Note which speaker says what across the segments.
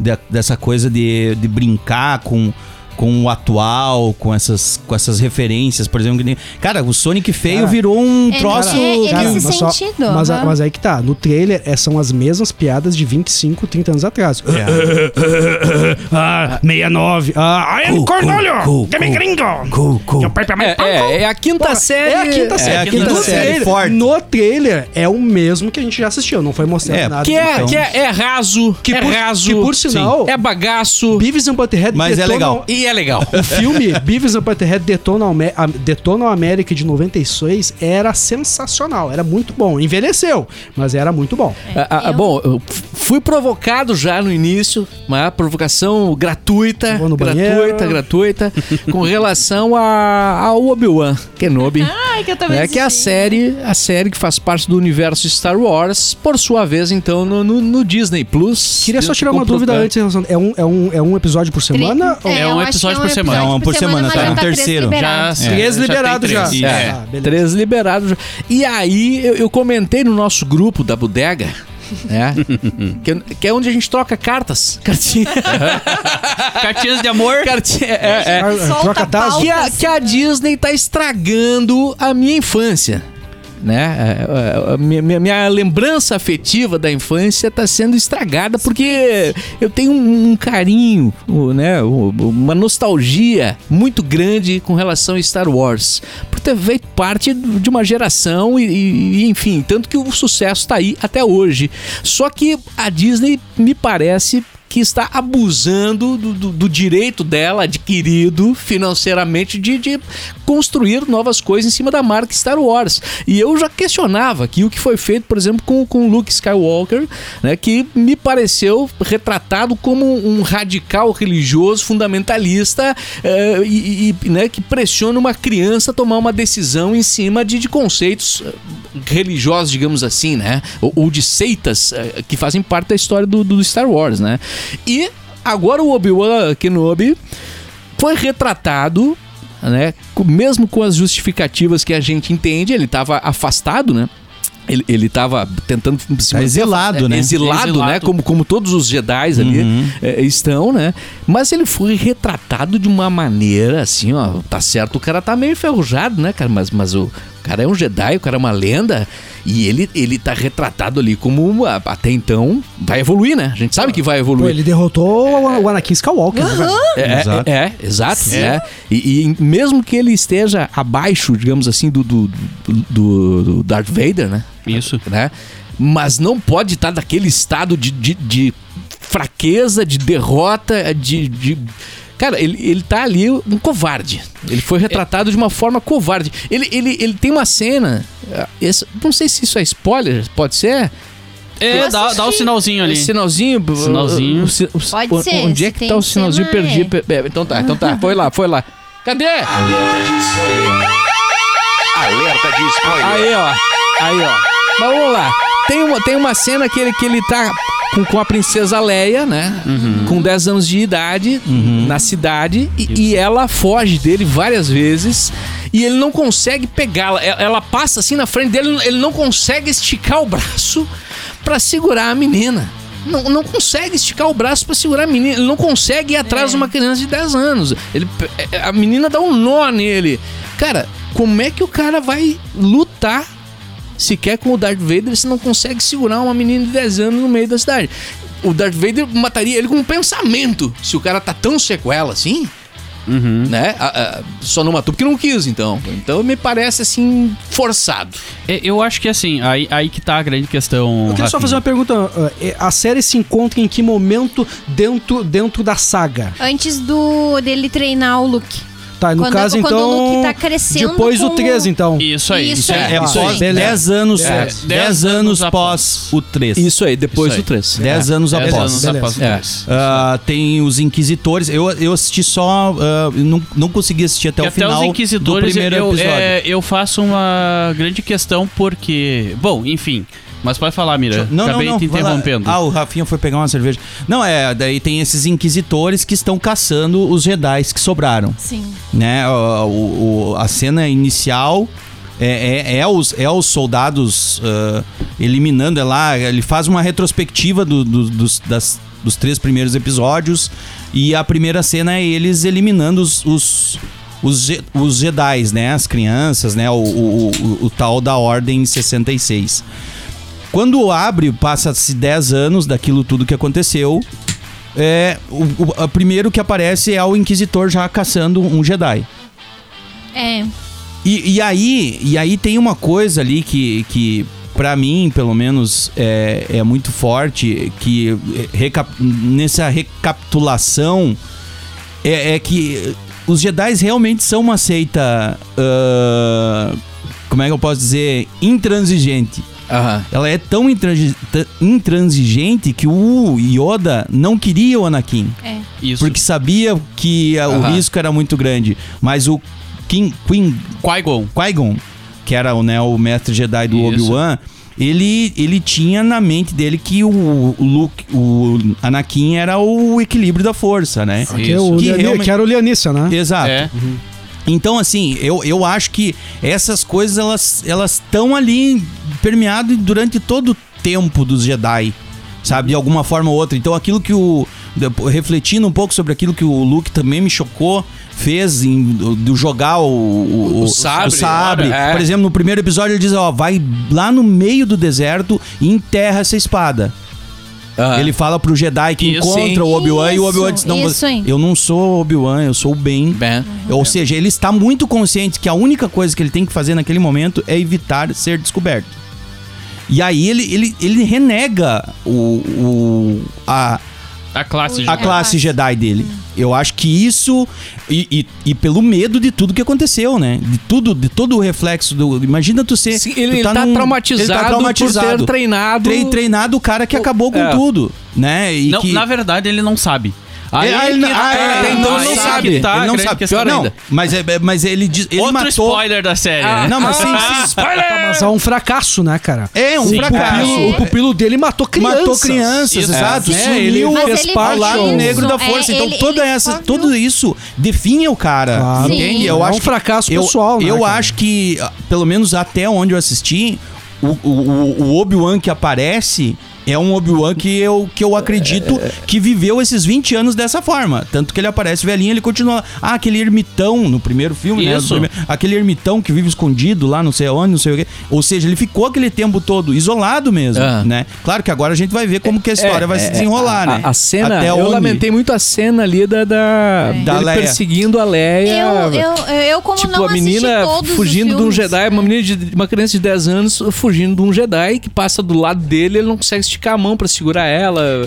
Speaker 1: de- dessa coisa de, de brincar com com o atual, com essas, com essas referências, por exemplo, que nem- cara, o Sonic feio
Speaker 2: Cara,
Speaker 1: virou um
Speaker 3: É,
Speaker 1: troço
Speaker 3: é, ele
Speaker 1: que-
Speaker 3: se
Speaker 2: mas
Speaker 3: sentido,
Speaker 2: Mas, a-
Speaker 3: aham.
Speaker 2: mas aí que tá. No trailer é, são as mesmas piadas de 25, 30 anos atrás. Ah, 69. Ah, I am Cornolio! Demi gringo! Eu perco a minha-
Speaker 4: É, é, é a quinta série.
Speaker 2: É a quinta série.
Speaker 1: é a
Speaker 2: E
Speaker 1: quinta
Speaker 2: no
Speaker 1: série,
Speaker 2: trailer-
Speaker 1: forte.
Speaker 2: No trailer é o mesmo que a gente já assistiu. Não foi mostrado
Speaker 1: É,
Speaker 2: nada.
Speaker 4: Que é,
Speaker 1: Então-
Speaker 4: que é, é raso,
Speaker 2: Que
Speaker 4: é
Speaker 2: por-
Speaker 4: raso.
Speaker 2: que por sinal-
Speaker 4: é bagaço
Speaker 2: Beavis and Butthead
Speaker 1: Mas é legal.
Speaker 4: e é legal.
Speaker 2: O filme Beavis and Butthead Detona, Alme- a- Detona a América de 96 era sensacional, era muito bom. Envelheceu, mas era muito bom.
Speaker 5: É,
Speaker 4: Ah, ah, ah, bom, eu f- fui provocado já no início, uma provocação gratuita,
Speaker 2: Vou no
Speaker 4: gratuita,
Speaker 2: banheiro.
Speaker 4: gratuita, com relação a, ao Obi-Wan Kenobi.
Speaker 5: Ai, que eu também
Speaker 4: né, que é a
Speaker 5: desisti.
Speaker 4: série, a série que faz parte do universo Star Wars, por sua vez, então, no, no- no Disney Plus.
Speaker 2: Queria só tirar uma dúvida antes. em relação- É um, é, um, é um episódio por semana?
Speaker 3: Tri-
Speaker 6: É um
Speaker 3: eu acho
Speaker 6: episódio
Speaker 3: que
Speaker 6: por semana.
Speaker 1: É um por semana,
Speaker 3: mas
Speaker 1: tá?
Speaker 3: já
Speaker 1: Um
Speaker 3: três
Speaker 1: terceiro.
Speaker 3: liberados.
Speaker 6: É, Já-
Speaker 2: Três
Speaker 6: já tem
Speaker 2: liberados já.
Speaker 6: três.
Speaker 1: É.
Speaker 2: Ah, beleza.
Speaker 4: Três liberados. E aí, eu, eu comentei no nosso grupo da bodega, né? que, que é onde a gente troca cartas. Cartinha.
Speaker 6: Cartinhas de amor.
Speaker 4: cartinha é, é.
Speaker 2: Ah,
Speaker 5: Solta
Speaker 2: Troca taso.
Speaker 4: que a,
Speaker 5: Altas,
Speaker 4: que a Disney tá estragando a minha infância. Né? É, é, é, Minha, minha- minha lembrança afetiva da infância tá sendo estragada porque eu tenho um, um carinho, um, né? um- uma nostalgia muito grande com relação a Star Wars. Por ter feito parte de uma geração e, e- e, enfim, tanto que o sucesso tá aí até hoje. Só que a Disney me parece que está abusando do, do- do direito dela, adquirido financeiramente, de, de construir novas coisas em cima da marca Star Wars. E eu já questionava aqui o que foi feito, por exemplo, com, com Luke Skywalker, né, que me pareceu retratado como um radical religioso fundamentalista eh, e, e- e, né, que pressiona uma criança a tomar uma decisão em cima de, de conceitos eh, religiosos, digamos assim, né? Ou, ou de seitas eh, que fazem parte da história do, do Star Wars, né? E agora o Obi-Wan Kenobi foi retratado, né? com- Mesmo com as justificativas que a gente entende, ele estava afastado, né? Ele, ele tava tentando se
Speaker 1: Tá
Speaker 4: manter
Speaker 1: exilado,
Speaker 4: é,
Speaker 1: né? Uhum.
Speaker 4: Exilado, né?
Speaker 6: Exilado.
Speaker 4: Como, como todos os Jedi ali é, estão, né? Mas ele foi retratado de uma maneira assim, ó. Tá certo, o cara tá meio enferrujado, né, cara? Mas, mas o cara é um Jedi, o cara é uma lenda. E ele, ele tá retratado ali como uma. Até então, vai evoluir, né? A gente sabe que vai
Speaker 2: Pô,
Speaker 4: evoluir.
Speaker 2: ele derrotou o- o Anakin Skywalker. né, velho?
Speaker 4: É,
Speaker 1: Exato.
Speaker 4: é, é, exato. né? E, e mesmo que ele esteja abaixo, digamos assim, do, do, do- do Darth Vader, né?
Speaker 6: Isso.
Speaker 4: né? Mas não pode estar daquele estado de, de, de fraqueza, de derrota, de. de- Cara, ele, ele tá ali um covarde. Ele foi retratado de uma forma covarde. Ele, ele, ele tem uma cena. eh, esse- não sei se isso é spoiler, pode ser?
Speaker 6: É, dá, dá o sinalzinho ali.
Speaker 4: Esse sinalzinho. uh,
Speaker 6: Sinalzinho.
Speaker 4: o si- o si-
Speaker 3: Pode
Speaker 4: o-
Speaker 3: ser,
Speaker 4: Onde é
Speaker 3: se
Speaker 4: que
Speaker 3: tem
Speaker 4: tá o sinalzinho?
Speaker 3: cena,
Speaker 4: Perdi.
Speaker 3: é.
Speaker 4: pe- pe- Então tá, então tá. Foi lá, foi lá. Cadê?
Speaker 7: Alerta de spoiler.
Speaker 4: Aí, ó. Aí, ó. Mas vamos lá. Tem uma, tem uma cena que ele, que ele tá com, com a princesa Leia, né?
Speaker 6: Uhum.
Speaker 4: Com 10 anos de idade, na cidade. E, e ela foge dele várias vezes. E ele não consegue pegá-la. E- Ela passa assim na frente dele, ele não consegue esticar o braço pra segurar a menina. Não, não consegue esticar o braço pra segurar a menina. Ele não consegue ir atrás de uma criança de 10 anos. Ele, é, a menina dá um nó nele. Cara, como é que o cara vai lutar sequer com o Darth Vader, você não consegue segurar uma menina de 10 anos no meio da cidade. O Darth Vader mataria ele com um pensamento, se o cara tá tão sequela assim.
Speaker 6: Uhum.
Speaker 4: Né? A- a- só não matou porque não quis, então. Então me parece assim, forçado.
Speaker 6: É, Eu acho que assim, aí, aí que tá a grande questão.
Speaker 2: Eu queria só
Speaker 6: Rafinha.
Speaker 2: fazer uma pergunta. ah, é, A série se encontra em que momento dentro, dentro da saga?
Speaker 3: Antes do dele treinar o Luke.
Speaker 2: Tá, no
Speaker 3: Quando-
Speaker 2: caso,
Speaker 3: quando
Speaker 2: então.
Speaker 3: o Luke tá crescendo
Speaker 2: depois do
Speaker 3: com o-
Speaker 2: 13, então.
Speaker 6: Isso aí.
Speaker 3: Isso aí.
Speaker 6: aí.
Speaker 1: É,
Speaker 2: isso aí.
Speaker 1: pós 10 anos,
Speaker 2: É.
Speaker 1: 10 anos após o 3.
Speaker 4: aí,
Speaker 6: depois do
Speaker 4: 3.
Speaker 1: 10 anos
Speaker 6: É. Dez
Speaker 1: após.
Speaker 6: anos
Speaker 2: Beleza.
Speaker 6: após o
Speaker 4: É.
Speaker 6: dois.
Speaker 1: Ah, tem os Inquisitores. Eu, eu assisti só. ah, não, não consegui assistir até
Speaker 6: E
Speaker 1: o final
Speaker 6: os
Speaker 1: do
Speaker 6: Inquisidores
Speaker 1: primeiro
Speaker 6: eu,
Speaker 1: episódio.
Speaker 6: é, eu faço uma grande questão porque... Bom, enfim. Mas pode falar, Mira.
Speaker 1: Não,
Speaker 6: Acabei
Speaker 1: não, não.
Speaker 6: te
Speaker 1: vai lá.
Speaker 6: interrompendo.
Speaker 1: Ah, o Rafinha foi pegar uma cerveja. Não, é, daí tem esses inquisitores que estão caçando os Jedi que sobraram.
Speaker 3: Sim.
Speaker 1: Né? O- o- o- a cena inicial é, é- é os, é os soldados ah, eliminando é lá. Ele faz uma retrospectiva do- do- dos, das- dos três primeiros episódios. E a primeira cena é eles eliminando os. os os, Je- os Jedi, né? As crianças, né? O, o- o- o tal da Ordem 66. Quando abre, passa-se 10 anos daquilo tudo que aconteceu. É, o, o- a primeiro que aparece é o Inquisitor já caçando um Jedi.
Speaker 3: É.
Speaker 1: E, e aí, e aí tem uma coisa ali que, que para mim, pelo menos, é, é muito forte, que é, recap- nessa recapitulação é, é que os Jedi realmente são uma seita. ah, como é que eu posso dizer? Intransigente. Ela é tão intransi- tan- intransigente que o Yoda não queria o Anakin.
Speaker 6: Isso.
Speaker 1: Porque sabia que ah, o
Speaker 4: Aham.
Speaker 1: risco era muito grande. Mas o King, Queen
Speaker 6: Qui-Gon.
Speaker 1: Qui-Gon que era né, o mestre Jedi do
Speaker 6: Isso.
Speaker 1: Obi-Wan, ele, ele tinha na mente dele que o, o Luke, o Anakin era o equilíbrio da força, né?
Speaker 2: Que, é o
Speaker 1: Que
Speaker 2: Leoni-
Speaker 1: realmente-
Speaker 2: que era o Leonícia, né?
Speaker 1: Exato.
Speaker 6: É.
Speaker 1: Então, assim, eu, eu acho que essas coisas elas elas estão ali permeado durante todo o tempo dos Jedi, sabe? De alguma forma ou outra. Então, aquilo que o. depo- Refletindo um pouco sobre aquilo que o Luke também me chocou, fez em, do, do jogar o, o,
Speaker 4: O sabre,
Speaker 1: sabre.
Speaker 4: ora, é.
Speaker 1: Por exemplo, no primeiro episódio ele diz: Ó, vai lá no meio do deserto e enterra essa espada.
Speaker 4: Ah.
Speaker 1: Ele fala pro Jedi que
Speaker 4: Isso, sim.
Speaker 1: encontra o Obi-Wan e o Obi-Wan diz:
Speaker 3: Isso,
Speaker 1: Não,
Speaker 3: isso,
Speaker 1: você-
Speaker 3: hein?
Speaker 1: eu não sou Obi-Wan, eu sou o Ben.
Speaker 4: Bem.
Speaker 6: É.
Speaker 1: Ou seja, ele está muito consciente que a única coisa que ele tem que fazer naquele momento é evitar ser descoberto. E aí ele, ele, ele renega o, o, a,
Speaker 6: A classe.
Speaker 1: a
Speaker 6: de-
Speaker 1: classe Jedi dele.
Speaker 6: Hum.
Speaker 1: Eu acho que isso. E, e, e pelo medo de tudo que aconteceu, né? De tudo, de todo o reflexo do. Imagina tu ser.
Speaker 4: Sim, ele
Speaker 1: tu
Speaker 4: tá
Speaker 1: num-
Speaker 4: traumatizado
Speaker 1: ele tá
Speaker 4: por
Speaker 1: traumatizado.
Speaker 4: ter treinado-
Speaker 1: Tre- treinado o cara que acabou com
Speaker 4: É.
Speaker 1: tudo. Né? E
Speaker 6: Não,
Speaker 1: que-
Speaker 6: na verdade ele não sabe. Aí
Speaker 1: ah,
Speaker 6: que
Speaker 1: ele,
Speaker 6: tá-
Speaker 1: ah, é,
Speaker 4: aí
Speaker 1: então
Speaker 4: que
Speaker 1: ele não
Speaker 4: tá
Speaker 1: sabe.
Speaker 6: a
Speaker 1: ele não
Speaker 6: grande
Speaker 1: sabe.
Speaker 6: questão.
Speaker 4: pior
Speaker 1: não,
Speaker 4: ainda.
Speaker 1: mas, é- mas ele, diz- ele
Speaker 6: Outro
Speaker 1: matou.
Speaker 6: spoiler da série. né?
Speaker 1: Ah. Não, mas sim,
Speaker 2: Mas é um fracasso, né, cara?
Speaker 1: É, um
Speaker 2: O
Speaker 1: fracasso.
Speaker 2: pupilo- O pupilo dele matou crianças.
Speaker 1: Matou crianças,
Speaker 6: Isso.
Speaker 1: exato.
Speaker 2: É,
Speaker 1: Sumiu,
Speaker 2: ele
Speaker 1: ele
Speaker 2: fez
Speaker 1: fez
Speaker 2: ele
Speaker 1: parte do lado
Speaker 3: descobriu.
Speaker 1: negro da
Speaker 3: É,
Speaker 1: força. então,
Speaker 3: ele-
Speaker 1: toda
Speaker 3: ele
Speaker 1: essa,
Speaker 3: descobriu.
Speaker 1: tudo isso definha o cara.
Speaker 2: Claro. Sim.
Speaker 1: Entende?
Speaker 2: É um
Speaker 1: acho que-
Speaker 2: fracasso
Speaker 1: eu-
Speaker 2: pessoal, né,
Speaker 1: Eu
Speaker 2: cara?
Speaker 1: acho que, ah, pelo menos até onde eu assisti, o, o- o- o Obi-Wan que aparece. É um Obi-Wan que eu, que eu acredito
Speaker 2: É.
Speaker 1: que viveu esses 20 anos dessa forma. Tanto que ele aparece velhinho, ele continua. Ah, aquele ermitão no primeiro filme, né? No
Speaker 6: Isso.
Speaker 1: primeiro- aquele ermitão que vive escondido lá, não sei onde, não sei o quê. Ou seja, ele ficou aquele tempo todo isolado mesmo,
Speaker 4: Ah.
Speaker 1: né? Claro que agora a gente vai ver como que a história
Speaker 4: É,
Speaker 1: vai
Speaker 4: é,
Speaker 1: se desenrolar,
Speaker 4: a-
Speaker 1: né?
Speaker 4: A, a cena,
Speaker 1: Até
Speaker 4: eu
Speaker 1: onde? É.
Speaker 4: lamentei muito a cena ali da, da,
Speaker 1: Da
Speaker 4: dele
Speaker 1: Leia.
Speaker 4: perseguindo a Leia.
Speaker 1: é,
Speaker 3: Eu, eu, eu como
Speaker 4: Tipo,
Speaker 3: não
Speaker 4: a menina
Speaker 3: assisti todos os
Speaker 4: fugindo de um
Speaker 3: filmes,
Speaker 4: Jedi, uma menina de de uma criança de 10 anos fugindo de um Jedi que passa do lado dele, ele não consegue esticar a mão pra segurar ela.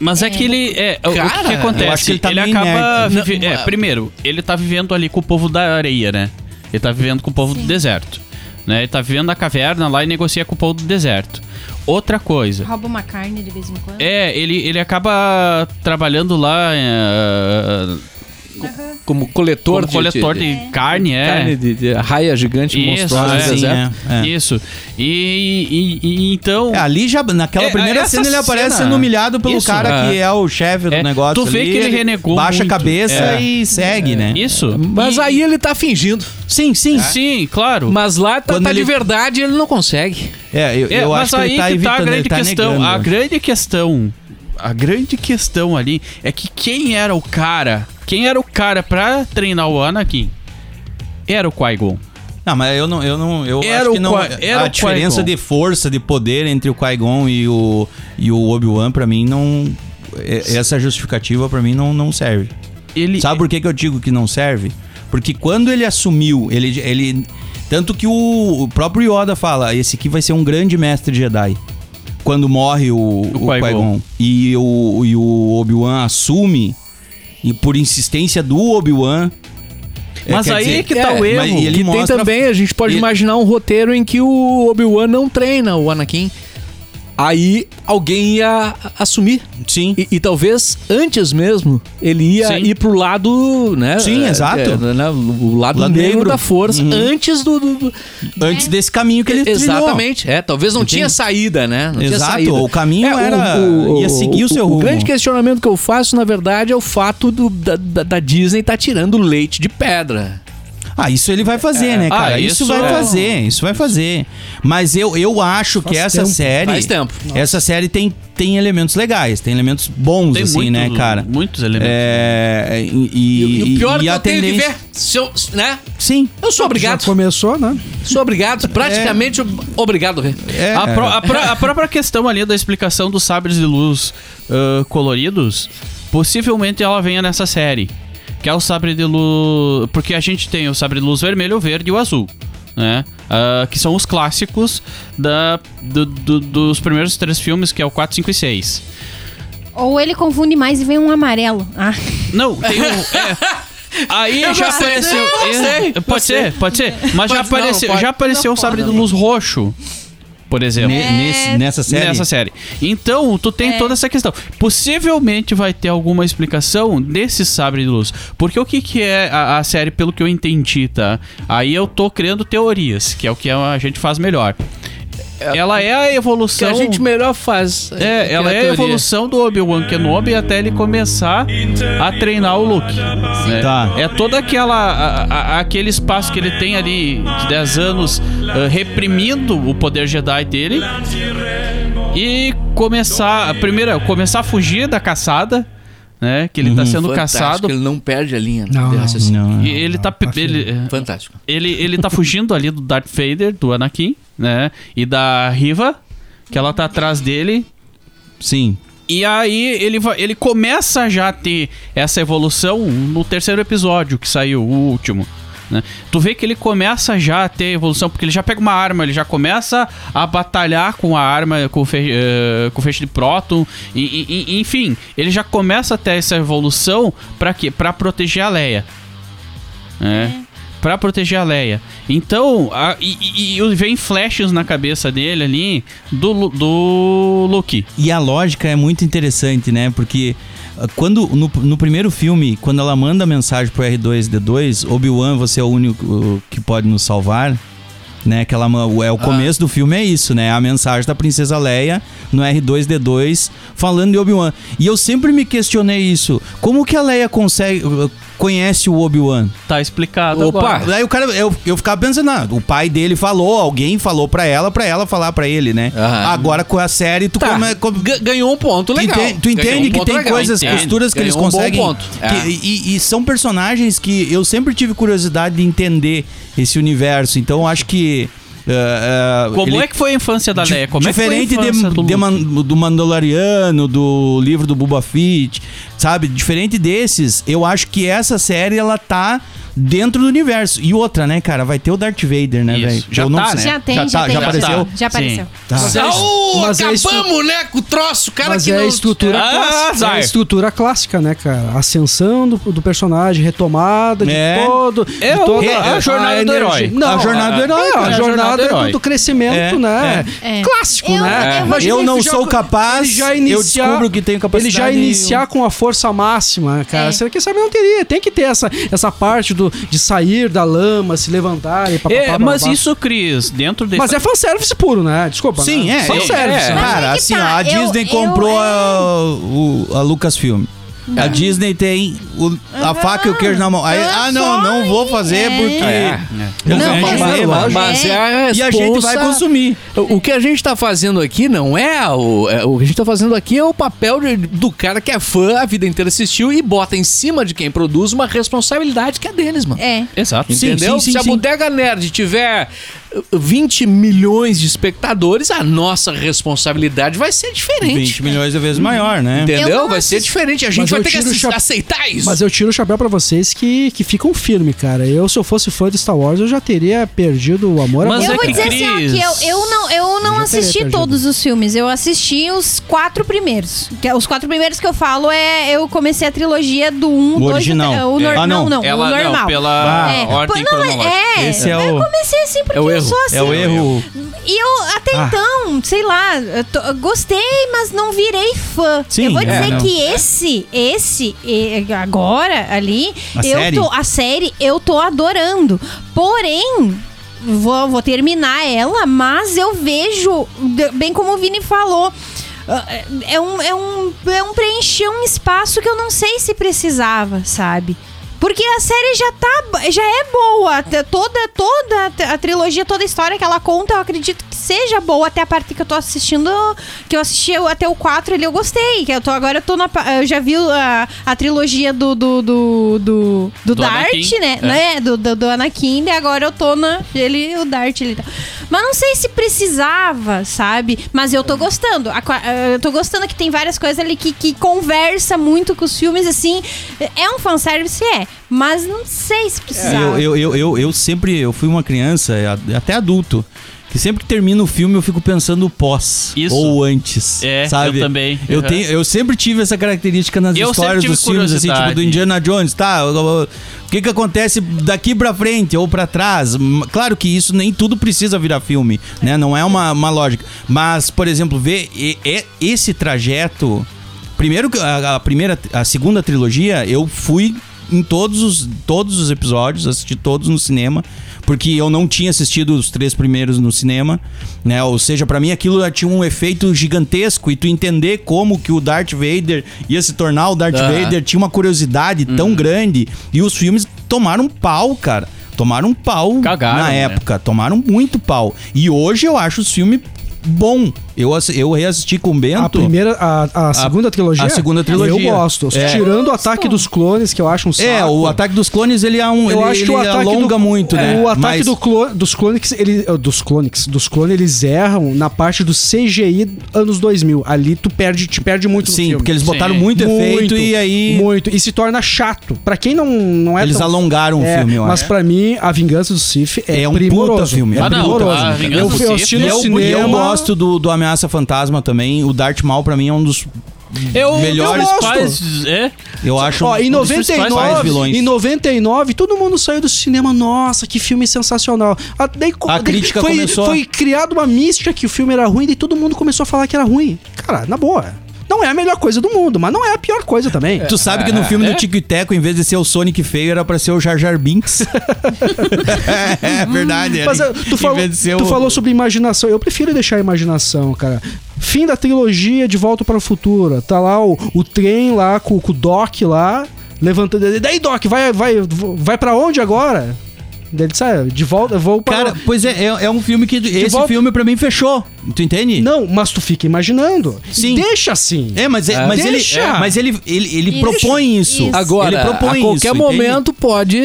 Speaker 6: Mas é que ele. É, o- o
Speaker 4: Cara,
Speaker 6: que que acontece?
Speaker 1: eu acho que ele tá meio
Speaker 6: acaba.
Speaker 1: inerte.
Speaker 6: vive- é, primeiro, ele tá vivendo ali com o povo da areia, né? Ele tá vivendo com o povo do deserto. Né? Ele tá vivendo na caverna lá e negocia com o povo do deserto. Outra coisa.
Speaker 5: Rouba uma carne de vez em quando.
Speaker 6: É, ele, ele acaba trabalhando lá. é,
Speaker 4: Como coletor
Speaker 6: como
Speaker 4: de.
Speaker 6: coletor
Speaker 4: de-
Speaker 6: de, carne, é.
Speaker 4: Carne de, de raia gigante
Speaker 6: Isso,
Speaker 4: monstruosa.
Speaker 6: é,
Speaker 4: do
Speaker 1: sim,
Speaker 4: deserto.
Speaker 1: é, é.
Speaker 6: Isso. E, e- e- então.
Speaker 1: É, ali já, naquela
Speaker 6: É,
Speaker 1: primeira
Speaker 6: essa
Speaker 1: cena, ele aparece
Speaker 6: cena-
Speaker 1: sendo humilhado pelo
Speaker 6: Isso,
Speaker 1: cara
Speaker 4: é.
Speaker 1: que é o chefe do
Speaker 6: É,
Speaker 1: negócio.
Speaker 6: tu vê
Speaker 1: ali,
Speaker 6: que ele renegou
Speaker 1: Baixa
Speaker 6: muito.
Speaker 1: a cabeça
Speaker 6: É.
Speaker 1: e segue, né?
Speaker 6: Isso.
Speaker 4: Mas
Speaker 6: E-
Speaker 4: aí ele tá fingindo. É.
Speaker 1: Sim, sim.
Speaker 6: Sim, claro.
Speaker 4: Mas lá tá,
Speaker 1: Quando
Speaker 4: tá de
Speaker 1: ele-
Speaker 4: verdade ele não consegue.
Speaker 1: É, eu,
Speaker 6: É,
Speaker 1: eu
Speaker 6: mas
Speaker 1: acho que
Speaker 6: aí
Speaker 1: ele tá
Speaker 6: que tá
Speaker 1: evitando,
Speaker 6: a grande
Speaker 1: ele tá
Speaker 6: questão.
Speaker 1: negando.
Speaker 6: A grande questão. A grande questão ali é que quem era o cara? Quem era o cara pra treinar o Anakin? Era o Qui-Gon.
Speaker 1: Não, mas eu não, eu não, eu
Speaker 6: Era
Speaker 1: acho que
Speaker 6: o
Speaker 1: não. é.
Speaker 6: Qui- era
Speaker 1: a
Speaker 6: o
Speaker 1: diferença
Speaker 6: Qui-Gon.
Speaker 1: de força, de poder entre o Qui-Gon e o e o Obi-Wan pra mim não é- essa justificativa pra mim não, não serve.
Speaker 6: Ele
Speaker 1: Sabe por que, que eu digo que não serve? Porque quando ele assumiu, ele ele tanto que o, o próprio Yoda fala, esse aqui vai ser um grande mestre Jedi. Quando morre o, o,
Speaker 6: Qui-Gon.
Speaker 1: Qui-Gon e o, e o Obi-Wan assume e por insistência do Obi-Wan é,
Speaker 6: Mas
Speaker 1: quer
Speaker 6: aí
Speaker 1: dizer,
Speaker 6: que tá o
Speaker 1: mas
Speaker 6: erro.
Speaker 1: ele
Speaker 4: e tem
Speaker 1: mostra
Speaker 4: também, a gente pode
Speaker 1: ele-
Speaker 4: imaginar um roteiro em que o Obi-Wan não treina o Anakin. Aí alguém ia assumir.
Speaker 1: Sim.
Speaker 4: E, e talvez antes mesmo ele ia
Speaker 6: Sim.
Speaker 4: ir pro lado, né?
Speaker 1: Sim,
Speaker 4: é,
Speaker 1: exato.
Speaker 4: é, né, o lado,
Speaker 1: Lado
Speaker 4: negro,
Speaker 1: negro.
Speaker 4: da força
Speaker 1: Uhum.
Speaker 4: antes do, do- do-
Speaker 1: antes desse caminho que ele
Speaker 4: exatamente. É, talvez não
Speaker 1: Entendi.
Speaker 4: tinha saída, né? Não tinha
Speaker 1: Exato,
Speaker 4: saída. É,
Speaker 1: o caminho era- ia seguir o seu rumo.
Speaker 4: O grande questionamento que eu faço, na verdade, é o fato do, da, da- da Disney tá tirando leite de pedra.
Speaker 1: trilhou. Ah, isso ele vai fazer, né, cara?
Speaker 6: Ah,
Speaker 1: isso,
Speaker 6: isso
Speaker 1: vai
Speaker 6: é-
Speaker 1: fazer, isso vai fazer. Mas eu, eu acho que essa
Speaker 2: tempo,
Speaker 1: série.
Speaker 4: faz tempo.
Speaker 1: Essa série tem, tem elementos legais, tem elementos bons,
Speaker 6: tem
Speaker 1: assim,
Speaker 6: muito-
Speaker 1: né, cara?
Speaker 6: muitos elementos.
Speaker 1: É, e,
Speaker 4: E,
Speaker 1: e,
Speaker 4: e o pior
Speaker 1: e
Speaker 4: que
Speaker 1: a
Speaker 4: eu tenho que
Speaker 1: tendência-
Speaker 4: ver, se eu- né?
Speaker 1: Sim.
Speaker 4: Eu sou
Speaker 2: Já
Speaker 4: obrigado,
Speaker 2: começou, né?
Speaker 4: sou obrigado, praticamente ob- obrigado a ver.
Speaker 1: É,
Speaker 6: A, pró- a pró- a própria questão ali da explicação dos sabres de luz ah, coloridos, possivelmente ela venha nessa série. Que é o sabre de luz. Porque a gente tem o sabre de luz vermelho, o verde e o azul. Né? Ah, que são os clássicos da, do- do- dos primeiros três filmes, que é o 4, 5 e 6.
Speaker 3: Ou ele confunde mais e vem um amarelo. Ah,
Speaker 6: Não, tem o. é. Aí já
Speaker 4: sei,
Speaker 6: apareceu.
Speaker 4: eu não
Speaker 6: é,
Speaker 4: sei,
Speaker 6: pode ser, pode ser. Mas
Speaker 4: Pode
Speaker 6: já
Speaker 4: não,
Speaker 6: apareceu,
Speaker 4: pode.
Speaker 6: um
Speaker 4: Né?
Speaker 6: já apareceu o sabre de luz roxo. por exemplo.
Speaker 1: Ne- nesse- nessa série.
Speaker 6: Nessa série. Então, tu tem toda essa questão. Possivelmente vai ter alguma explicação desse sabre de luz. Porque o que, que é a, a série, pelo que eu entendi, tá? Aí eu tô criando teorias, que é o que a gente faz melhor. Ela é a
Speaker 4: que
Speaker 6: evolução.
Speaker 4: a gente melhor faz.
Speaker 6: É, ela é a evolução do Obi-Wan Kenobi até ele começar a treinar o Luke. né?
Speaker 1: Tá.
Speaker 6: É todo aquela, a- a- aquele espaço que ele tem ali de 10 anos ah, reprimindo o poder Jedi dele e começar, primeiro, começar a fugir da caçada, né? Que ele tá sendo caçado.
Speaker 4: Ele não perde a linha.
Speaker 2: Não,
Speaker 4: de
Speaker 2: não,
Speaker 4: raciocínio.
Speaker 1: Hum. Não,
Speaker 6: E ele tá,
Speaker 2: tá
Speaker 6: ele,
Speaker 4: Fantástico.
Speaker 6: ele, ele tá fugindo ali do Darth Vader, do Anakin, né? E da Riva, que ela tá atrás dele.
Speaker 1: sim.
Speaker 6: E aí ele, va- ele começa já a ter essa evolução no terceiro episódio que saiu, o último. né? Tu vê que ele começa já a ter evolução, porque ele já pega uma arma, ele já começa a batalhar com a arma, com o, fe eh, com o feixe de próton, e, e- e- enfim, ele já começa a ter essa evolução pra quê? Pra proteger a Leia. É. Pra proteger a Leia. Então, a- e, e- e vem flashes na cabeça dele ali do, Lu- do Luke.
Speaker 1: E a lógica é muito interessante, né? Porque ah, quando no, no primeiro filme, quando ela manda a mensagem pro R2D2, Obi-Wan, você é o único uh, que pode nos salvar, né? Que ela ma-
Speaker 4: Ah.
Speaker 1: é o começo do filme é isso, né? A mensagem da princesa Leia no R2D2 falando de Obi-Wan. E eu sempre me questionei isso. Como que a Leia consegue uh, conhece o Obi-Wan?
Speaker 6: Tá explicado
Speaker 4: Opa!
Speaker 6: agora.
Speaker 1: Daí o cara, eu, eu ficava pensando, ah, o pai dele falou, alguém falou pra ela, pra ela falar pra ele, né?
Speaker 4: Aham.
Speaker 1: Agora com a série, tu
Speaker 4: Tá,
Speaker 1: come- come-
Speaker 4: ga- ganhou um ponto
Speaker 1: é- Tu
Speaker 4: legal.
Speaker 1: entende, tu
Speaker 4: Ganhou
Speaker 1: entende
Speaker 4: um
Speaker 1: que
Speaker 4: ponto
Speaker 1: tem
Speaker 4: legal.
Speaker 1: coisas,
Speaker 4: Entendo.
Speaker 1: costuras que eles
Speaker 4: Ganhou um bom
Speaker 1: conseguem.
Speaker 4: ponto.
Speaker 1: que-
Speaker 4: É.
Speaker 1: e, e são personagens que eu sempre tive curiosidade de entender esse universo. Então eu acho que. ah, ah,
Speaker 6: Como
Speaker 1: ele-
Speaker 6: é que foi a infância da
Speaker 1: di-
Speaker 6: Leia? Como
Speaker 1: diferente
Speaker 6: é que foi a
Speaker 1: de-
Speaker 6: infância
Speaker 1: de
Speaker 6: Luke?
Speaker 1: Man- do Mandaloriano, do livro do Boba Fett, sabe? Diferente desses, eu acho que essa série ela tá dentro do universo. E outra, né, cara? Vai ter o Darth Vader, né,
Speaker 6: Isso.
Speaker 1: velho?
Speaker 6: Já
Speaker 1: Eu não sei-
Speaker 6: tá, né?
Speaker 3: Já tem,
Speaker 1: já,
Speaker 3: já,
Speaker 1: tá,
Speaker 3: tem.
Speaker 1: já
Speaker 6: já
Speaker 1: apareceu.
Speaker 6: tá.
Speaker 3: Já apareceu.
Speaker 6: Sim.
Speaker 1: Tá.
Speaker 2: Mas é
Speaker 4: Ah, ô,
Speaker 2: mas é isso-
Speaker 4: acabamos, né, com o troço, cara
Speaker 2: Mas
Speaker 4: que
Speaker 2: é
Speaker 4: não...
Speaker 2: a estrutura
Speaker 6: Ah,
Speaker 2: clássica.
Speaker 6: azar.
Speaker 2: É a estrutura clássica, né, cara? Ascensão do, do personagem, retomada de
Speaker 1: É.
Speaker 2: todo.
Speaker 6: É
Speaker 2: de
Speaker 6: o-
Speaker 2: toda
Speaker 6: é a jornada do
Speaker 2: energia.
Speaker 6: herói.
Speaker 2: Não,
Speaker 1: A jornada do herói,
Speaker 2: É,
Speaker 1: cara.
Speaker 2: a jornada do, do crescimento,
Speaker 1: É,
Speaker 2: né?
Speaker 3: é. É.
Speaker 2: Clássico,
Speaker 3: Eu-
Speaker 2: né?
Speaker 3: eu vou
Speaker 2: Imagina
Speaker 1: Eu
Speaker 2: ele
Speaker 1: não
Speaker 2: já-
Speaker 1: sou capaz,
Speaker 2: ele já
Speaker 1: eu
Speaker 2: iniciar-
Speaker 1: descubro que tenho
Speaker 2: Ele
Speaker 1: capacidade.
Speaker 2: já iniciar com a força máxima, cara.
Speaker 3: É.
Speaker 2: Será que sabe não teria? Tem que ter essa, essa parte do, de sair da lama, se levantar e papapá,
Speaker 6: É, mas
Speaker 2: papapá.
Speaker 6: isso, Cris, dentro desse.
Speaker 2: Mas é fanservice puro, né? Desculpa.
Speaker 1: Sim,
Speaker 2: né?
Speaker 1: é. eu-
Speaker 2: Fanservice.
Speaker 6: é.
Speaker 2: né?
Speaker 1: Cara,
Speaker 3: Mas é que
Speaker 1: assim, ó,
Speaker 3: tá,
Speaker 1: a
Speaker 3: eu-
Speaker 1: Disney
Speaker 3: eu-
Speaker 1: comprou
Speaker 3: eu-
Speaker 1: a, o- a Lucasfilm. A Disney tem o- a faca e o queijo na mão. Aí, ah, não, não vou fazer
Speaker 3: É.
Speaker 1: porque. Eu
Speaker 4: Não,
Speaker 1: ganho
Speaker 4: mas,
Speaker 1: dinheiro,
Speaker 4: mas-
Speaker 1: eu
Speaker 4: mas
Speaker 3: É.
Speaker 4: é a
Speaker 1: E a gente vai
Speaker 4: responsa-
Speaker 1: consumir.
Speaker 4: O que a gente tá fazendo aqui não é o, é, o que a gente tá fazendo aqui é o papel de- do cara que é fã, a vida inteira assistiu e bota em cima de quem produz uma responsabilidade que é deles, mano.
Speaker 3: É.
Speaker 6: Exato.
Speaker 1: Sim,
Speaker 4: Entendeu?
Speaker 1: sim, sim,
Speaker 4: Se a
Speaker 1: sim.
Speaker 4: Bodega Nerd tiver eh, 20 milhões de espectadores, a nossa responsabilidade vai ser diferente.
Speaker 1: 20 milhões de vezes maior, né?
Speaker 3: Eu
Speaker 4: Entendeu?
Speaker 3: não
Speaker 4: Vai ser diferente. A gente
Speaker 2: Mas
Speaker 4: vai
Speaker 2: eu
Speaker 4: ter que
Speaker 2: tiro o
Speaker 4: assi-
Speaker 2: chap-
Speaker 4: aceitar isso.
Speaker 2: Mas eu tiro o chapéu pra vocês que, que ficam firme, cara. Eu, se eu fosse fã de Star Wars, eu já teria perdido o amor.
Speaker 6: Mas
Speaker 2: à
Speaker 3: eu
Speaker 6: é
Speaker 3: vou
Speaker 6: que
Speaker 3: dizer assim, ó,
Speaker 6: Cris-
Speaker 3: que eu, eu não, eu não
Speaker 2: Eu já
Speaker 3: assisti
Speaker 2: teria perdido.
Speaker 3: todos os filmes, eu assisti os quatro primeiros. Que- é, Os quatro primeiros que eu falo é. Eu comecei a trilogia do 1,
Speaker 1: O
Speaker 3: 2
Speaker 1: original.
Speaker 3: O
Speaker 1: É.
Speaker 3: nor
Speaker 1: Ah, não.
Speaker 3: não, não,
Speaker 6: Ela
Speaker 3: o
Speaker 6: não,
Speaker 3: normal.
Speaker 2: Ah.
Speaker 6: pela
Speaker 3: É.
Speaker 6: ordem
Speaker 3: Pô, não, é-
Speaker 6: cronológica.
Speaker 3: é,
Speaker 1: Esse é
Speaker 3: eu
Speaker 1: o-
Speaker 3: comecei assim porque
Speaker 4: É o
Speaker 3: eu
Speaker 4: erro.
Speaker 3: sou assim.
Speaker 1: É o erro.
Speaker 3: E eu até
Speaker 1: Ah.
Speaker 3: então, sei lá, eu tô- eu gostei, mas não virei fã.
Speaker 1: Sim,
Speaker 3: eu vou
Speaker 1: é,
Speaker 3: dizer
Speaker 1: não.
Speaker 3: que esse, esse, e- agora, ali,
Speaker 1: A
Speaker 3: eu
Speaker 1: série?
Speaker 3: tô. A série eu tô adorando. Porém. Vou, vou terminar ela, mas eu vejo, de- bem como o Vini falou, ah, é um, é um, é um preencher um espaço que eu não sei se precisava, sabe? Porque a série já tá. já é boa. T- Toda, toda a t- a trilogia, toda a história que ela conta, eu acredito que seja boa. Até a parte que eu tô assistindo. Que eu assisti o- até o 4 ali, eu gostei. Que eu tô, agora eu tô na. pa- Eu já vi a, a trilogia do. do. do. do, do
Speaker 6: Do
Speaker 3: Dart,
Speaker 6: Anakin,
Speaker 3: né?
Speaker 6: é.
Speaker 3: né? Do, do, do Anakin, e agora eu tô na. Ele, o Dart ele tá. Mas não sei se precisava, sabe? Mas eu tô gostando. A qua- eh, Eu tô gostando que tem várias coisas ali que, que conversa muito com os filmes, assim. É um fanservice, é. Mas não sei se precisava.
Speaker 1: É, Eu, eu, eu, eu, eu sempre eu fui uma criança, a- até adulto, que que sempre que termina o filme eu fico pensando o pós
Speaker 6: Isso.
Speaker 1: ou antes.
Speaker 6: É,
Speaker 1: sabe?
Speaker 6: eu também.
Speaker 1: Eu,
Speaker 6: Uhum.
Speaker 1: tenho, eu sempre tive essa característica nas
Speaker 6: Eu sempre
Speaker 1: histórias
Speaker 6: tive
Speaker 1: dos filmes, assim, tipo do
Speaker 6: curiosidade.
Speaker 1: Indiana Jones, tá? eu- eu- O que que acontece daqui pra frente ou pra trás? Hum, Claro que isso nem tudo precisa virar filme, né? Não é uma, uma lógica. Mas, por exemplo, ver e- e- esse trajeto. Primeiro, que a, a primeira, a segunda trilogia, eu fui em todos os, todos os episódios, assisti todos no cinema, porque eu não tinha assistido os três primeiros no cinema, né? Ou seja, pra mim aquilo já tinha um efeito gigantesco e tu entender como que o Darth Vader ia se tornar o Darth
Speaker 4: Aham.
Speaker 1: Vader tinha uma curiosidade tão grande e os filmes tomaram um pau, cara. Tomaram um pau
Speaker 6: Cagaram,
Speaker 1: na
Speaker 6: né?
Speaker 1: época, tomaram muito pau. E hoje eu acho os filmes bom. Eu assi- eu reassisti com o Bento.
Speaker 2: A primeira, a, a segunda trilogia?
Speaker 1: a segunda trilogia.
Speaker 2: Eu gosto.
Speaker 1: É.
Speaker 2: Tirando o ataque dos clones, que eu acho um saco.
Speaker 1: É, o ataque dos clones ele é um,
Speaker 2: eu
Speaker 1: ele,
Speaker 2: acho que o
Speaker 1: ele
Speaker 2: ataque
Speaker 1: alonga
Speaker 2: do,
Speaker 1: muito, né?
Speaker 2: O ataque
Speaker 1: Mas-
Speaker 2: do clo- dos clones, ele, eh, dos clones, dos clones, eles erram na parte do CGI anos 2000. Ali tu perde, te perde muito no
Speaker 1: sim,
Speaker 2: filme.
Speaker 1: porque eles botaram
Speaker 6: Sim.
Speaker 1: muito, efeito e aí
Speaker 2: muito e se torna chato. Pra quem não não é
Speaker 1: eles
Speaker 2: tão-
Speaker 1: alongaram
Speaker 2: é,
Speaker 1: o um filme, eu
Speaker 2: mas
Speaker 1: acho.
Speaker 2: pra mim a Vingança do Sith é,
Speaker 1: É um puta
Speaker 2: primoroso.
Speaker 1: filme.
Speaker 2: É
Speaker 1: Ah,
Speaker 6: não,
Speaker 2: primoroso.
Speaker 6: a Vingança
Speaker 2: eu
Speaker 6: do
Speaker 2: fui
Speaker 6: Sith
Speaker 2: assistir
Speaker 1: E
Speaker 2: no
Speaker 1: eu,
Speaker 2: cinema.
Speaker 1: é e eu gosto do, do Ameaça Fantasma também. O Darth Maul pra mim é um dos
Speaker 6: Eu,
Speaker 1: melhores.
Speaker 2: gosto.
Speaker 6: Pais, é?
Speaker 1: Eu acho
Speaker 2: Ó, em
Speaker 1: um dos principais
Speaker 2: 99,
Speaker 1: vilões.
Speaker 2: em 99, todo mundo saiu do cinema, nossa, que filme sensacional. A, daí, co-
Speaker 1: A
Speaker 2: daí
Speaker 1: crítica
Speaker 2: foi,
Speaker 1: começou.
Speaker 2: Foi criada uma mística que o filme era ruim, daí todo mundo começou a falar que era ruim. Cara, na boa. Não é a melhor coisa do mundo, mas não é a pior coisa também.
Speaker 1: Tu sabe
Speaker 2: É.
Speaker 1: que no filme do Tico e Teco, em vez de ser o Sonic feio, era pra ser o Jar Jar Binks. é verdade.
Speaker 2: Mas eh, tu, falou, tu falou sobre imaginação. Eu prefiro deixar a imaginação, cara. Fim da trilogia de Volta para o Futuro. Tá lá o, o trem lá com, com o Doc lá, levantando. ele, Daí, Doc, vai, vai, vai para onde agora? Daí ele sai, de volta, vou para.
Speaker 1: Cara, pois é, é, é um filme que. esse
Speaker 2: volta-
Speaker 1: filme pra mim fechou. Tu entende?
Speaker 2: Não, mas tu fica imaginando.
Speaker 1: Sim.
Speaker 2: Deixa assim.
Speaker 1: É, mas, é- mas ele,
Speaker 2: Deixa.
Speaker 1: é, mas ele, ele, ele
Speaker 3: Isso.
Speaker 1: propõe isso.
Speaker 3: Isso.
Speaker 4: Agora,
Speaker 1: ele propõe
Speaker 4: a qualquer
Speaker 1: isso,
Speaker 4: momento pode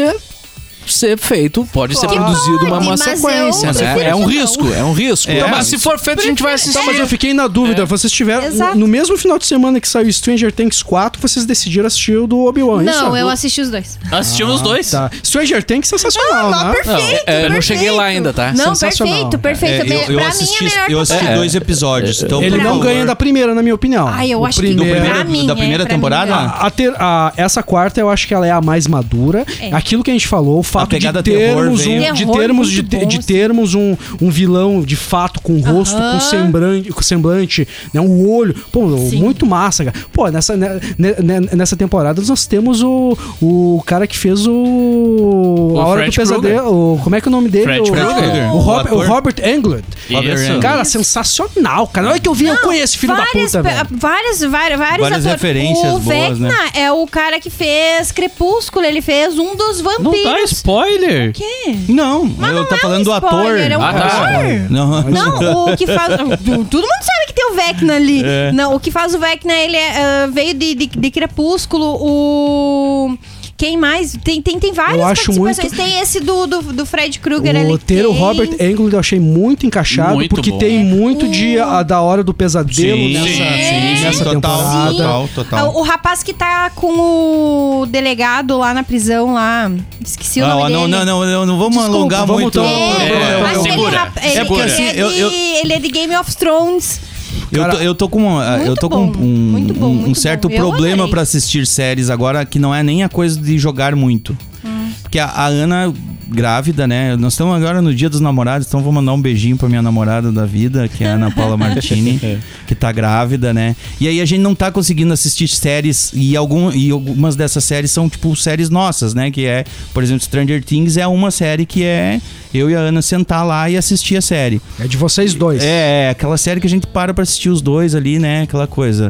Speaker 4: ser feito, pode ser
Speaker 2: Pode,
Speaker 4: produzido uma, uma
Speaker 3: mas eu
Speaker 4: sequência, né?
Speaker 3: prefiro
Speaker 4: É um
Speaker 3: que não.
Speaker 4: risco, é um risco.
Speaker 1: É.
Speaker 4: mas se for feito, a gente vai assistir.
Speaker 2: Não, Tá, mas eu fiquei na dúvida. Vocês tiveram.
Speaker 3: Exato.
Speaker 2: No mesmo final de semana que saiu Stranger Things 4, vocês decidiram assistir o do Obi-Wan.
Speaker 3: Não,
Speaker 2: isso? é
Speaker 3: eu assisti os dois.
Speaker 6: Assistimos os dois.
Speaker 4: Ah,
Speaker 2: Tá. Stranger Things
Speaker 1: Ah,
Speaker 2: sensacional,
Speaker 3: Ah,
Speaker 2: né?
Speaker 3: perfeito,
Speaker 4: é, eu não cheguei lá ainda, tá?
Speaker 3: Não,
Speaker 2: Sensacional.
Speaker 3: perfeito, perfeito.
Speaker 1: entende? É, eu, eu
Speaker 3: pra
Speaker 1: assisti,
Speaker 3: mim é melhor
Speaker 1: eu assisti
Speaker 3: que o
Speaker 1: dois episódios. então,
Speaker 2: Ele
Speaker 1: por
Speaker 2: não
Speaker 1: favor.
Speaker 2: ganha da primeira, na minha opinião.
Speaker 3: Ah, eu
Speaker 2: O
Speaker 3: acho
Speaker 1: Do
Speaker 3: que
Speaker 2: primeiro-
Speaker 1: primeiro-
Speaker 3: pra mim,
Speaker 1: da
Speaker 3: é,
Speaker 1: primeira
Speaker 3: pra mim
Speaker 1: temporada?
Speaker 3: é.
Speaker 2: A ter- a- essa quarta eu acho que ela é a mais madura.
Speaker 3: É.
Speaker 2: Aquilo que a gente falou, o fato de
Speaker 1: pegada
Speaker 2: termos,
Speaker 1: terror
Speaker 2: um,
Speaker 3: veio.
Speaker 2: de
Speaker 3: Terror
Speaker 2: termos, de,
Speaker 3: muito
Speaker 2: te-
Speaker 3: bom,
Speaker 2: de
Speaker 3: assim.
Speaker 2: termos um, um vilão de fato com rosto, com semblante, com semblante, né? Um olho. Pô, muito massa, cara. Pô, nessa, né, né, né, nessa temporada nós temos o, o cara que fez o. a Hora do
Speaker 6: Fred
Speaker 2: Pesadelo. o- como é que é o nome dele?
Speaker 6: Fred
Speaker 2: o,
Speaker 1: Krueger.
Speaker 2: o, Robert,
Speaker 1: O
Speaker 2: o
Speaker 1: ator.
Speaker 2: Robert Englund.
Speaker 1: É.
Speaker 6: Isso.
Speaker 2: Cara, sensacional, cara. Na hora que eu vi, eu conheço esse filho da
Speaker 3: várias,
Speaker 2: puta,
Speaker 3: pe-
Speaker 2: velho.
Speaker 3: várias, várias, vários
Speaker 1: Várias
Speaker 3: atores.
Speaker 1: referências
Speaker 3: O
Speaker 1: boas, né?
Speaker 3: Vecna é o cara que fez Crepúsculo, ele fez um dos
Speaker 6: Não tá
Speaker 3: vampiros.
Speaker 6: dá spoiler.
Speaker 3: Quê?
Speaker 1: Não,
Speaker 3: Mas
Speaker 1: eu
Speaker 3: não
Speaker 1: tá
Speaker 3: é um
Speaker 1: falando do ator.
Speaker 3: spoiler, é um
Speaker 6: Ah, tá.
Speaker 3: ator.
Speaker 1: Não.
Speaker 3: Não, o que faz. Todo mundo sabe que tem o Vecna ali. Não, o que faz o Vecna, ele é, ah, veio de, de, de Crepúsculo, o. Quem mais? Tem, tem, tem várias
Speaker 2: Eu acho
Speaker 3: participações. Tem esse do, do, do Fred Krueger
Speaker 2: O
Speaker 3: ali.
Speaker 2: roteiro
Speaker 3: tem.
Speaker 2: Robert Englund eu achei muito encaixado,
Speaker 6: Muito
Speaker 2: porque
Speaker 6: bom.
Speaker 2: tem muito de a, da hora do pesadelo
Speaker 1: Sim,
Speaker 2: nessa,
Speaker 1: sim, sim,
Speaker 2: nessa
Speaker 1: total,
Speaker 2: temporada.
Speaker 1: total,
Speaker 3: é. Ah,
Speaker 1: total.
Speaker 3: O rapaz que tá com o delegado lá na prisão lá. Esqueci o nome
Speaker 1: Ah, não,
Speaker 3: dele.
Speaker 1: não, não, não, não vamos
Speaker 2: Desculpa,
Speaker 1: alongar
Speaker 2: vamos
Speaker 1: muito.
Speaker 2: então-
Speaker 3: É,
Speaker 6: É,
Speaker 3: mas
Speaker 6: eu-
Speaker 3: ele,
Speaker 6: segura,
Speaker 3: rap- ele,
Speaker 1: segura.
Speaker 3: ele,
Speaker 1: Eu- eu-
Speaker 3: ele é de Game of Thrones.
Speaker 1: Eu tô, eu tô com, uma- eu
Speaker 3: Muito
Speaker 1: tô com
Speaker 3: bom,
Speaker 1: um,
Speaker 3: muito bom,
Speaker 1: um- um
Speaker 3: muito
Speaker 1: certo
Speaker 3: bom. Eu
Speaker 1: problema
Speaker 3: adorei.
Speaker 1: pra assistir séries agora que não é nem a coisa de jogar muito.
Speaker 3: Hum.
Speaker 1: Porque a, a Ana, grávida, né? Nós estamos agora no dia dos namorados, então vou mandar um beijinho pra minha namorada da vida, que é a Ana Paula Martini, que tá grávida, né? E aí a gente não tá conseguindo assistir séries, e, algum, e algumas dessas séries são, tipo, séries nossas, né? Que é, por exemplo, Stranger Things é uma série que é eu e a Ana sentar lá e assistir a série.
Speaker 2: É de vocês dois.
Speaker 1: É, é, aquela série que a gente para pra assistir os dois ali, né? Aquela coisa.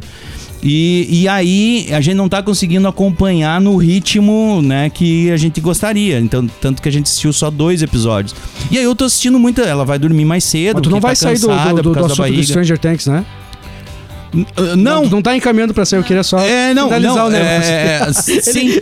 Speaker 1: E, e aí a gente não tá conseguindo acompanhar no ritmo, né, que a gente gostaria. Então, tanto que a gente assistiu só dois episódios. E aí eu tô assistindo muita. Ela vai dormir mais cedo.
Speaker 2: Mas tu não
Speaker 1: porque
Speaker 2: vai
Speaker 1: tá
Speaker 2: sair do,
Speaker 1: cansada
Speaker 2: do,
Speaker 1: por
Speaker 2: do, do
Speaker 1: causa da
Speaker 2: assunto do
Speaker 1: barriga.
Speaker 2: Stranger Things, né?
Speaker 1: Ah, Não,
Speaker 2: Tu não tá encaminhando pra sair, eu queria só
Speaker 1: é, não,
Speaker 2: finalizar
Speaker 1: não,
Speaker 2: o negócio.
Speaker 1: é, é, sim.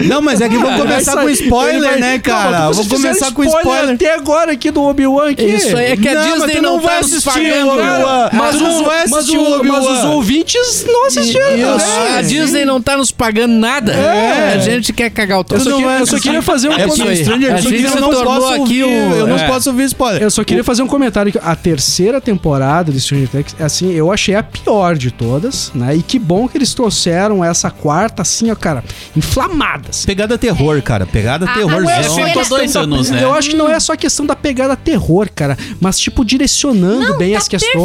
Speaker 1: Não, mas é que vamos começar com spoiler, né, cara?
Speaker 2: Vou
Speaker 1: Vou começar com spoiler.
Speaker 2: Até agora aqui do Obi-Wan aqui.
Speaker 4: Isso aí, é que a
Speaker 1: Não, mas
Speaker 4: Disney
Speaker 1: tu
Speaker 4: não,
Speaker 1: não
Speaker 4: tá
Speaker 1: vai
Speaker 4: nos
Speaker 1: assistir
Speaker 4: pagando.
Speaker 1: o Obi-Wan.
Speaker 4: Mas
Speaker 1: Mas
Speaker 4: o-
Speaker 1: tu não vai
Speaker 4: mas
Speaker 1: assistir
Speaker 4: o-
Speaker 1: o Obi-Wan.
Speaker 2: Mas os ouvintes não assistiram. né?
Speaker 4: a Disney não tá nos pagando nada.
Speaker 3: É.
Speaker 4: A gente quer cagar o
Speaker 2: Eu
Speaker 4: troço.
Speaker 2: só,
Speaker 1: não
Speaker 2: queria, eu
Speaker 1: vai
Speaker 2: só
Speaker 1: assistir.
Speaker 2: queria fazer um
Speaker 1: É
Speaker 4: isso aí.
Speaker 1: porque
Speaker 2: comentário.
Speaker 4: A
Speaker 1: Stranger Things
Speaker 4: gente
Speaker 1: eu não
Speaker 4: tornou
Speaker 1: posso
Speaker 4: aqui
Speaker 1: ouvir,
Speaker 4: o-
Speaker 1: eu não
Speaker 4: é.
Speaker 1: posso ouvir spoiler.
Speaker 2: Eu só queria fazer um comentário. que A terceira temporada de Stranger Things, assim, eu achei a pior de todas, né? E que bom que eles trouxeram essa quarta, assim, ó, cara, inflamada. assim.
Speaker 1: Pegada terror, cara. Pegada
Speaker 3: Ah,
Speaker 1: terror.
Speaker 3: ué,
Speaker 6: É,
Speaker 3: Não,
Speaker 6: faltou
Speaker 3: eles
Speaker 6: dois
Speaker 3: tão-
Speaker 6: anos, né?
Speaker 2: Eu acho que não é só questão da pegada terror, cara, mas tipo direcionando bem
Speaker 3: tá
Speaker 2: as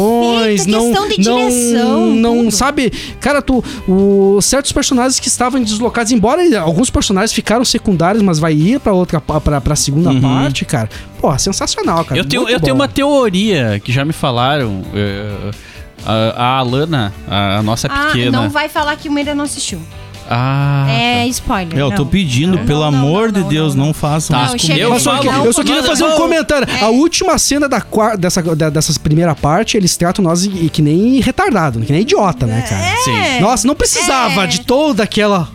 Speaker 2: questões,
Speaker 3: perfeita,
Speaker 2: não,
Speaker 3: questão de
Speaker 2: não,
Speaker 3: direção,
Speaker 2: não
Speaker 3: tudo.
Speaker 2: sabe, cara, tu, o, certos personagens que estavam deslocados, embora alguns personagens ficaram secundários, mas vai ir pra outra, para para segunda parte, cara. Pô, sensacional, cara.
Speaker 6: Uhum. eu tenho,
Speaker 2: muito
Speaker 6: eu tenho
Speaker 2: bom.
Speaker 6: uma teoria que já me falaram. eh, a, a Alana, a, a nossa
Speaker 3: Ah,
Speaker 6: Tá pequena.
Speaker 3: não vai falar que o ainda não assistiu.
Speaker 6: Ah,
Speaker 3: é spoiler.
Speaker 1: Eu
Speaker 3: não.
Speaker 1: tô pedindo,
Speaker 3: Não,
Speaker 1: pelo
Speaker 3: não,
Speaker 1: amor
Speaker 3: não,
Speaker 1: de
Speaker 3: não,
Speaker 1: Deus, não, façam
Speaker 6: Tá,
Speaker 1: isso
Speaker 3: chega.
Speaker 1: comigo.
Speaker 3: Eu
Speaker 2: Eu só,
Speaker 3: falo-
Speaker 2: que- eu só queria
Speaker 3: Mas
Speaker 2: fazer um
Speaker 3: vamos-
Speaker 2: comentário.
Speaker 3: É.
Speaker 2: A última cena da, qua- dessa, da- dessa primeira parte, eles tratam nós e- e que nem retardado, que nem idiota, né, cara?
Speaker 3: É.
Speaker 6: sim.
Speaker 2: Nossa, não precisava de toda aquela.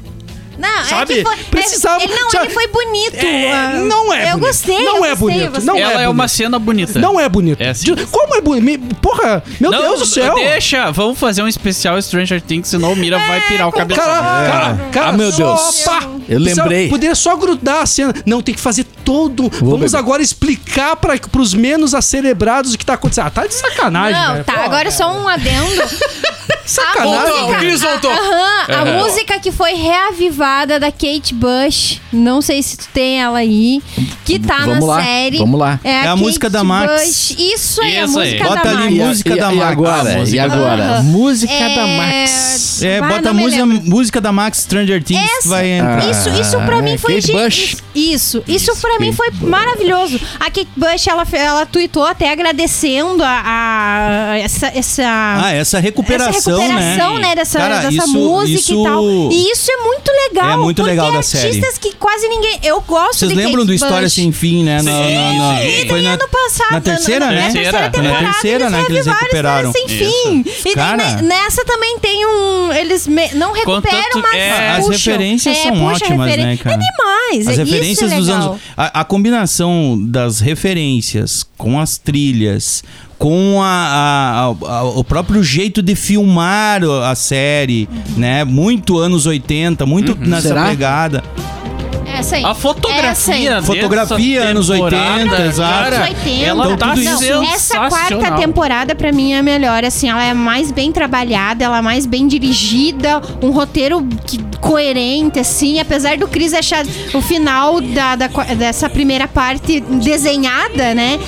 Speaker 3: Não,
Speaker 2: Sabe?
Speaker 3: é que foi,
Speaker 2: Precisava-
Speaker 3: é- ele, não,
Speaker 2: sabe?
Speaker 3: ele foi bonito. ah,
Speaker 2: não é
Speaker 3: Eu
Speaker 2: bonito.
Speaker 3: gostei.
Speaker 2: Não
Speaker 3: eu
Speaker 2: é
Speaker 3: gostei, eu
Speaker 2: bonito,
Speaker 3: gostei.
Speaker 2: não
Speaker 6: Ela
Speaker 2: é
Speaker 6: é, uma
Speaker 2: bonita.
Speaker 6: cena bonita.
Speaker 2: Não é bonito.
Speaker 6: É, sim.
Speaker 2: De- Como é bonito? Porra, meu
Speaker 6: Não,
Speaker 2: Deus do céu.
Speaker 6: Deixa, vamos fazer um especial Stranger Things, senão o
Speaker 3: É,
Speaker 6: Mira vai pirar o cabelo.
Speaker 2: Cara, cara, cara,
Speaker 4: Ah, meu
Speaker 2: só
Speaker 4: Deus.
Speaker 2: pá.
Speaker 4: Eu lembrei.
Speaker 2: Poderia só grudar a cena. Não, tem que fazer todo. um- Vamos
Speaker 4: beber.
Speaker 2: agora explicar para os menos acerebrados o que tá acontecendo. Ah, tá de sacanagem,
Speaker 3: Não,
Speaker 2: velho.
Speaker 3: tá,
Speaker 2: Pô,
Speaker 3: agora só um adendo.
Speaker 2: Sacanagem.
Speaker 3: A música,
Speaker 4: Cris voltou.
Speaker 3: Aham, a música que foi reavivada da Kate Bush, não sei se tu tem ela aí, que tá
Speaker 4: Vamos
Speaker 3: na
Speaker 4: lá,
Speaker 3: série.
Speaker 4: vamos lá.
Speaker 3: É a,
Speaker 1: É a música da Max.
Speaker 3: Bush. Isso aí, a
Speaker 6: Isso aí.
Speaker 3: música
Speaker 1: Bota
Speaker 3: da
Speaker 1: ali,
Speaker 3: Max.
Speaker 4: E a-
Speaker 1: Música
Speaker 4: e,
Speaker 1: da
Speaker 4: e
Speaker 1: Max.
Speaker 4: agora, e
Speaker 6: Música da
Speaker 4: agora?
Speaker 3: Max.
Speaker 4: Música
Speaker 3: É,
Speaker 4: da Max.
Speaker 1: É,
Speaker 3: Bah,
Speaker 1: bota
Speaker 3: não
Speaker 1: a
Speaker 3: me
Speaker 1: música,
Speaker 3: lembro.
Speaker 1: música da Max Stranger Things
Speaker 3: Essa-
Speaker 1: vai entrar.
Speaker 3: Isso, isso
Speaker 4: Ah,
Speaker 3: pra
Speaker 1: é
Speaker 3: mim foi
Speaker 4: Kate
Speaker 3: gen-
Speaker 4: Bush.
Speaker 3: Isso, isso,
Speaker 4: Isso,
Speaker 3: pra mim
Speaker 4: Kate
Speaker 3: foi maravilhoso. A Kate Bush, ela, fe- ela tweetou até agradecendo a, a- essa, essa,
Speaker 1: Ah, essa recuperação,
Speaker 3: essa recuperação, né,
Speaker 1: né?
Speaker 3: dessa,
Speaker 1: Cara,
Speaker 3: dessa
Speaker 1: isso-
Speaker 3: música
Speaker 1: isso-
Speaker 3: e tal. E isso é muito legal.
Speaker 1: É muito
Speaker 3: porque
Speaker 1: legal da
Speaker 3: artistas
Speaker 1: série.
Speaker 3: que quase ninguém... Eu gosto
Speaker 1: Vocês
Speaker 3: de Kate
Speaker 1: lembram do
Speaker 3: Bush.
Speaker 1: História Sem Fim, né? Na-
Speaker 6: Sim,
Speaker 1: na- na-
Speaker 6: sim.
Speaker 3: E daí ano passado,
Speaker 1: na terceira,
Speaker 3: na,
Speaker 1: né?
Speaker 3: Na terceira
Speaker 6: Terceira,
Speaker 3: temporada,
Speaker 1: na terceira,
Speaker 3: eles
Speaker 1: né, que eles
Speaker 3: revivaram
Speaker 1: recuperaram.
Speaker 3: História Sem Fim. Assim, E daí
Speaker 1: Cara.
Speaker 3: ne- nessa também tem um... Eles me- não recuperam,
Speaker 6: Contanto-
Speaker 3: mas
Speaker 6: é,
Speaker 1: Ah, as
Speaker 3: puxam.
Speaker 1: referências
Speaker 3: É,
Speaker 1: são
Speaker 3: puxa a
Speaker 1: ótimas,
Speaker 3: referen-
Speaker 1: né, cara?
Speaker 3: É demais.
Speaker 1: As
Speaker 3: é-
Speaker 1: referências
Speaker 3: isso é
Speaker 1: dos
Speaker 3: legal.
Speaker 1: anos. A, a combinação das referências com as trilhas, com a, a- a- a- o próprio jeito de filmar o- a série, né? Muito anos 80, muito nessa
Speaker 4: Será?
Speaker 1: pegada.
Speaker 3: É, Essa aí. Essa
Speaker 6: A
Speaker 3: aí.
Speaker 6: fotografia. dessa
Speaker 1: Fotografia, anos 80,
Speaker 6: temporada,
Speaker 1: exato.
Speaker 6: cara,
Speaker 3: Anos 80.
Speaker 6: Ela
Speaker 1: Então,
Speaker 6: tá
Speaker 1: tudo isso-
Speaker 3: Não,
Speaker 6: sensacional.
Speaker 3: essa quarta temporada pra mim é a melhor, assim, ela é mais bem trabalhada, ela é mais bem dirigida, um roteiro que- coerente, assim, apesar do Chris achar o final da, da qua- dessa primeira parte desenhada, né?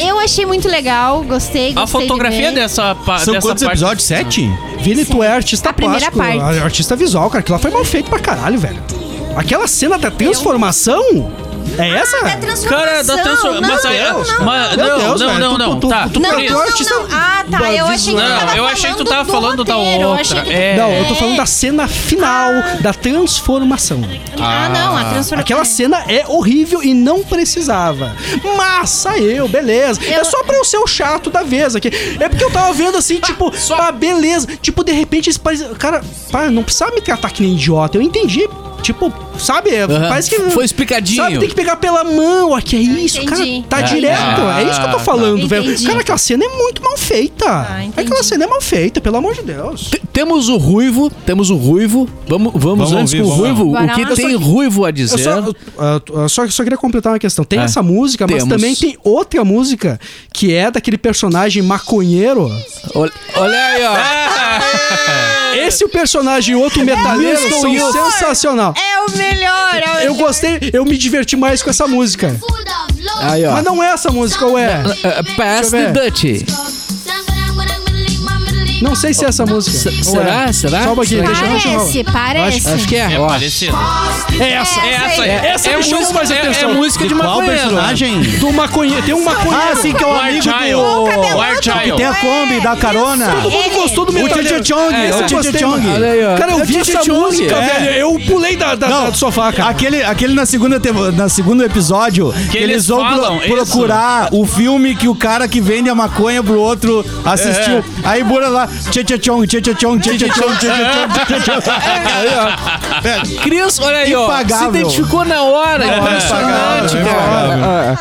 Speaker 3: Eu achei muito legal, gostei, gostei
Speaker 6: A
Speaker 3: de
Speaker 6: fotografia
Speaker 3: ver.
Speaker 6: É dessa pa-
Speaker 1: São
Speaker 6: dessa
Speaker 1: quantos
Speaker 6: parte-
Speaker 1: episódios? Sete?
Speaker 2: Vini, tu é artista
Speaker 3: A primeira
Speaker 2: plástico,
Speaker 3: parte.
Speaker 2: artista visual, cara. Aquilo lá foi mal feito pra caralho, velho. Aquela cena da transformação? É essa?
Speaker 3: Ah, Da transformação.
Speaker 6: Cara, da transformação.
Speaker 3: Não,
Speaker 6: Mas aí. é
Speaker 3: não, não,
Speaker 6: mas-
Speaker 2: Meu Deus,
Speaker 6: Ah, Não,
Speaker 2: velho,
Speaker 6: não,
Speaker 2: tu-
Speaker 6: não,
Speaker 2: tu-
Speaker 6: não. Tá.
Speaker 2: tu- é tu-
Speaker 3: não,
Speaker 2: tu-
Speaker 6: Cris,
Speaker 3: não, não. Ah, tá. Eu achei que tu
Speaker 6: Não,
Speaker 3: tava
Speaker 6: eu achei que tu tava falando
Speaker 3: do
Speaker 6: da
Speaker 3: roteiro, eu
Speaker 6: outra.
Speaker 3: achei que tu-
Speaker 6: É.
Speaker 2: Não, eu tô falando da cena final da transformação.
Speaker 3: Ah, não, a transformação.
Speaker 2: Aquela cena é horrível e não precisava. Mas saiu, beleza. É
Speaker 3: Eu-
Speaker 2: só pra eu ser o chato da vez aqui. É porque eu tava vendo assim, tipo, ah, beleza. Tipo, de repente eles parecem. Cara, pá, não precisava me tratar que nem idiota. Eu entendi. Tipo, sabe?
Speaker 4: Aham.
Speaker 2: Parece que.
Speaker 4: Foi explicadinho.
Speaker 2: Sabe, tem que pegar pela mão. Aqui é isso,
Speaker 3: entendi.
Speaker 2: cara. Tá direto.
Speaker 6: tá.
Speaker 2: é isso que eu tô falando, velho.
Speaker 3: Entendi. Ah,
Speaker 2: Cara, aquela cena é muito mal feita.
Speaker 3: entendi.
Speaker 2: aquela cena é mal feita, pelo amor de Deus.
Speaker 4: T- Temos o Ruivo, temos o Ruivo. Vamos, vamos,
Speaker 1: Vamos
Speaker 4: antes
Speaker 1: ouvir,
Speaker 4: com o
Speaker 1: vamos lá.
Speaker 4: Ruivo. O
Speaker 3: Bora
Speaker 4: que
Speaker 3: lá.
Speaker 4: tem Ruivo a
Speaker 2: Eu
Speaker 4: dizer?
Speaker 2: só, eu- eu só, só queria completar uma questão. Tem
Speaker 4: É.
Speaker 2: essa música, mas
Speaker 4: Temos.
Speaker 2: também tem outra música que é daquele personagem maconheiro.
Speaker 4: Olha, olha aí, ó.
Speaker 2: Esse é o personagem e outro metaleiro
Speaker 4: Wilson
Speaker 2: são
Speaker 4: Wilson.
Speaker 2: sensacional.
Speaker 3: É o melhor. é o
Speaker 2: Eu
Speaker 3: melhor.
Speaker 2: gostei, eu me diverti mais com essa música.
Speaker 4: Aí, ó.
Speaker 2: Mas não é essa música, ou é?
Speaker 4: Ah, Pass
Speaker 2: Deixa
Speaker 4: the
Speaker 2: eu ver.
Speaker 4: Dutch.
Speaker 2: Não sei se é essa música.
Speaker 4: Se-
Speaker 2: Ou é?
Speaker 4: será? Será?
Speaker 2: Só um pouquinho, deixa eu deixa eu-
Speaker 3: Parece, parece.
Speaker 4: Acho que é.
Speaker 6: É
Speaker 4: ó.
Speaker 6: parecido.
Speaker 2: É essa.
Speaker 6: É essa aí.
Speaker 2: É, essa me
Speaker 6: música-
Speaker 2: chamou mais
Speaker 6: é-
Speaker 2: atenção.
Speaker 6: É música de
Speaker 1: Qual
Speaker 4: né?
Speaker 6: maconheiro.
Speaker 1: personagem?
Speaker 2: Do maconheiro. Tem um maconheiro.
Speaker 1: Ah, sim, que é o amigo
Speaker 6: Wild Child.
Speaker 1: do...
Speaker 6: Wild
Speaker 1: Que tem
Speaker 6: Child.
Speaker 1: a Kombi, da carona.
Speaker 2: Todo mundo gostou do metaleiro.
Speaker 1: Tio Chong,
Speaker 2: Esse
Speaker 1: é o
Speaker 2: eu
Speaker 1: Tio
Speaker 2: gostei,
Speaker 1: Chong.
Speaker 2: mano.
Speaker 4: Olha aí, ó.
Speaker 2: Cara,
Speaker 4: É
Speaker 2: eu
Speaker 4: o
Speaker 2: vi
Speaker 4: Tio
Speaker 2: essa
Speaker 4: Chong.
Speaker 2: música,
Speaker 1: É.
Speaker 2: velho. Eu pulei da, da- da- do sofá, cara.
Speaker 1: Aquele, aquele na segunda te- na segundo episódio que,
Speaker 6: eles
Speaker 1: eles, vão pro-
Speaker 6: falam, isso.
Speaker 1: procurar o filme que o cara que vende a maconha pro outro assistiu. Aí bora lá, Tchê-tchê-tchong, tchê-tchê-tchong, tchê-tchê-tchong, tchê-tchê-tchong, tchê-tchê-tchong.
Speaker 4: Cris, olha aí, ó. Se
Speaker 8: Impagável.
Speaker 4: identificou na hora. Impressionante,
Speaker 1: É impagável,
Speaker 4: cara.
Speaker 1: impagável.
Speaker 4: Ah,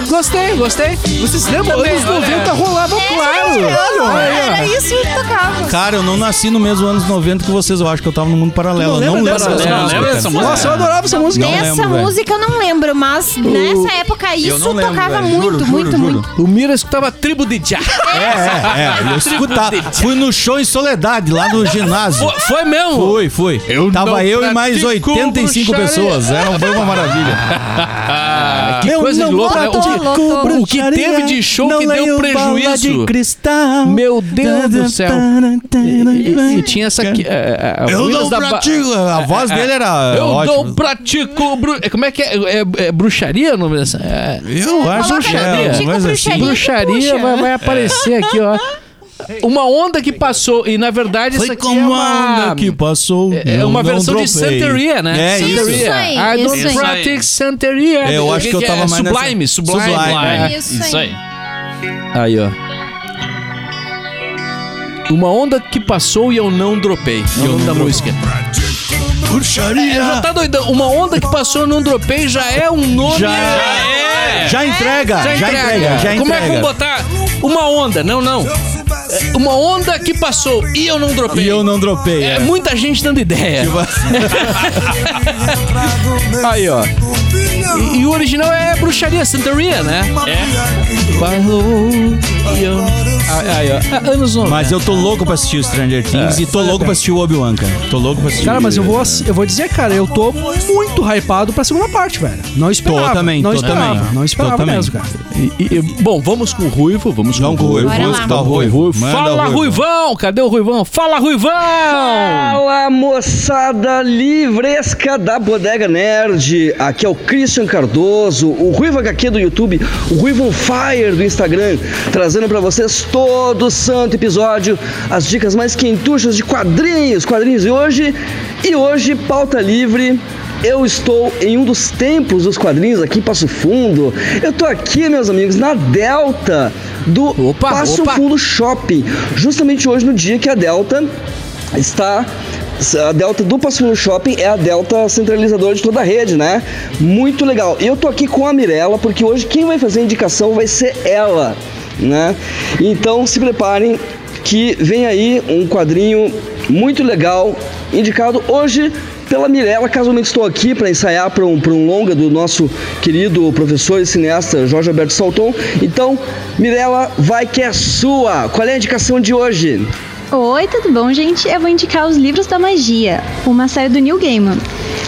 Speaker 4: ah. Gostei, gostei. Vocês lembram?
Speaker 8: Anos 90
Speaker 1: É,
Speaker 8: rolava claro.
Speaker 3: Era isso que tocava.
Speaker 1: Cara, eu não nasci no mesmo anos 90 que vocês, eu acho que eu tava no mundo paralelo.
Speaker 8: Tu não
Speaker 1: Eu Não
Speaker 8: lembra
Speaker 1: lembro
Speaker 8: dessa
Speaker 1: dessa
Speaker 6: música?
Speaker 1: música.
Speaker 6: Essa
Speaker 1: cara.
Speaker 6: música?
Speaker 8: Nossa, eu adorava essa música.
Speaker 1: Não
Speaker 3: Dessa
Speaker 1: lembro, velho.
Speaker 3: música eu não lembro, mas nessa época isso
Speaker 1: não lembro,
Speaker 3: tocava
Speaker 1: velho.
Speaker 3: muito,
Speaker 1: Juro,
Speaker 3: muito,
Speaker 1: juro,
Speaker 3: muito.
Speaker 1: juro.
Speaker 4: O Mira escutava Tribo de Já.
Speaker 1: É, é, eu escutava. Fui no show em Soledade, lá no ginásio.
Speaker 4: Foi- Foi mesmo?
Speaker 1: Fui, fui.
Speaker 4: Eu não
Speaker 1: Tava eu e mais
Speaker 4: pratico
Speaker 1: 85
Speaker 4: bruxaria.
Speaker 1: pessoas. Era, foi uma maravilha.
Speaker 4: Ah, que
Speaker 1: Eu
Speaker 4: coisa de
Speaker 1: não
Speaker 4: louco, né?
Speaker 1: boto
Speaker 4: O que-
Speaker 3: louco.
Speaker 4: O que teve de show
Speaker 1: Não
Speaker 4: que deu
Speaker 1: leio bola
Speaker 4: prejuízo?
Speaker 1: de cristal.
Speaker 4: Meu Deus do céu. E, e tinha essa aqui. é, é,
Speaker 1: Eu
Speaker 4: Willis
Speaker 1: não
Speaker 4: da Ba- É,
Speaker 1: pratico. É A voz dele era
Speaker 4: Eu
Speaker 1: ótima.
Speaker 4: não pratico. Bru... é, Como é que é? É, é bruxaria o nome dessa? É,
Speaker 1: Eu acho que
Speaker 4: bruxaria.
Speaker 1: é, mas assim...
Speaker 3: Bruxaria.
Speaker 4: bruxaria
Speaker 3: puxa.
Speaker 4: vai, vai aparecer aqui, ó. Uma onda que passou, e na verdade essa
Speaker 1: Foi
Speaker 4: aqui é
Speaker 1: como a
Speaker 4: uma,
Speaker 1: onda que passou.
Speaker 4: é
Speaker 1: eu
Speaker 4: uma
Speaker 1: não
Speaker 4: versão de
Speaker 1: dropei.
Speaker 4: Santeria, né?
Speaker 1: É
Speaker 4: Santeria.
Speaker 1: isso.
Speaker 3: aí,
Speaker 4: I don't
Speaker 3: isso aí.
Speaker 4: practice Santeria.
Speaker 1: É, eu acho que eu
Speaker 4: é?
Speaker 1: tava mais nessa-
Speaker 4: Sublime, Sublime.
Speaker 1: Sublime,
Speaker 4: é.
Speaker 3: Isso aí.
Speaker 6: Isso aí.
Speaker 4: Aí, ó. Uma onda que passou e eu não dropei. É o nome da música.
Speaker 1: Ah. Bruxaria.
Speaker 4: Tá doidão? Uma onda que passou e eu não dropei já é um nome.
Speaker 1: Já
Speaker 4: tá-
Speaker 1: é. Já entrega, já, entrega, já entrega.
Speaker 4: Como é que vamos botar uma onda? Não, não. É, Uma onda que passou e eu não dropei.
Speaker 1: E eu não dropei.
Speaker 4: É muita gente dando ideia. Aí, ó. E, e o original é bruxaria, santeria, né? É. Falou e eu... Aí, ó. Ah, Anos 90.
Speaker 1: Mas eu tô louco pra assistir o Stranger Things e tô louco pra assistir o Obi-Wan, cara. Tô louco pra assistir.
Speaker 8: Cara, mas eu vou, ass- eu vou dizer, cara, eu tô muito hypado pra segunda parte, velho. Não esperava.
Speaker 1: também,
Speaker 8: não
Speaker 1: tô
Speaker 8: esperava,
Speaker 1: também.
Speaker 8: Não esperava
Speaker 1: Tô também.
Speaker 8: mesmo, cara.
Speaker 4: E- e- e- bom, vamos com o Ruivo, vamos com
Speaker 1: Vamos com o Ruivo,
Speaker 3: Bora
Speaker 1: vou
Speaker 3: lá.
Speaker 1: escutar o
Speaker 4: Ruivo.
Speaker 1: Ruivo. Manda,
Speaker 4: Fala, Ruivão! Cadê o Ruivão? Fala, Ruivão!
Speaker 2: Fala moçada livresca da Bodega Nerd, aqui é o Christian Cardoso, o Ruivo HQ do YouTube, o Ruivo on Fire do Instagram, trazendo pra vocês todo santo episódio as dicas mais quentuchas de quadrinhos, quadrinhos de hoje e hoje pauta livre eu estou em um dos templos dos quadrinhos aqui em Passo Fundo. Eu tô aqui, meus amigos, na Delta do
Speaker 4: Opa,
Speaker 2: Passo
Speaker 4: opa.
Speaker 2: Fundo Shopping. Justamente hoje, no dia que a Delta está. A Delta do Passo Fundo Shopping é a Delta centralizadora de toda a rede, né? Muito legal. Eu tô aqui com a Mirella, porque hoje quem vai fazer a indicação vai ser ela, né? Então se preparem que vem aí um quadrinho muito legal, indicado hoje pela Mirella, casualmente estou aqui para ensaiar para um, para um longa do nosso querido professor e cineasta Jorge Alberto Salton. Então, Mirella, vai que é sua! Qual é a indicação de hoje?
Speaker 9: Oi, tudo bom, gente? Eu vou indicar os livros da magia, uma série do Neil Gaiman.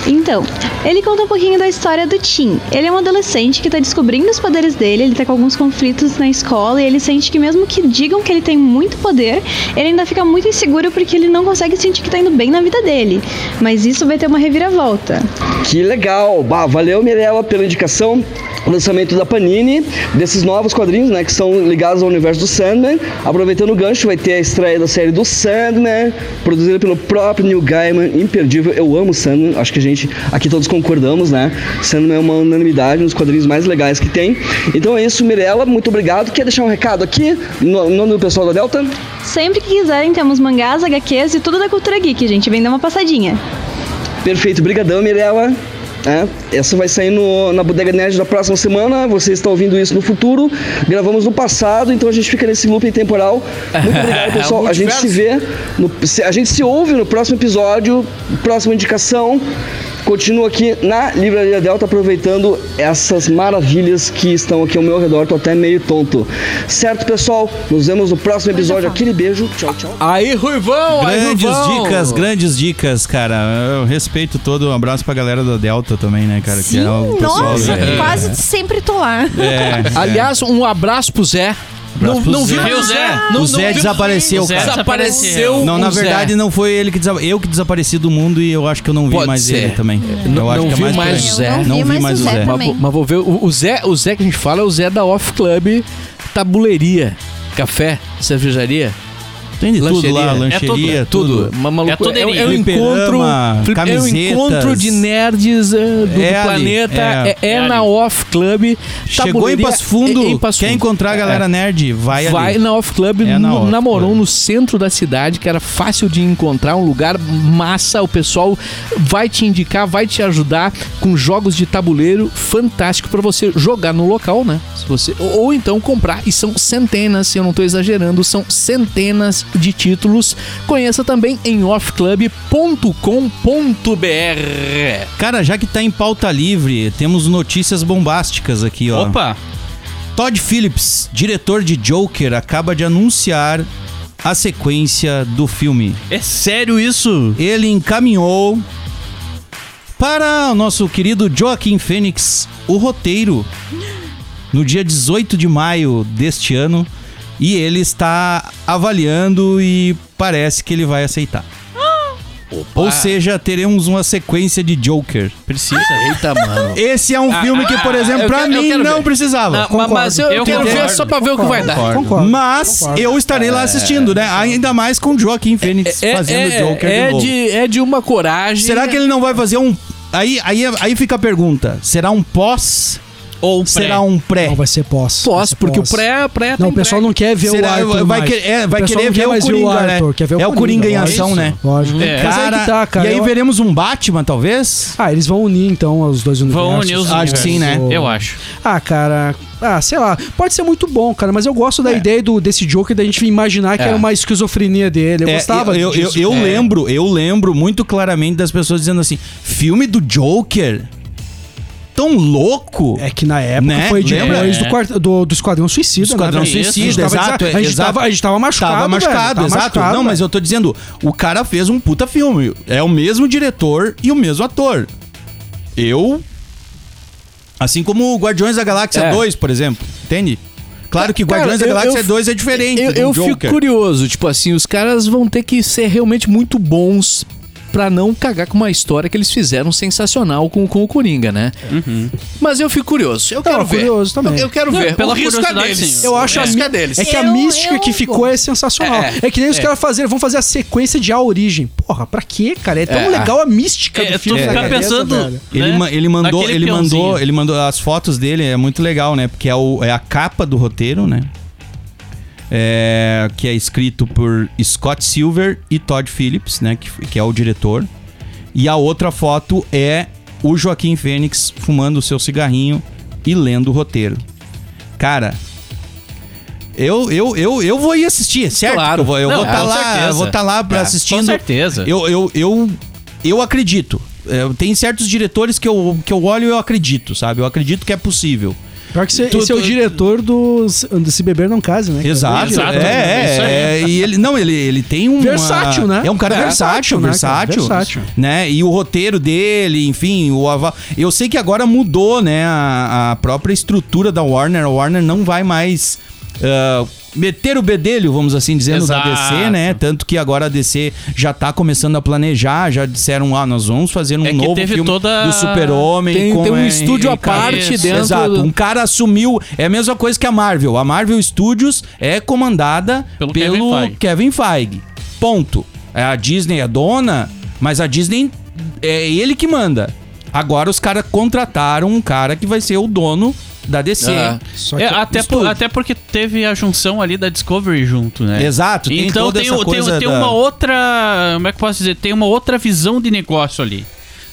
Speaker 9: Então, ele conta um pouquinho da história do Tim. Ele é um adolescente que está descobrindo os poderes dele, ele tá com alguns conflitos na escola e ele sente que mesmo que digam que ele tem muito poder, ele ainda fica muito inseguro porque ele não consegue sentir que tá indo bem na vida dele. Mas isso vai ter uma reviravolta.
Speaker 2: Que legal! Bah, valeu, Mirella, pela indicação. O lançamento da Panini, desses novos quadrinhos, né, que são ligados ao universo do Sandman. Aproveitando o gancho, vai ter a estreia da série do Sandman, é produzida pelo próprio Neil Gaiman, imperdível. Eu amo Sandman, acho que a gente aqui todos concordamos, né? Sandman é uma unanimidade, um dos quadrinhos mais legais que tem. Então é isso, Mirella, muito obrigado. Quer deixar um recado aqui, no no nome do pessoal da Delta?
Speaker 9: Sempre que quiserem, temos mangás, HQs e tudo da cultura geek, gente. Vem dar uma passadinha.
Speaker 2: Perfeito, brigadão, Mirella. É, essa vai sair no- na Bodega Nerd da próxima semana. Você está ouvindo isso no futuro. Gravamos no passado, então a gente fica nesse looping temporal. Muito obrigado, pessoal. a gente se vê, no- se- a gente se ouve no próximo episódio, próxima indicação. Continuo aqui na Livraria Delta aproveitando essas maravilhas que estão aqui ao meu redor. Tô até meio tonto. Certo, pessoal? Nos vemos no próximo episódio. Aquele beijo. Tchau, tchau.
Speaker 4: Aí, Ruivão! aí,
Speaker 1: Grandes
Speaker 4: Ruivão.
Speaker 1: dicas, grandes dicas, cara. Eu respeito todo. Um abraço pra galera da Delta também, né, cara?
Speaker 3: Sim,
Speaker 1: é o pessoal-
Speaker 3: nossa,
Speaker 1: é,
Speaker 3: quase sempre tô lá.
Speaker 1: é.
Speaker 4: Aliás, um abraço pro Zé. não
Speaker 1: pro
Speaker 4: não
Speaker 1: Zé.
Speaker 4: vimos
Speaker 6: Viu,
Speaker 4: o Zé.
Speaker 6: Zé?
Speaker 4: Não,
Speaker 1: o Zé
Speaker 4: não
Speaker 1: desapareceu,
Speaker 4: vimos-
Speaker 6: Zé
Speaker 1: cara.
Speaker 4: Desapareceu.
Speaker 1: Não, na
Speaker 4: o Zé.
Speaker 1: verdade não foi ele que desapareceu. Eu que desapareci do mundo e eu acho que eu não vi
Speaker 4: Pode
Speaker 1: mais
Speaker 4: ser.
Speaker 1: ele também. Eu
Speaker 4: não
Speaker 1: acho que é
Speaker 4: viu
Speaker 1: por
Speaker 4: mais
Speaker 1: aí.
Speaker 4: o Zé.
Speaker 3: Eu
Speaker 1: Não vi mais o Zé.
Speaker 4: Mas, vou-
Speaker 3: também.
Speaker 4: mas vou ver. O, o Zé, o Zé que a gente fala é o Zé da Off Club Tabuleiria. Café, cervejaria.
Speaker 1: Tem de tudo
Speaker 4: Lancheria.
Speaker 1: lá,
Speaker 6: É tudo,
Speaker 1: lancheria, tudo.
Speaker 4: Tudo. Uma malucura.
Speaker 6: É tudo
Speaker 4: um- um
Speaker 6: aí.
Speaker 4: encontro,
Speaker 1: Fliperama,
Speaker 4: é um
Speaker 1: camisetas.
Speaker 4: encontro de nerds eh, do, do
Speaker 1: É ali,
Speaker 4: planeta.
Speaker 1: é.
Speaker 4: É, é
Speaker 6: É
Speaker 4: na
Speaker 6: ali.
Speaker 4: Off Club.
Speaker 1: Chegou em
Speaker 4: Tabuleiria-
Speaker 1: Passo Fundo,
Speaker 4: é em Passo
Speaker 1: quer
Speaker 4: Fundo.
Speaker 1: encontrar a galera
Speaker 4: É.
Speaker 1: nerd, vai,
Speaker 4: Vai,
Speaker 1: ali.
Speaker 4: na Off Club,
Speaker 1: É na
Speaker 4: no-
Speaker 1: Off
Speaker 4: na Moron,
Speaker 1: Club.
Speaker 4: no centro da cidade, que era fácil de encontrar, um lugar massa, o pessoal vai te indicar, vai te ajudar com jogos de tabuleiro fantástico pra você jogar no local, né? Se você ou, ou então comprar e são centenas, se eu não tô exagerando, são centenas de títulos. Conheça também em offclub.com.br.
Speaker 1: Cara, já que tá em pauta livre, temos notícias bombásticas aqui, ó.
Speaker 6: Opa!
Speaker 1: Todd Phillips, diretor de Joker, acaba de anunciar a sequência do filme.
Speaker 6: É sério isso?
Speaker 1: Ele encaminhou para o nosso querido Joaquim Fênix o roteiro no dia 18 de maio deste ano e ele está avaliando e parece que ele vai aceitar. Ou seja, teremos uma sequência de Joker.
Speaker 6: Precisa.
Speaker 4: Eita, mano.
Speaker 1: Esse é um filme que, por exemplo,
Speaker 4: Ah, eu
Speaker 1: pra
Speaker 4: quero- eu
Speaker 1: mim
Speaker 4: quero
Speaker 1: não
Speaker 4: ver.
Speaker 1: precisava.
Speaker 4: Não, mas- mas eu,
Speaker 6: Eu
Speaker 4: quero ver
Speaker 6: concordo.
Speaker 4: só pra ver o que vai dar.
Speaker 2: Concordo.
Speaker 1: Mas
Speaker 2: Concordo.
Speaker 1: eu estarei lá assistindo, né? Ainda mais com o Joaquim Fênix fazendo Joker
Speaker 4: é
Speaker 1: de novo.
Speaker 4: de, é de uma coragem.
Speaker 1: Será que ele não vai fazer um... Aí, aí, aí fica a pergunta. Será um pós
Speaker 6: Ou um
Speaker 1: será
Speaker 6: pré.
Speaker 1: um pré?
Speaker 2: Não, vai ser pós. vai
Speaker 4: Posso,
Speaker 2: ser
Speaker 4: porque
Speaker 2: pós.
Speaker 4: o pré, é pré
Speaker 2: Não,
Speaker 4: tem
Speaker 2: o pessoal
Speaker 4: pré.
Speaker 2: não quer ver
Speaker 1: Será-
Speaker 2: o Arthur
Speaker 1: vai
Speaker 2: mais.
Speaker 1: quer- é, vai
Speaker 2: O pessoal
Speaker 1: querer
Speaker 2: não
Speaker 1: ver
Speaker 2: quer
Speaker 1: o
Speaker 2: mais
Speaker 1: Coringa, né?
Speaker 2: Arthur, quer ver
Speaker 1: É o
Speaker 2: o
Speaker 1: Coringa em
Speaker 2: lógico.
Speaker 1: ação, né?
Speaker 2: Lógico.
Speaker 6: É.
Speaker 2: Mas aí que tá, Uhum. cara.
Speaker 1: E aí
Speaker 2: eu-
Speaker 1: veremos um Batman, talvez?
Speaker 2: Ah, eles vão unir então os dois universos.
Speaker 6: Vão unir os
Speaker 1: Acho que sim, né?
Speaker 6: universos. Eu acho.
Speaker 2: Ah, cara. Ah, sei lá. Pode ser muito bom, cara, mas eu gosto
Speaker 1: É.
Speaker 2: da ideia do, desse Joker da gente imaginar que
Speaker 4: É.
Speaker 2: era uma esquizofrenia dele. Eu
Speaker 1: É,
Speaker 2: gostava
Speaker 1: eu, eu,
Speaker 2: disso.
Speaker 1: eu lembro, eu lembro muito claramente das pessoas dizendo assim: filme do Joker? Tão louco?
Speaker 2: É que na época
Speaker 1: Né?
Speaker 2: foi depois
Speaker 1: Lembra?
Speaker 6: É.
Speaker 2: do, quart- do, do Esquadrão Suicida.
Speaker 1: Esquadrão
Speaker 2: né, velho? a
Speaker 1: Suicida,
Speaker 2: gente tava,
Speaker 1: exato,
Speaker 2: desa- A gente,
Speaker 1: exato.
Speaker 2: Tava, a gente tava machucado.
Speaker 1: Tava machucado,
Speaker 2: velho, tava
Speaker 1: exato.
Speaker 2: machucado,
Speaker 1: não, mas eu tô dizendo, o cara fez um puta filme. É o mesmo diretor e o mesmo ator. Eu. Assim como o Guardiões da Galáxia
Speaker 4: É.
Speaker 1: 2, por exemplo. Entende? Claro que
Speaker 4: Cara,
Speaker 1: Guardiões
Speaker 4: eu-
Speaker 1: da Galáxia
Speaker 4: eu-
Speaker 1: 2 é diferente.
Speaker 4: Eu,
Speaker 1: do
Speaker 4: eu
Speaker 1: Joker.
Speaker 4: fico curioso, tipo assim, os caras vão ter que ser realmente muito bons pra não cagar com uma história que eles fizeram sensacional com, com o Coringa, né? Mas eu fico curioso. Eu quero ver.
Speaker 2: curioso também.
Speaker 4: Eu, eu quero ver.
Speaker 6: pela
Speaker 4: o risco é
Speaker 6: curiosidade,
Speaker 4: deles.
Speaker 6: sim.
Speaker 2: Eu acho
Speaker 4: o
Speaker 2: a
Speaker 4: risco
Speaker 2: mi-
Speaker 4: é deles.
Speaker 2: É que a
Speaker 5: Eu-
Speaker 2: mística
Speaker 5: eu
Speaker 2: que ficou é sensacional.
Speaker 4: É,
Speaker 2: É, que nem os caras fazer, vão fazer a sequência de A Origem. Porra, pra quê, cara? É tão
Speaker 4: É.
Speaker 2: legal a mística
Speaker 6: É,
Speaker 2: do
Speaker 6: tu
Speaker 2: filme.
Speaker 6: fica
Speaker 2: na cabeça,
Speaker 6: pensando-
Speaker 2: velho.
Speaker 1: Ele,
Speaker 6: né?
Speaker 1: ma- ele mandou,
Speaker 6: Aquele
Speaker 1: ele
Speaker 6: peãozinho.
Speaker 1: mandou, ele mandou as fotos dele, é muito legal, né? Porque é, o- é a capa do roteiro, né? É, que é escrito por Scott Silver e Todd Phillips, né? Que, que é o diretor. E a outra foto é o Joaquim Fênix fumando o seu cigarrinho e lendo o roteiro. Cara, eu, eu, eu, eu vou ir assistir, certo?
Speaker 4: Claro.
Speaker 1: Eu vou
Speaker 4: Não,
Speaker 1: estar
Speaker 4: com
Speaker 1: lá,
Speaker 4: certeza.
Speaker 1: vou tá lá pra
Speaker 4: É, com
Speaker 1: assistindo.
Speaker 6: Com certeza.
Speaker 1: Eu, eu, eu, eu acredito. É, tem certos diretores que eu, que eu olho e eu acredito, sabe? Eu acredito que é possível.
Speaker 2: Pior que você,
Speaker 1: Tu-
Speaker 2: esse é o
Speaker 1: tu-
Speaker 2: diretor do Se- do Se Beber Não Case, né? cara?
Speaker 1: Exato.
Speaker 6: Exato, é isso aí.
Speaker 1: É, é, e ele não, ele, ele tem um
Speaker 2: Versátil, né?
Speaker 1: É um cara
Speaker 2: É,
Speaker 1: versátil,
Speaker 2: versátil, né,
Speaker 1: versátil,
Speaker 2: cara? Versátil.
Speaker 1: né? E o roteiro dele, enfim, o aval... Eu sei que agora mudou, né, a, a própria estrutura da Warner. A Warner não vai mais ah, meter o bedelho, vamos assim dizer, nos
Speaker 6: Exato.
Speaker 1: ADC, né? Tanto que agora a DC já tá começando a planejar, já disseram, ah, nós vamos fazer um
Speaker 6: É que
Speaker 1: novo
Speaker 6: teve
Speaker 1: filme
Speaker 6: toda-
Speaker 1: do Super-Homem.
Speaker 4: Tem-
Speaker 1: com
Speaker 4: tem um
Speaker 1: Henry
Speaker 4: estúdio à
Speaker 1: Cavill.
Speaker 4: parte
Speaker 6: Isso.
Speaker 4: dentro
Speaker 1: Exato,
Speaker 4: do-
Speaker 1: um cara assumiu. É a mesma coisa que a Marvel. A Marvel Studios é comandada pelo,
Speaker 6: Pelo Kevin Feige.
Speaker 1: Kevin Feige. Ponto. É A Disney é dona, mas a Disney é ele que manda. Agora os caras contrataram um cara que vai ser o dono da DC.
Speaker 4: Ah.
Speaker 2: Só que-
Speaker 6: É, até, por-
Speaker 1: tudo.
Speaker 6: até porque teve a junção ali da Discovery junto, né?
Speaker 1: Exato, tem
Speaker 6: então
Speaker 1: toda
Speaker 6: tem,
Speaker 1: essa
Speaker 6: o- tem-
Speaker 1: coisa
Speaker 6: tem
Speaker 1: da-
Speaker 6: uma outra. Como é que eu posso dizer? Tem uma outra visão de negócio ali.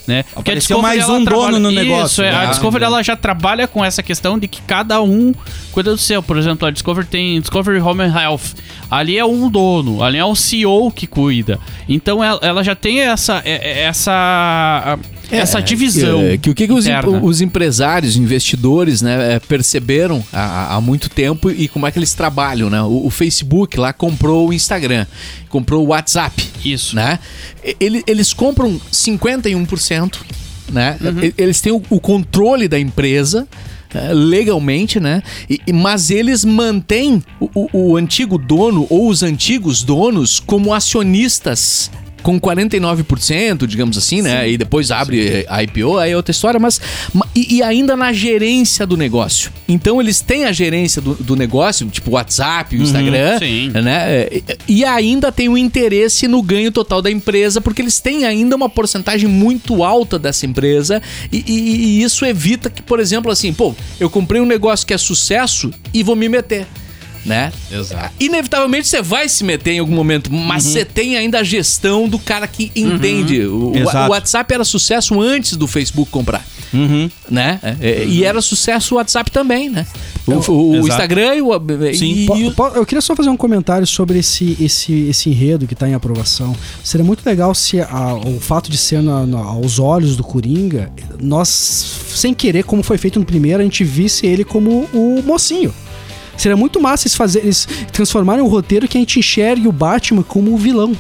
Speaker 6: Né? Porque a
Speaker 1: Apareceu
Speaker 6: Discovery,
Speaker 1: mais
Speaker 6: ela
Speaker 1: um dono
Speaker 6: trabalha-
Speaker 1: no negócio,
Speaker 6: Isso, é,
Speaker 1: né?
Speaker 6: a Discovery ela já trabalha com essa questão de que cada um cuida do seu. Por exemplo, a Discovery tem Discovery Home and Health. Ali é um dono, ali é um CEO que cuida. Então ela, ela já tem essa é- é- essa essa divisão.
Speaker 4: É, que o que, que os,
Speaker 6: interna.
Speaker 4: os empresários, investidores, né, é, perceberam há, há muito tempo e como é que eles trabalham, né? O, o Facebook lá comprou o Instagram, comprou o WhatsApp,
Speaker 6: Isso.
Speaker 4: né? E- ele- eles compram 51%, né? E- Eles têm o, o controle da empresa eh, legalmente, né? E- e- mas eles mantêm o, o- o antigo dono ou os antigos donos como acionistas com 49%, digamos assim, né? E depois abre a IPO, aí é outra história, mas. ma- E, e ainda na gerência do negócio. Então eles têm a gerência do, do negócio, tipo o WhatsApp, o Instagram,
Speaker 6: sim.
Speaker 4: né? E, e ainda tem o interesse no ganho total da empresa, porque eles têm ainda uma porcentagem muito alta dessa empresa. E, e- e isso evita que, por exemplo, assim, pô, eu comprei um negócio que é sucesso e vou me meter. Né?
Speaker 10: Exato.
Speaker 4: Inevitavelmente você vai se meter em algum momento, mas você tem ainda a gestão do cara que entende. O- O,
Speaker 1: Exato.
Speaker 4: o WhatsApp era sucesso antes do Facebook comprar. Né? É, é, E era sucesso o WhatsApp também, né? O, o- o
Speaker 1: Exato.
Speaker 4: Instagram e o. e-
Speaker 2: Po- po- eu queria só fazer um comentário sobre esse, esse, esse enredo que tá em aprovação. Seria muito legal se a- o fato de ser na- na- aos olhos do Coringa, nós, sem querer, como foi feito no primeiro, a gente visse ele como o mocinho. Seria muito massa eles, fazer, eles transformarem o roteiro que a gente enxergue o Batman como o vilão.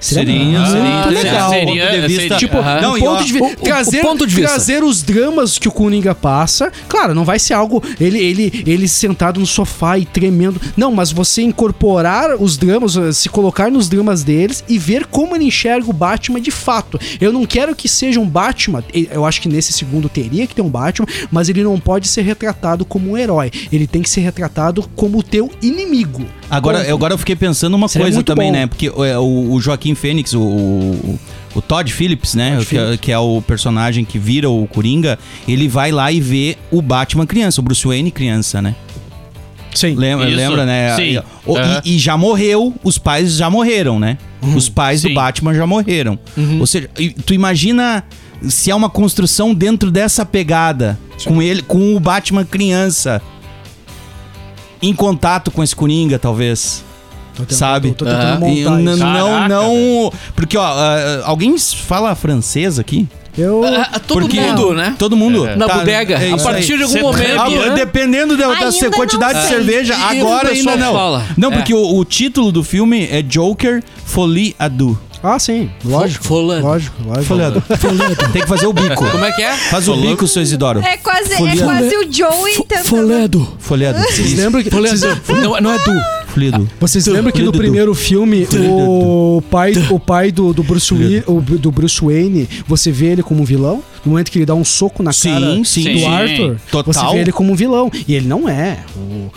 Speaker 1: Seria,
Speaker 2: muito
Speaker 1: seria
Speaker 2: legal.
Speaker 6: Seria-
Speaker 1: ponto de vista-
Speaker 6: seria-
Speaker 1: tipo,
Speaker 4: aham.
Speaker 1: não,
Speaker 2: O
Speaker 1: e ó,
Speaker 2: ponto de vi-
Speaker 4: o- o
Speaker 2: trazer,
Speaker 4: ponto de vista.
Speaker 2: trazer os dramas que o Coringa passa. Claro, não vai ser algo ele, ele, ele sentado no sofá e tremendo. Não, mas você incorporar os dramas, eh, se colocar nos dramas deles e ver como ele enxerga o Batman de fato. Eu não quero que seja um Batman. e- Eu acho que nesse segundo teria que ter um Batman, mas ele não pode ser retratado como um herói. Ele tem que ser retratado como o teu inimigo.
Speaker 1: Agora,
Speaker 2: Ponto.
Speaker 1: eu- agora eu fiquei pensando uma
Speaker 2: Seria
Speaker 1: coisa
Speaker 2: muito
Speaker 1: também,
Speaker 2: bom.
Speaker 1: né? Porque é, o, o Joaquim Fênix, o, o, o Todd Phillips, né? que, é- que é o personagem que vira o Coringa, ele vai lá e vê o Batman criança, o Bruce Wayne criança, né?
Speaker 2: Sim.
Speaker 1: Lembra,
Speaker 6: Isso.
Speaker 1: lembra né?
Speaker 6: Sim.
Speaker 1: O-
Speaker 6: Aham. Uhum.
Speaker 1: e, e já morreu, os pais já morreram, né? Os pais
Speaker 6: Sim. Uhum.
Speaker 1: do Batman já morreram. Ou seja, e tu imagina se é uma construção dentro dessa pegada com ele, com o Batman criança em contato com esse Coringa, talvez.
Speaker 2: Tô tentando-
Speaker 1: Sabe?
Speaker 2: Tô tentando
Speaker 4: Ah,
Speaker 1: E
Speaker 2: montar
Speaker 1: n-
Speaker 2: isso.
Speaker 1: não,
Speaker 6: Caraca,
Speaker 1: não. Porque, ó, ah, alguém fala francês aqui?
Speaker 2: Eu...
Speaker 4: Ah, todo
Speaker 1: Porque- é.
Speaker 4: mundo, né?
Speaker 1: Todo mundo.
Speaker 4: Na
Speaker 1: Tá,
Speaker 4: bodega.
Speaker 1: é
Speaker 4: a
Speaker 1: isso
Speaker 4: partir
Speaker 1: aí.
Speaker 4: de algum
Speaker 6: Cê-
Speaker 4: momento.
Speaker 1: Ah,
Speaker 4: né?
Speaker 1: dependendo da, da
Speaker 3: Ainda não
Speaker 1: quantidade de
Speaker 3: sei.
Speaker 1: cerveja,
Speaker 4: E- e
Speaker 1: agora
Speaker 4: o pessoal
Speaker 1: ainda não.
Speaker 4: fala.
Speaker 1: Não,
Speaker 4: É.
Speaker 1: porque o, o título do filme é Joker Folie à Deux.
Speaker 2: Ah, sim. Lógico.
Speaker 4: Folando.
Speaker 2: Lógico, lógico.
Speaker 1: Folie à Deux. Tem que fazer o bico.
Speaker 4: Como é que é?
Speaker 1: Faz o bico, seu Isidoro.
Speaker 3: É quase, é
Speaker 1: Folheado.
Speaker 3: quase o Joey tentando...
Speaker 4: Foledo.
Speaker 1: Folie à Deux.
Speaker 2: Vocês
Speaker 1: Isso.
Speaker 2: lembram que, vocês,
Speaker 4: Não, não é tu.
Speaker 1: Folie à Deux.
Speaker 2: vocês lembram que no
Speaker 1: Dudu.
Speaker 2: primeiro filme o pai, o pai do, do, Bruce Wi- o- do Bruce Wayne, você vê ele como um vilão? No momento que ele dá um soco na
Speaker 1: Sim,
Speaker 2: cara
Speaker 1: sim.
Speaker 2: do
Speaker 6: Sim.
Speaker 2: Arthur,
Speaker 1: Total.
Speaker 2: você vê ele como um vilão. E ele não é. O,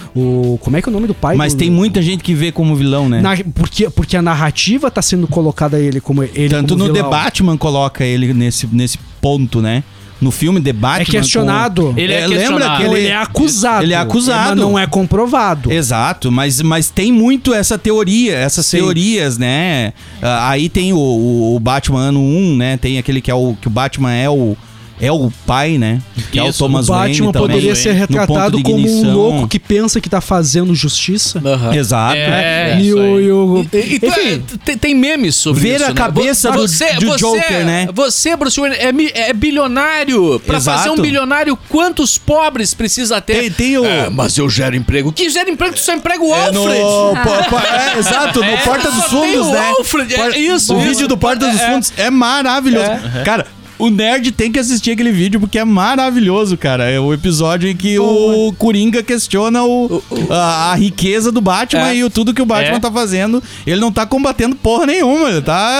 Speaker 2: o- como é que é o nome do pai?
Speaker 1: Mas
Speaker 2: do-
Speaker 1: tem muita gente que vê como vilão, né?
Speaker 2: na- porque, porque a narrativa tá sendo colocada ele como ele é
Speaker 1: Tanto
Speaker 2: como
Speaker 1: no The
Speaker 2: vilão.
Speaker 1: Batman coloca ele nesse, nesse ponto, né? No filme The Batman.
Speaker 2: É questionado.
Speaker 1: com-
Speaker 6: Ele é
Speaker 1: Lembra
Speaker 6: questionado.
Speaker 1: que
Speaker 2: Ele,
Speaker 1: ele,
Speaker 2: é acusado.
Speaker 1: Ele é acusado.
Speaker 2: Mas não é comprovado.
Speaker 1: Exato, mas, mas tem muito essa teoria, essas
Speaker 2: Sim.
Speaker 1: teorias, né? Ah, aí tem o, o, o Batman ano 1, né? Tem aquele que é o que o Batman é o é o pai, né? Que é o
Speaker 6: Isso,
Speaker 1: Thomas
Speaker 2: o Batman
Speaker 1: Wayne também.
Speaker 2: poderia ser
Speaker 1: No ponto
Speaker 2: retratado
Speaker 1: de
Speaker 2: como um
Speaker 1: ignição.
Speaker 2: louco que pensa que tá fazendo justiça.
Speaker 1: Exato.
Speaker 6: É,
Speaker 2: e
Speaker 6: isso
Speaker 2: o,
Speaker 6: aí.
Speaker 2: e o-
Speaker 4: E- e tu-
Speaker 2: Enfim,
Speaker 4: é, tem, tem memes sobre
Speaker 1: Ver
Speaker 4: isso.
Speaker 1: a
Speaker 4: né?
Speaker 1: cabeça do- do Joker, né?
Speaker 4: Você, Bruce Wayne, é, mi- é bilionário. Pra
Speaker 1: Exato.
Speaker 4: fazer um bilionário, quantos pobres precisa ter?
Speaker 1: Tem- tem o-
Speaker 4: É, mas eu gero emprego. Que gera emprego? Tu só emprega o
Speaker 1: É,
Speaker 4: Alfred. Ah.
Speaker 1: no- po- po- é, exato, no
Speaker 4: É,
Speaker 1: Porta dos
Speaker 4: só tem
Speaker 1: Fundos,
Speaker 4: o
Speaker 1: né?
Speaker 4: Alfred, é
Speaker 1: Por-
Speaker 4: isso,
Speaker 1: O
Speaker 4: isso.
Speaker 1: vídeo do Porta dos
Speaker 4: É. Uhum.
Speaker 1: Fundos é maravilhoso. Cara, o nerd tem que assistir aquele vídeo porque é maravilhoso, cara. É o episódio em que o Coringa questiona o, a, a riqueza do Batman
Speaker 4: É.
Speaker 1: e o, tudo que o Batman
Speaker 6: É.
Speaker 1: tá fazendo. Ele não tá combatendo porra nenhuma, ele tá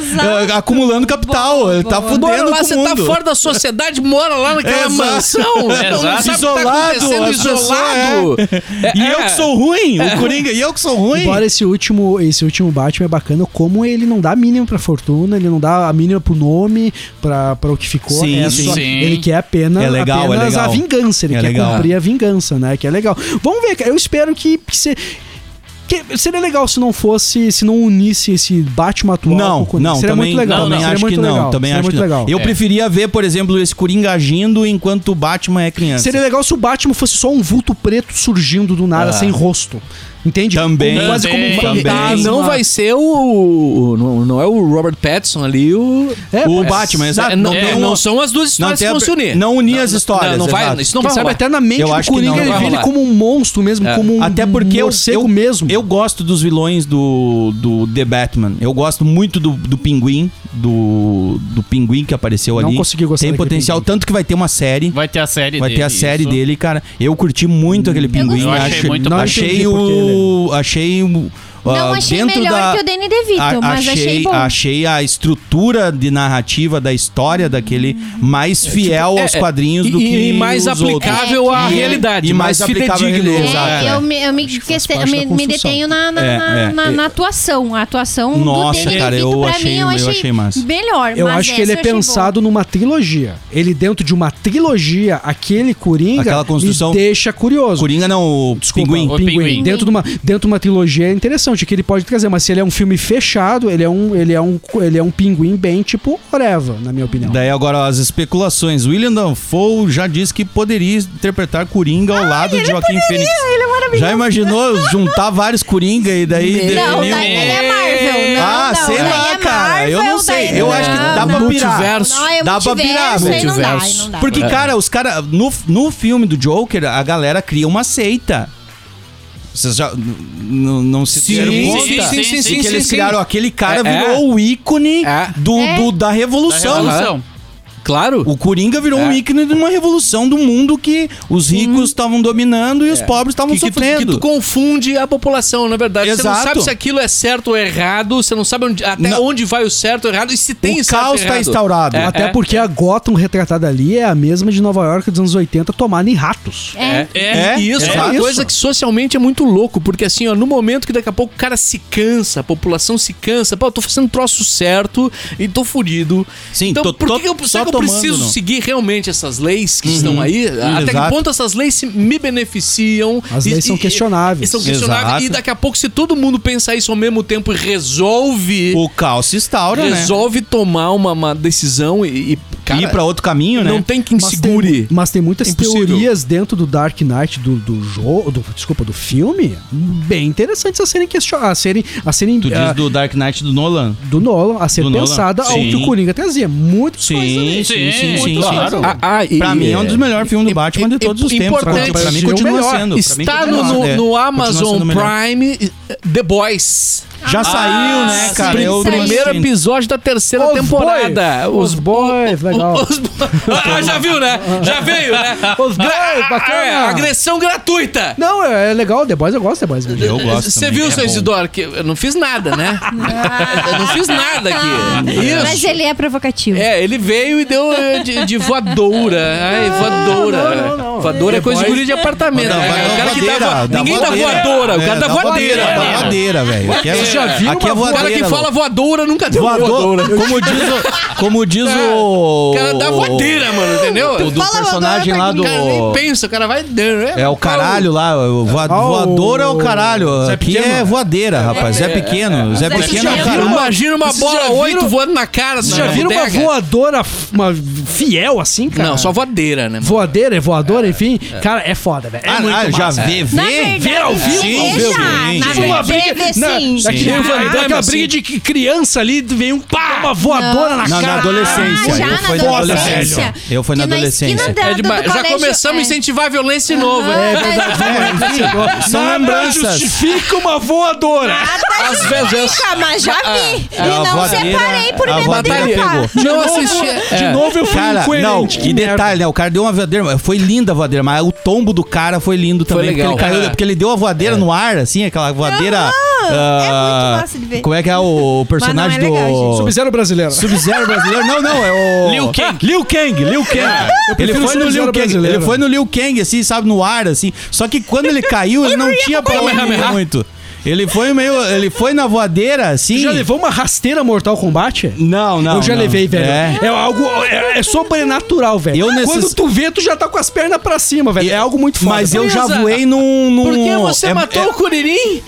Speaker 3: Exato.
Speaker 1: eh, acumulando capital, ele tá
Speaker 3: boa.
Speaker 1: fudendo
Speaker 4: Bora lá,
Speaker 1: com o
Speaker 4: você tá
Speaker 1: mundo.
Speaker 4: fora da sociedade, mora lá naquela
Speaker 1: Exato.
Speaker 4: mansão. Não sabe
Speaker 6: Exato.
Speaker 4: o que tá
Speaker 1: isolado,
Speaker 4: acontecendo,
Speaker 1: as pessoas,
Speaker 4: isolado.
Speaker 1: é. E
Speaker 4: É,
Speaker 1: eu que sou ruim, o Coringa, e eu que sou ruim.
Speaker 2: embora esse último, esse último Batman é bacana, como ele não dá a mínima pra fortuna, ele não dá a mínima pro nome, pra, pra o que ficou.
Speaker 1: Sim,
Speaker 2: é
Speaker 1: sim.
Speaker 2: só-
Speaker 6: Sim.
Speaker 2: Ele quer apenas,
Speaker 1: É legal, é
Speaker 2: apenas
Speaker 1: legal.
Speaker 2: a vingança, ele
Speaker 1: É
Speaker 2: quer
Speaker 1: legal.
Speaker 2: cumprir a vingança, né? Que é legal. Vamos ver, cara. Eu espero que. que se- que- seria legal se não fosse, se não unisse esse Batman atual
Speaker 1: Não,
Speaker 2: com o Coringa.
Speaker 1: não,
Speaker 2: seria
Speaker 1: também,
Speaker 2: muito legal.
Speaker 1: não, também
Speaker 2: seria
Speaker 1: acho
Speaker 2: muito
Speaker 1: que não.
Speaker 2: legal,
Speaker 1: Também
Speaker 2: seria
Speaker 1: acho
Speaker 2: muito
Speaker 1: que não.
Speaker 2: legal.
Speaker 1: Eu
Speaker 6: É.
Speaker 1: preferia ver, por exemplo, esse Coringa agindo enquanto o Batman é criança.
Speaker 2: Seria legal se o Batman fosse só um vulto preto surgindo do nada, sem rosto. Entende?
Speaker 1: Também.
Speaker 2: Como- Quase como tipo um
Speaker 6: Também.
Speaker 4: Ah,
Speaker 2: fantasma.
Speaker 4: não vai ser o. o- não, não é o Robert Pattinson ali, o.
Speaker 2: É,
Speaker 1: O
Speaker 2: pô,
Speaker 1: Batman, exato.
Speaker 4: É, não,
Speaker 1: tem
Speaker 4: é,
Speaker 1: uma-
Speaker 4: não são as duas histórias
Speaker 1: tem
Speaker 4: que
Speaker 1: a-
Speaker 4: vão se unir.
Speaker 1: não unir as histórias,
Speaker 4: Não, vai,
Speaker 1: exato.
Speaker 4: isso não
Speaker 2: Quem
Speaker 4: vai
Speaker 2: sabe
Speaker 4: rolar.
Speaker 2: até na mente
Speaker 1: Eu
Speaker 2: do
Speaker 1: acho que
Speaker 2: Coringa
Speaker 1: não
Speaker 2: ele
Speaker 4: vai
Speaker 2: vê ele
Speaker 4: rolar.
Speaker 2: como um monstro mesmo,
Speaker 4: É.
Speaker 2: como um
Speaker 1: Até porque eu,
Speaker 2: morcego
Speaker 1: eu
Speaker 2: mesmo.
Speaker 1: Eu gosto dos vilões do, do The Batman. Eu gosto muito do, do pinguim, do, do pinguim que apareceu
Speaker 2: Não
Speaker 1: ali.
Speaker 2: consegui gostar
Speaker 1: Tem
Speaker 2: daquele
Speaker 1: potencial,
Speaker 2: pinguim.
Speaker 1: tanto que vai ter uma série. Vai,
Speaker 6: Vai ter a série
Speaker 1: ter a
Speaker 6: dele,
Speaker 1: série
Speaker 6: isso.
Speaker 1: dele, cara. Eu curti muito aquele pinguim.
Speaker 6: Eu achei muito
Speaker 1: não
Speaker 6: bom.
Speaker 1: achei
Speaker 2: Não entendi
Speaker 1: o achei o,
Speaker 3: Não
Speaker 1: ah,
Speaker 3: achei
Speaker 1: dentro
Speaker 3: melhor
Speaker 1: da-
Speaker 3: que o Danny DeVito,
Speaker 1: a-
Speaker 3: mas achei bom.
Speaker 1: achei a estrutura de narrativa da história daquele mais fiel aos
Speaker 4: é,
Speaker 1: quadrinhos
Speaker 4: e-
Speaker 1: do
Speaker 4: e-
Speaker 1: que
Speaker 4: e mais
Speaker 1: os
Speaker 4: aplicável
Speaker 1: outros.
Speaker 4: à
Speaker 1: E-
Speaker 4: realidade,
Speaker 1: e mais,
Speaker 4: mais
Speaker 1: aplicável à
Speaker 4: fidedigno.
Speaker 1: realidade,
Speaker 4: É,
Speaker 1: exato,
Speaker 3: eu me, eu me,
Speaker 4: Acho que faz
Speaker 3: queste-
Speaker 4: parte
Speaker 3: me,
Speaker 4: da
Speaker 3: me
Speaker 4: construção.
Speaker 3: detenho na, na,
Speaker 1: É,
Speaker 3: na,
Speaker 1: é.
Speaker 3: na- na atuação. A atuação
Speaker 1: Nossa,
Speaker 3: do Danny
Speaker 1: cara,
Speaker 3: DeVito,
Speaker 1: eu
Speaker 3: pra
Speaker 1: achei- um,
Speaker 3: mim, eu
Speaker 1: eu
Speaker 3: achei,
Speaker 1: achei massa.
Speaker 3: melhor.
Speaker 2: Eu
Speaker 3: mas
Speaker 2: acho que ele é
Speaker 3: essa eu achei
Speaker 2: pensado numa trilogia. Ele dentro de uma trilogia, aquele Coringa
Speaker 1: Aquela construção-
Speaker 2: me deixa curioso.
Speaker 1: Coringa não, o
Speaker 2: Desculpa,
Speaker 1: Pinguim.
Speaker 2: o pinguim.
Speaker 6: Pinguim.
Speaker 2: Dentro de uma dentro de uma trilogia é interessante que ele pode trazer, mas se ele é um filme fechado, ele é um ele é um ele é um pinguim bem tipo Oreva, na minha opinião.
Speaker 1: Daí agora as especulações. William Dafoe já disse que poderia interpretar Coringa ao lado de Joaquim Phoenix.
Speaker 3: é
Speaker 1: já imaginou juntar vários Coringa e daí
Speaker 3: bom. Não,
Speaker 1: definir
Speaker 3: daí
Speaker 1: um-
Speaker 3: é Marvel. Não,
Speaker 1: Ah,
Speaker 3: não,
Speaker 1: sei
Speaker 3: daí
Speaker 1: lá,
Speaker 3: é
Speaker 1: cara. Eu não
Speaker 3: Marvel,
Speaker 1: sei.
Speaker 3: daí
Speaker 1: Eu
Speaker 3: não.
Speaker 1: acho que dá pra
Speaker 4: não.
Speaker 1: pirar.
Speaker 4: Multiverso.
Speaker 3: Não, é
Speaker 1: Dá pra virar,
Speaker 3: multiverso, aí não dá, aí
Speaker 4: multiverso.
Speaker 3: não dá.
Speaker 1: Porque,
Speaker 4: É.
Speaker 1: cara, os caras. No, no filme do Joker, a galera cria uma seita. Vocês já. n- n- Não se
Speaker 4: Sim,
Speaker 1: deram conta?
Speaker 4: sim, sim, sim,
Speaker 1: De
Speaker 4: sim,
Speaker 1: que
Speaker 4: sim,
Speaker 1: eles
Speaker 4: sim.
Speaker 1: criaram aquele cara,
Speaker 4: É,
Speaker 1: virou
Speaker 4: é.
Speaker 1: o ícone
Speaker 4: É.
Speaker 1: do, do- da revolução.
Speaker 6: Revolução.
Speaker 4: Claro.
Speaker 1: O Coringa virou um
Speaker 4: É.
Speaker 1: ícone de uma revolução do mundo que os ricos estavam dominando e os pobres estavam
Speaker 4: Que, que, tu, que
Speaker 1: sofrendo.
Speaker 4: tu confunde a população, na verdade. Você
Speaker 1: Exato.
Speaker 4: não sabe se aquilo é certo ou errado, você não sabe onde- até
Speaker 1: Não.
Speaker 4: onde vai o certo ou errado e se tem
Speaker 1: o
Speaker 4: certo
Speaker 1: caos tá
Speaker 4: e
Speaker 1: está
Speaker 4: errado.
Speaker 1: instaurado.
Speaker 4: É.
Speaker 1: Até-
Speaker 2: Até porque a Gotham retratada ali é a mesma de Nova York dos anos 80 tomada em ratos.
Speaker 4: É,
Speaker 1: É,
Speaker 4: e isso é,
Speaker 1: é
Speaker 4: uma
Speaker 1: isso.
Speaker 4: coisa que socialmente é muito louco, porque assim, ó, no momento que daqui a pouco o cara se cansa, a população se cansa, pô, eu tô fazendo um troço certo e tô fudido.
Speaker 1: Sim,
Speaker 4: então,
Speaker 1: tô-
Speaker 4: por
Speaker 1: tô-
Speaker 4: que, que eu, será
Speaker 1: só
Speaker 4: que eu
Speaker 1: tomando,
Speaker 4: preciso
Speaker 1: não. Uhum.
Speaker 4: seguir realmente essas leis que estão aí? Até que
Speaker 1: exato.
Speaker 4: ponto essas leis se- me beneficiam?
Speaker 2: As
Speaker 4: E-
Speaker 2: leis são
Speaker 4: e-
Speaker 2: questionáveis.
Speaker 4: E, são questionáveis.
Speaker 1: Exato.
Speaker 4: E daqui a pouco, se todo mundo pensar isso ao mesmo tempo e resolve.
Speaker 1: O caos se instaura, né?
Speaker 4: resolve tomar uma, uma decisão e, e, cara,
Speaker 1: Ir pra outro caminho, né?
Speaker 4: não tem quem segure.
Speaker 2: Tem, mas tem muitas
Speaker 4: Impossível.
Speaker 2: teorias dentro do Dark Knight do, do jogo, do- desculpa, do filme, bem interessantes a serem questionadas, a serem, a serem
Speaker 1: Tu
Speaker 2: ah,
Speaker 1: diz do Dark Knight do Nolan.
Speaker 2: do Nolan, a ser
Speaker 1: do Nolan.
Speaker 2: pensada ao que o
Speaker 1: Sim.
Speaker 2: Coringa trazia. Muito
Speaker 1: Sim, sim, sim, sim,
Speaker 6: claro.
Speaker 4: Ah,
Speaker 1: sim. Pra mim é um dos melhores filmes do Batman de todos os tempos.
Speaker 4: Importante.
Speaker 1: Pra mim
Speaker 2: Sim, o
Speaker 1: continua
Speaker 2: melhor.
Speaker 1: sendo. Pra mim
Speaker 4: Está no,
Speaker 1: continua sendo.
Speaker 4: no,
Speaker 1: É,
Speaker 4: no
Speaker 1: continua
Speaker 4: Amazon
Speaker 1: sendo o melhor.
Speaker 4: Prime eh, The Boys. Ah,
Speaker 1: Já saiu, né,
Speaker 3: sim,
Speaker 1: cara? Eu-
Speaker 3: saiu.
Speaker 4: Primeiro
Speaker 1: Sim.
Speaker 4: episódio da terceira
Speaker 2: Os
Speaker 4: temporada.
Speaker 2: Boys. Os Boys, legal.
Speaker 4: Os bo- Ah, já viu, né? Já veio, né? Os Boys,
Speaker 2: bacana.
Speaker 4: agressão gratuita.
Speaker 2: Não, é, é legal, The Boys eu gosto, de The Boys. mesmo.
Speaker 1: Eu gosto.
Speaker 4: Você
Speaker 1: também,
Speaker 4: viu,
Speaker 1: é
Speaker 4: seu
Speaker 1: bom.
Speaker 4: Isidoro, que eu não fiz nada, né? Eu não fiz nada
Speaker 1: Ah,
Speaker 4: aqui. Isso.
Speaker 3: Ah, Mas ele é provocativo.
Speaker 4: É, ele veio e deu eh, de, de voadora. Ai, voadora. Voadora é coisa de guri de apartamento.
Speaker 1: Dá-
Speaker 4: né?
Speaker 1: vai
Speaker 4: o
Speaker 1: dar
Speaker 4: cara que dá
Speaker 1: voadeira,
Speaker 4: voa-
Speaker 1: dá
Speaker 4: Ninguém dá
Speaker 1: voadeira.
Speaker 4: voadora, o cara
Speaker 1: É,
Speaker 4: dá
Speaker 1: Dá
Speaker 4: voadeira.
Speaker 1: voadeira, velho. Aqui é,
Speaker 4: Já viu
Speaker 1: aqui é
Speaker 4: O
Speaker 1: voadeira.
Speaker 4: cara que fala voadora nunca deu
Speaker 1: Voador-
Speaker 4: voadora.
Speaker 1: Como diz o. Como diz o.
Speaker 4: É, O cara dá voadeira, mano, entendeu?
Speaker 1: O do personagem lá do.
Speaker 4: O cara nem pensa, o cara vai dando. né?
Speaker 1: É o caralho lá, o voa- voador é o caralho. Aqui é voadeira, rapaz. Zé Pequeno. Zé
Speaker 4: Vocês
Speaker 1: Pequeno
Speaker 4: já
Speaker 1: é o
Speaker 4: viram
Speaker 1: caralho.
Speaker 4: uma- Imagina uma
Speaker 2: Vocês já
Speaker 4: bola
Speaker 2: viram-
Speaker 1: um-
Speaker 4: 8 voando na cara.
Speaker 2: Vocês
Speaker 4: Você
Speaker 2: já viram uma voadora f- uma fiel assim, cara?
Speaker 4: Não, só voadeira, né? mano?
Speaker 2: Voadeira, é voadora, enfim. Cara, é foda, velho. É
Speaker 1: Ah,
Speaker 2: muito
Speaker 1: ah, já
Speaker 2: massa.
Speaker 1: vê,
Speaker 3: Na
Speaker 1: vê.
Speaker 3: verdade,
Speaker 1: Sim,
Speaker 3: veja,
Speaker 1: vê,
Speaker 3: na
Speaker 1: vê.
Speaker 2: Uma
Speaker 3: verdade, vê sim.
Speaker 2: Na, daqui
Speaker 1: Sim.
Speaker 2: eu vou
Speaker 4: Ah,
Speaker 2: dar uma
Speaker 4: assim.
Speaker 2: briga de que criança ali, vem um pá, uma voadora na
Speaker 1: Não,
Speaker 2: cara.
Speaker 1: na adolescência.
Speaker 3: Ah, já
Speaker 1: eu
Speaker 3: na
Speaker 1: fui na
Speaker 3: adolescência.
Speaker 1: adolescência. Eu fui na
Speaker 3: Que na
Speaker 1: adolescência.
Speaker 3: esquina da-
Speaker 4: É
Speaker 3: do- do
Speaker 4: demais. Já
Speaker 3: colégio,
Speaker 4: começamos a
Speaker 3: é.
Speaker 4: incentivar a violência de novo. né?
Speaker 1: É, enfim, São
Speaker 2: Nada
Speaker 1: lembranças.
Speaker 2: justifica uma voadora.
Speaker 4: Às vezes.
Speaker 3: Ah, mas já vi.
Speaker 1: É, a
Speaker 3: e não
Speaker 1: voadeira-
Speaker 3: separei por
Speaker 1: a voadeira
Speaker 3: debater
Speaker 1: pegou.
Speaker 4: Não É. assisti.
Speaker 2: De novo eu fui
Speaker 1: É. Cara,
Speaker 2: incoerente.
Speaker 1: não, que detalhe, né? O cara deu uma voadeira, foi linda a voadeira, mas o tombo do cara foi lindo também.
Speaker 4: legal.
Speaker 1: Porque, ele caiu,
Speaker 4: É.
Speaker 1: porque ele deu a voadeira no ar, assim, aquela voadeira. ah,
Speaker 3: muito massa de ver.
Speaker 1: Como é que é o personagem
Speaker 3: Mas não é legal, gente.
Speaker 1: do.
Speaker 2: Sub-Zero brasileiro.
Speaker 1: Sub-Zero brasileiro? Não, não, é o. Liu Kang. Liu Kang, Liu Kang. Ele
Speaker 2: prefiro
Speaker 1: foi no
Speaker 2: Sub-Zero
Speaker 1: Liu Kang.
Speaker 2: brasileiro.
Speaker 1: Ele foi no Liu Kang, assim, sabe, no ar, assim. Só que quando ele caiu, ele não tinha pra onde ir muito. Ele foi meio. Ele foi na voadeira, assim.
Speaker 2: Tu já levou uma rasteira Mortal Kombat?
Speaker 1: Não, não.
Speaker 2: eu já
Speaker 1: não.
Speaker 2: levei, velho.
Speaker 1: É.
Speaker 2: É, algo. É, é sobrenatural, velho.
Speaker 1: Eu necess-
Speaker 2: Quando tu vê, tu já tá com as pernas pra cima, velho. É algo muito foda.
Speaker 1: Mas eu já
Speaker 4: Prisa.
Speaker 1: voei num. num
Speaker 4: Por que você
Speaker 1: é-
Speaker 4: matou
Speaker 1: é-
Speaker 4: o Curirim?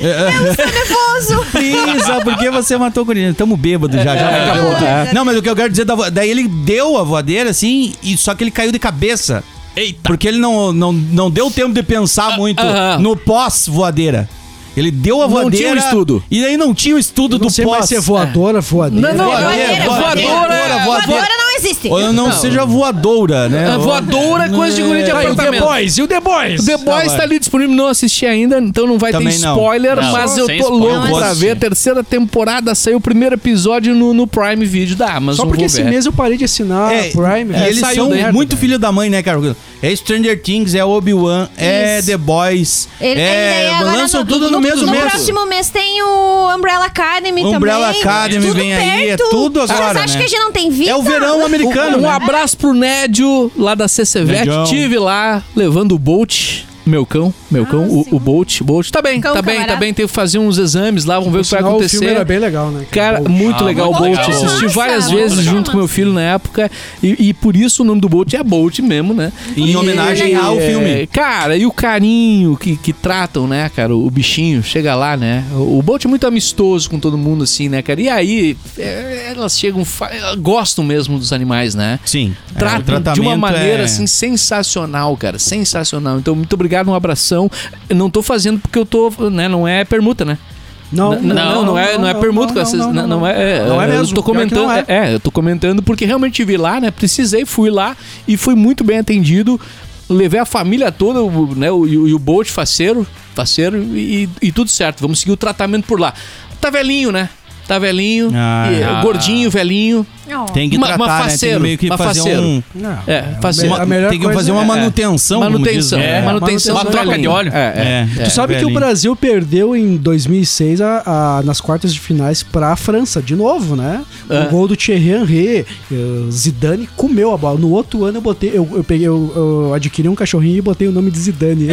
Speaker 1: Prisa, por que você matou o Corinthians? Tamo bêbado já, já acabou. Não, mas o que eu quero dizer, da vo- daí ele deu a voadeira assim, e só que ele caiu de cabeça. Eita. Porque ele não, não, não deu tempo de pensar muito
Speaker 4: aham.
Speaker 1: no pós-voadeira. Ele deu a
Speaker 4: Não
Speaker 1: voadeira.
Speaker 4: tinha o estudo.
Speaker 1: E aí não tinha o estudo
Speaker 2: Não
Speaker 1: do
Speaker 2: sei
Speaker 1: pós.
Speaker 2: mais se é voadora, voadeira.
Speaker 4: Não, não, é
Speaker 1: Voadeira,
Speaker 4: voadora,
Speaker 1: voadeira,
Speaker 4: voadora,
Speaker 1: voadeira.
Speaker 3: Agora não existe.
Speaker 1: Ou não, seja voadora, né?
Speaker 4: A voadora é coisa de guri de
Speaker 1: É,
Speaker 2: E o The
Speaker 4: apartamento.
Speaker 2: Boys? E o The Boys?
Speaker 4: The Boys tá ali disponível, não assisti ainda, então não vai
Speaker 1: Também
Speaker 4: ter
Speaker 1: não.
Speaker 4: spoiler,
Speaker 6: Não,
Speaker 4: mas
Speaker 6: sem
Speaker 4: eu tô
Speaker 6: spoiler.
Speaker 4: louco
Speaker 1: Não
Speaker 4: pra
Speaker 1: assisti.
Speaker 4: ver. A terceira temporada saiu o primeiro episódio no, no Prime Video da Amazon.
Speaker 2: Só porque
Speaker 4: vou
Speaker 2: esse
Speaker 4: ver.
Speaker 2: mês eu parei de assinar a
Speaker 1: É,
Speaker 2: Ah, Prime.
Speaker 1: e
Speaker 2: velho.
Speaker 1: eles
Speaker 2: Saiu
Speaker 1: são
Speaker 2: merda,
Speaker 1: muito
Speaker 2: velho.
Speaker 1: filho da mãe, né, cara? é Stranger Things, é Obi-Wan, é
Speaker 3: Isso.
Speaker 1: The Boys.
Speaker 3: Ele-
Speaker 1: é,
Speaker 3: ele- agora
Speaker 1: lançam
Speaker 3: no-
Speaker 1: tudo no, mesmo
Speaker 3: No
Speaker 1: mês.
Speaker 3: próximo mês tem o Umbrella Academy
Speaker 1: Umbrella
Speaker 3: também.
Speaker 1: Academy
Speaker 3: tudo
Speaker 1: vem aí, é
Speaker 3: perto.
Speaker 1: tudo agora,
Speaker 3: Vocês acham
Speaker 1: né?
Speaker 3: que a gente não tem vida?
Speaker 1: É o verão americano,
Speaker 4: um
Speaker 1: né?
Speaker 4: abraço pro Nédio lá da CCVET.
Speaker 1: Nédião.
Speaker 4: Tive lá levando o Bolt. Meu cão, meu cão, o, o Bolt, Bolt. Tá bem,
Speaker 3: Ah, Cão,
Speaker 4: tá bem,
Speaker 3: camarada.
Speaker 4: tá bem. Tem que fazer uns exames lá, vamos ver o que vai
Speaker 2: Sinal, O filme
Speaker 4: acontecer.
Speaker 2: era bem legal, né?
Speaker 4: Cara,
Speaker 2: Bom,
Speaker 4: muito
Speaker 6: Ah,
Speaker 4: legal o
Speaker 6: muito
Speaker 4: Bolt.
Speaker 6: legal.
Speaker 4: Assisti
Speaker 3: Massa.
Speaker 4: várias
Speaker 3: Muito
Speaker 4: vezes
Speaker 6: legal.
Speaker 4: junto com meu filho na época. E, e por isso o nome do Bolt é Bolt mesmo, né?
Speaker 1: Em homenagem
Speaker 4: é,
Speaker 1: ao filme.
Speaker 4: Cara, e o carinho que, que tratam, né, cara? O bichinho chega lá, né? O, o Bolt é muito amistoso com todo mundo, assim, né, cara? E aí, é, elas chegam, fa- elas gostam mesmo dos animais, né?
Speaker 1: Sim. é, o
Speaker 4: Tratam de uma
Speaker 1: tratamento
Speaker 4: maneira
Speaker 1: é-
Speaker 4: assim sensacional, cara, sensacional. Então, muito obrigado, um abração. Eu não tô fazendo porque eu tô, né, não é permuta, né?
Speaker 2: Não,
Speaker 4: N- Não, não, é, não é permuta com essas. Não, não é,
Speaker 2: Não é
Speaker 4: Eu
Speaker 2: mesmo,
Speaker 4: tô
Speaker 2: pior que
Speaker 4: comentando,
Speaker 2: não
Speaker 4: é.
Speaker 2: é.
Speaker 4: eu tô comentando porque realmente vi lá, né? Precisei, fui lá e fui muito bem atendido. Levei a família toda, o- né? o- E o, e o Bolt faceiro, faceiro e, e tudo certo. Vamos seguir o tratamento por lá. Tá velhinho, né? Tá velhinho,
Speaker 1: Ah.
Speaker 4: e- gordinho, velhinho.
Speaker 1: Tem que
Speaker 4: Uma-
Speaker 1: tratar,
Speaker 4: uma
Speaker 1: né? Tem que
Speaker 4: faceiro,
Speaker 1: meio que
Speaker 4: uma
Speaker 1: fazer
Speaker 4: faceiro.
Speaker 1: um...
Speaker 2: Não.
Speaker 4: É, faceiro.
Speaker 1: uma-
Speaker 2: A melhor
Speaker 1: tem que
Speaker 2: coisa
Speaker 1: fazer uma
Speaker 4: é-
Speaker 1: manutenção, como
Speaker 4: manutenção,
Speaker 2: é,
Speaker 1: diz, né?
Speaker 4: manutenção.
Speaker 6: Uma
Speaker 4: do
Speaker 6: troca de
Speaker 4: velhinho.
Speaker 6: óleo.
Speaker 4: É, é.
Speaker 1: É.
Speaker 2: Tu sabe que
Speaker 1: velhinho.
Speaker 2: o Brasil perdeu em 2006 a, a- nas quartas de finais pra França, de novo, né?
Speaker 4: É.
Speaker 2: O gol do Thierry Henry, eh, Zidane comeu a bola. No outro ano eu botei, eu, eu peguei, eu, eu adquiri um cachorrinho e botei o nome de Zidane.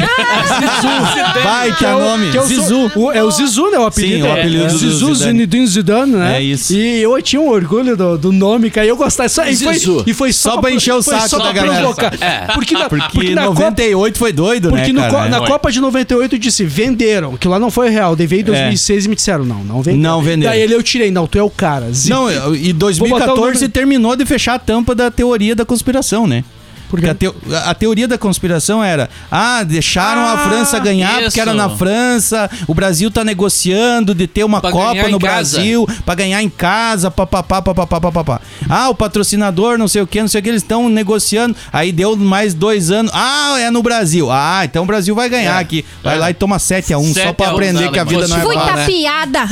Speaker 1: Vai, que é o nome.
Speaker 2: Que é o Zizu. O- é o Zizu, né? O apelido.
Speaker 1: Sim, o apelido
Speaker 2: é.
Speaker 1: do
Speaker 2: Zizu
Speaker 1: Zidane.
Speaker 2: Zinedine Zidane, né?
Speaker 1: É isso.
Speaker 2: E eu tinha um orgulho do, do nome, cara. e Eu gostava. Só, e, foi,
Speaker 4: Zizu.
Speaker 2: e foi só,
Speaker 1: Só pra encher o
Speaker 2: foi
Speaker 1: saco
Speaker 2: só
Speaker 1: da
Speaker 2: pra
Speaker 1: galera. É.
Speaker 2: provocar. Porque, na,
Speaker 1: Porque,
Speaker 2: porque na Copa
Speaker 1: 98 foi doido,
Speaker 2: porque no
Speaker 1: né, cara?
Speaker 2: Co- na Copa de 98 eu disse, venderam, que lá não foi real. Daí veio em 2006 e me disseram, não, não venderam.
Speaker 1: É. Não venderam.
Speaker 2: Daí ele, eu tirei, não, tu é o cara. Zi-
Speaker 1: Não, eu- e
Speaker 2: botar o
Speaker 1: 2014
Speaker 2: número-
Speaker 1: terminou de fechar a tampa da teoria da conspiração, né? Porque a, teo- a teoria da conspiração era: ah, deixaram a França ganhar
Speaker 6: isso.
Speaker 1: porque era na França, o Brasil tá negociando de ter uma
Speaker 4: Pra ganhar
Speaker 1: Copa
Speaker 4: em
Speaker 1: no
Speaker 4: casa.
Speaker 1: Brasil pra ganhar em casa, papapá, papapá, papapá. Ah, o patrocinador, não sei o que, não sei o que, eles estão negociando. Aí deu mais dois anos. Ah, é no Brasil. Ah, então o Brasil vai
Speaker 4: É.
Speaker 1: ganhar aqui. Vai lá e toma 7x1 só
Speaker 6: 7
Speaker 4: um,
Speaker 1: pra
Speaker 6: a 1
Speaker 1: aprender
Speaker 6: na
Speaker 1: que a vida não é
Speaker 3: Fui
Speaker 1: fácil.
Speaker 3: tapeada.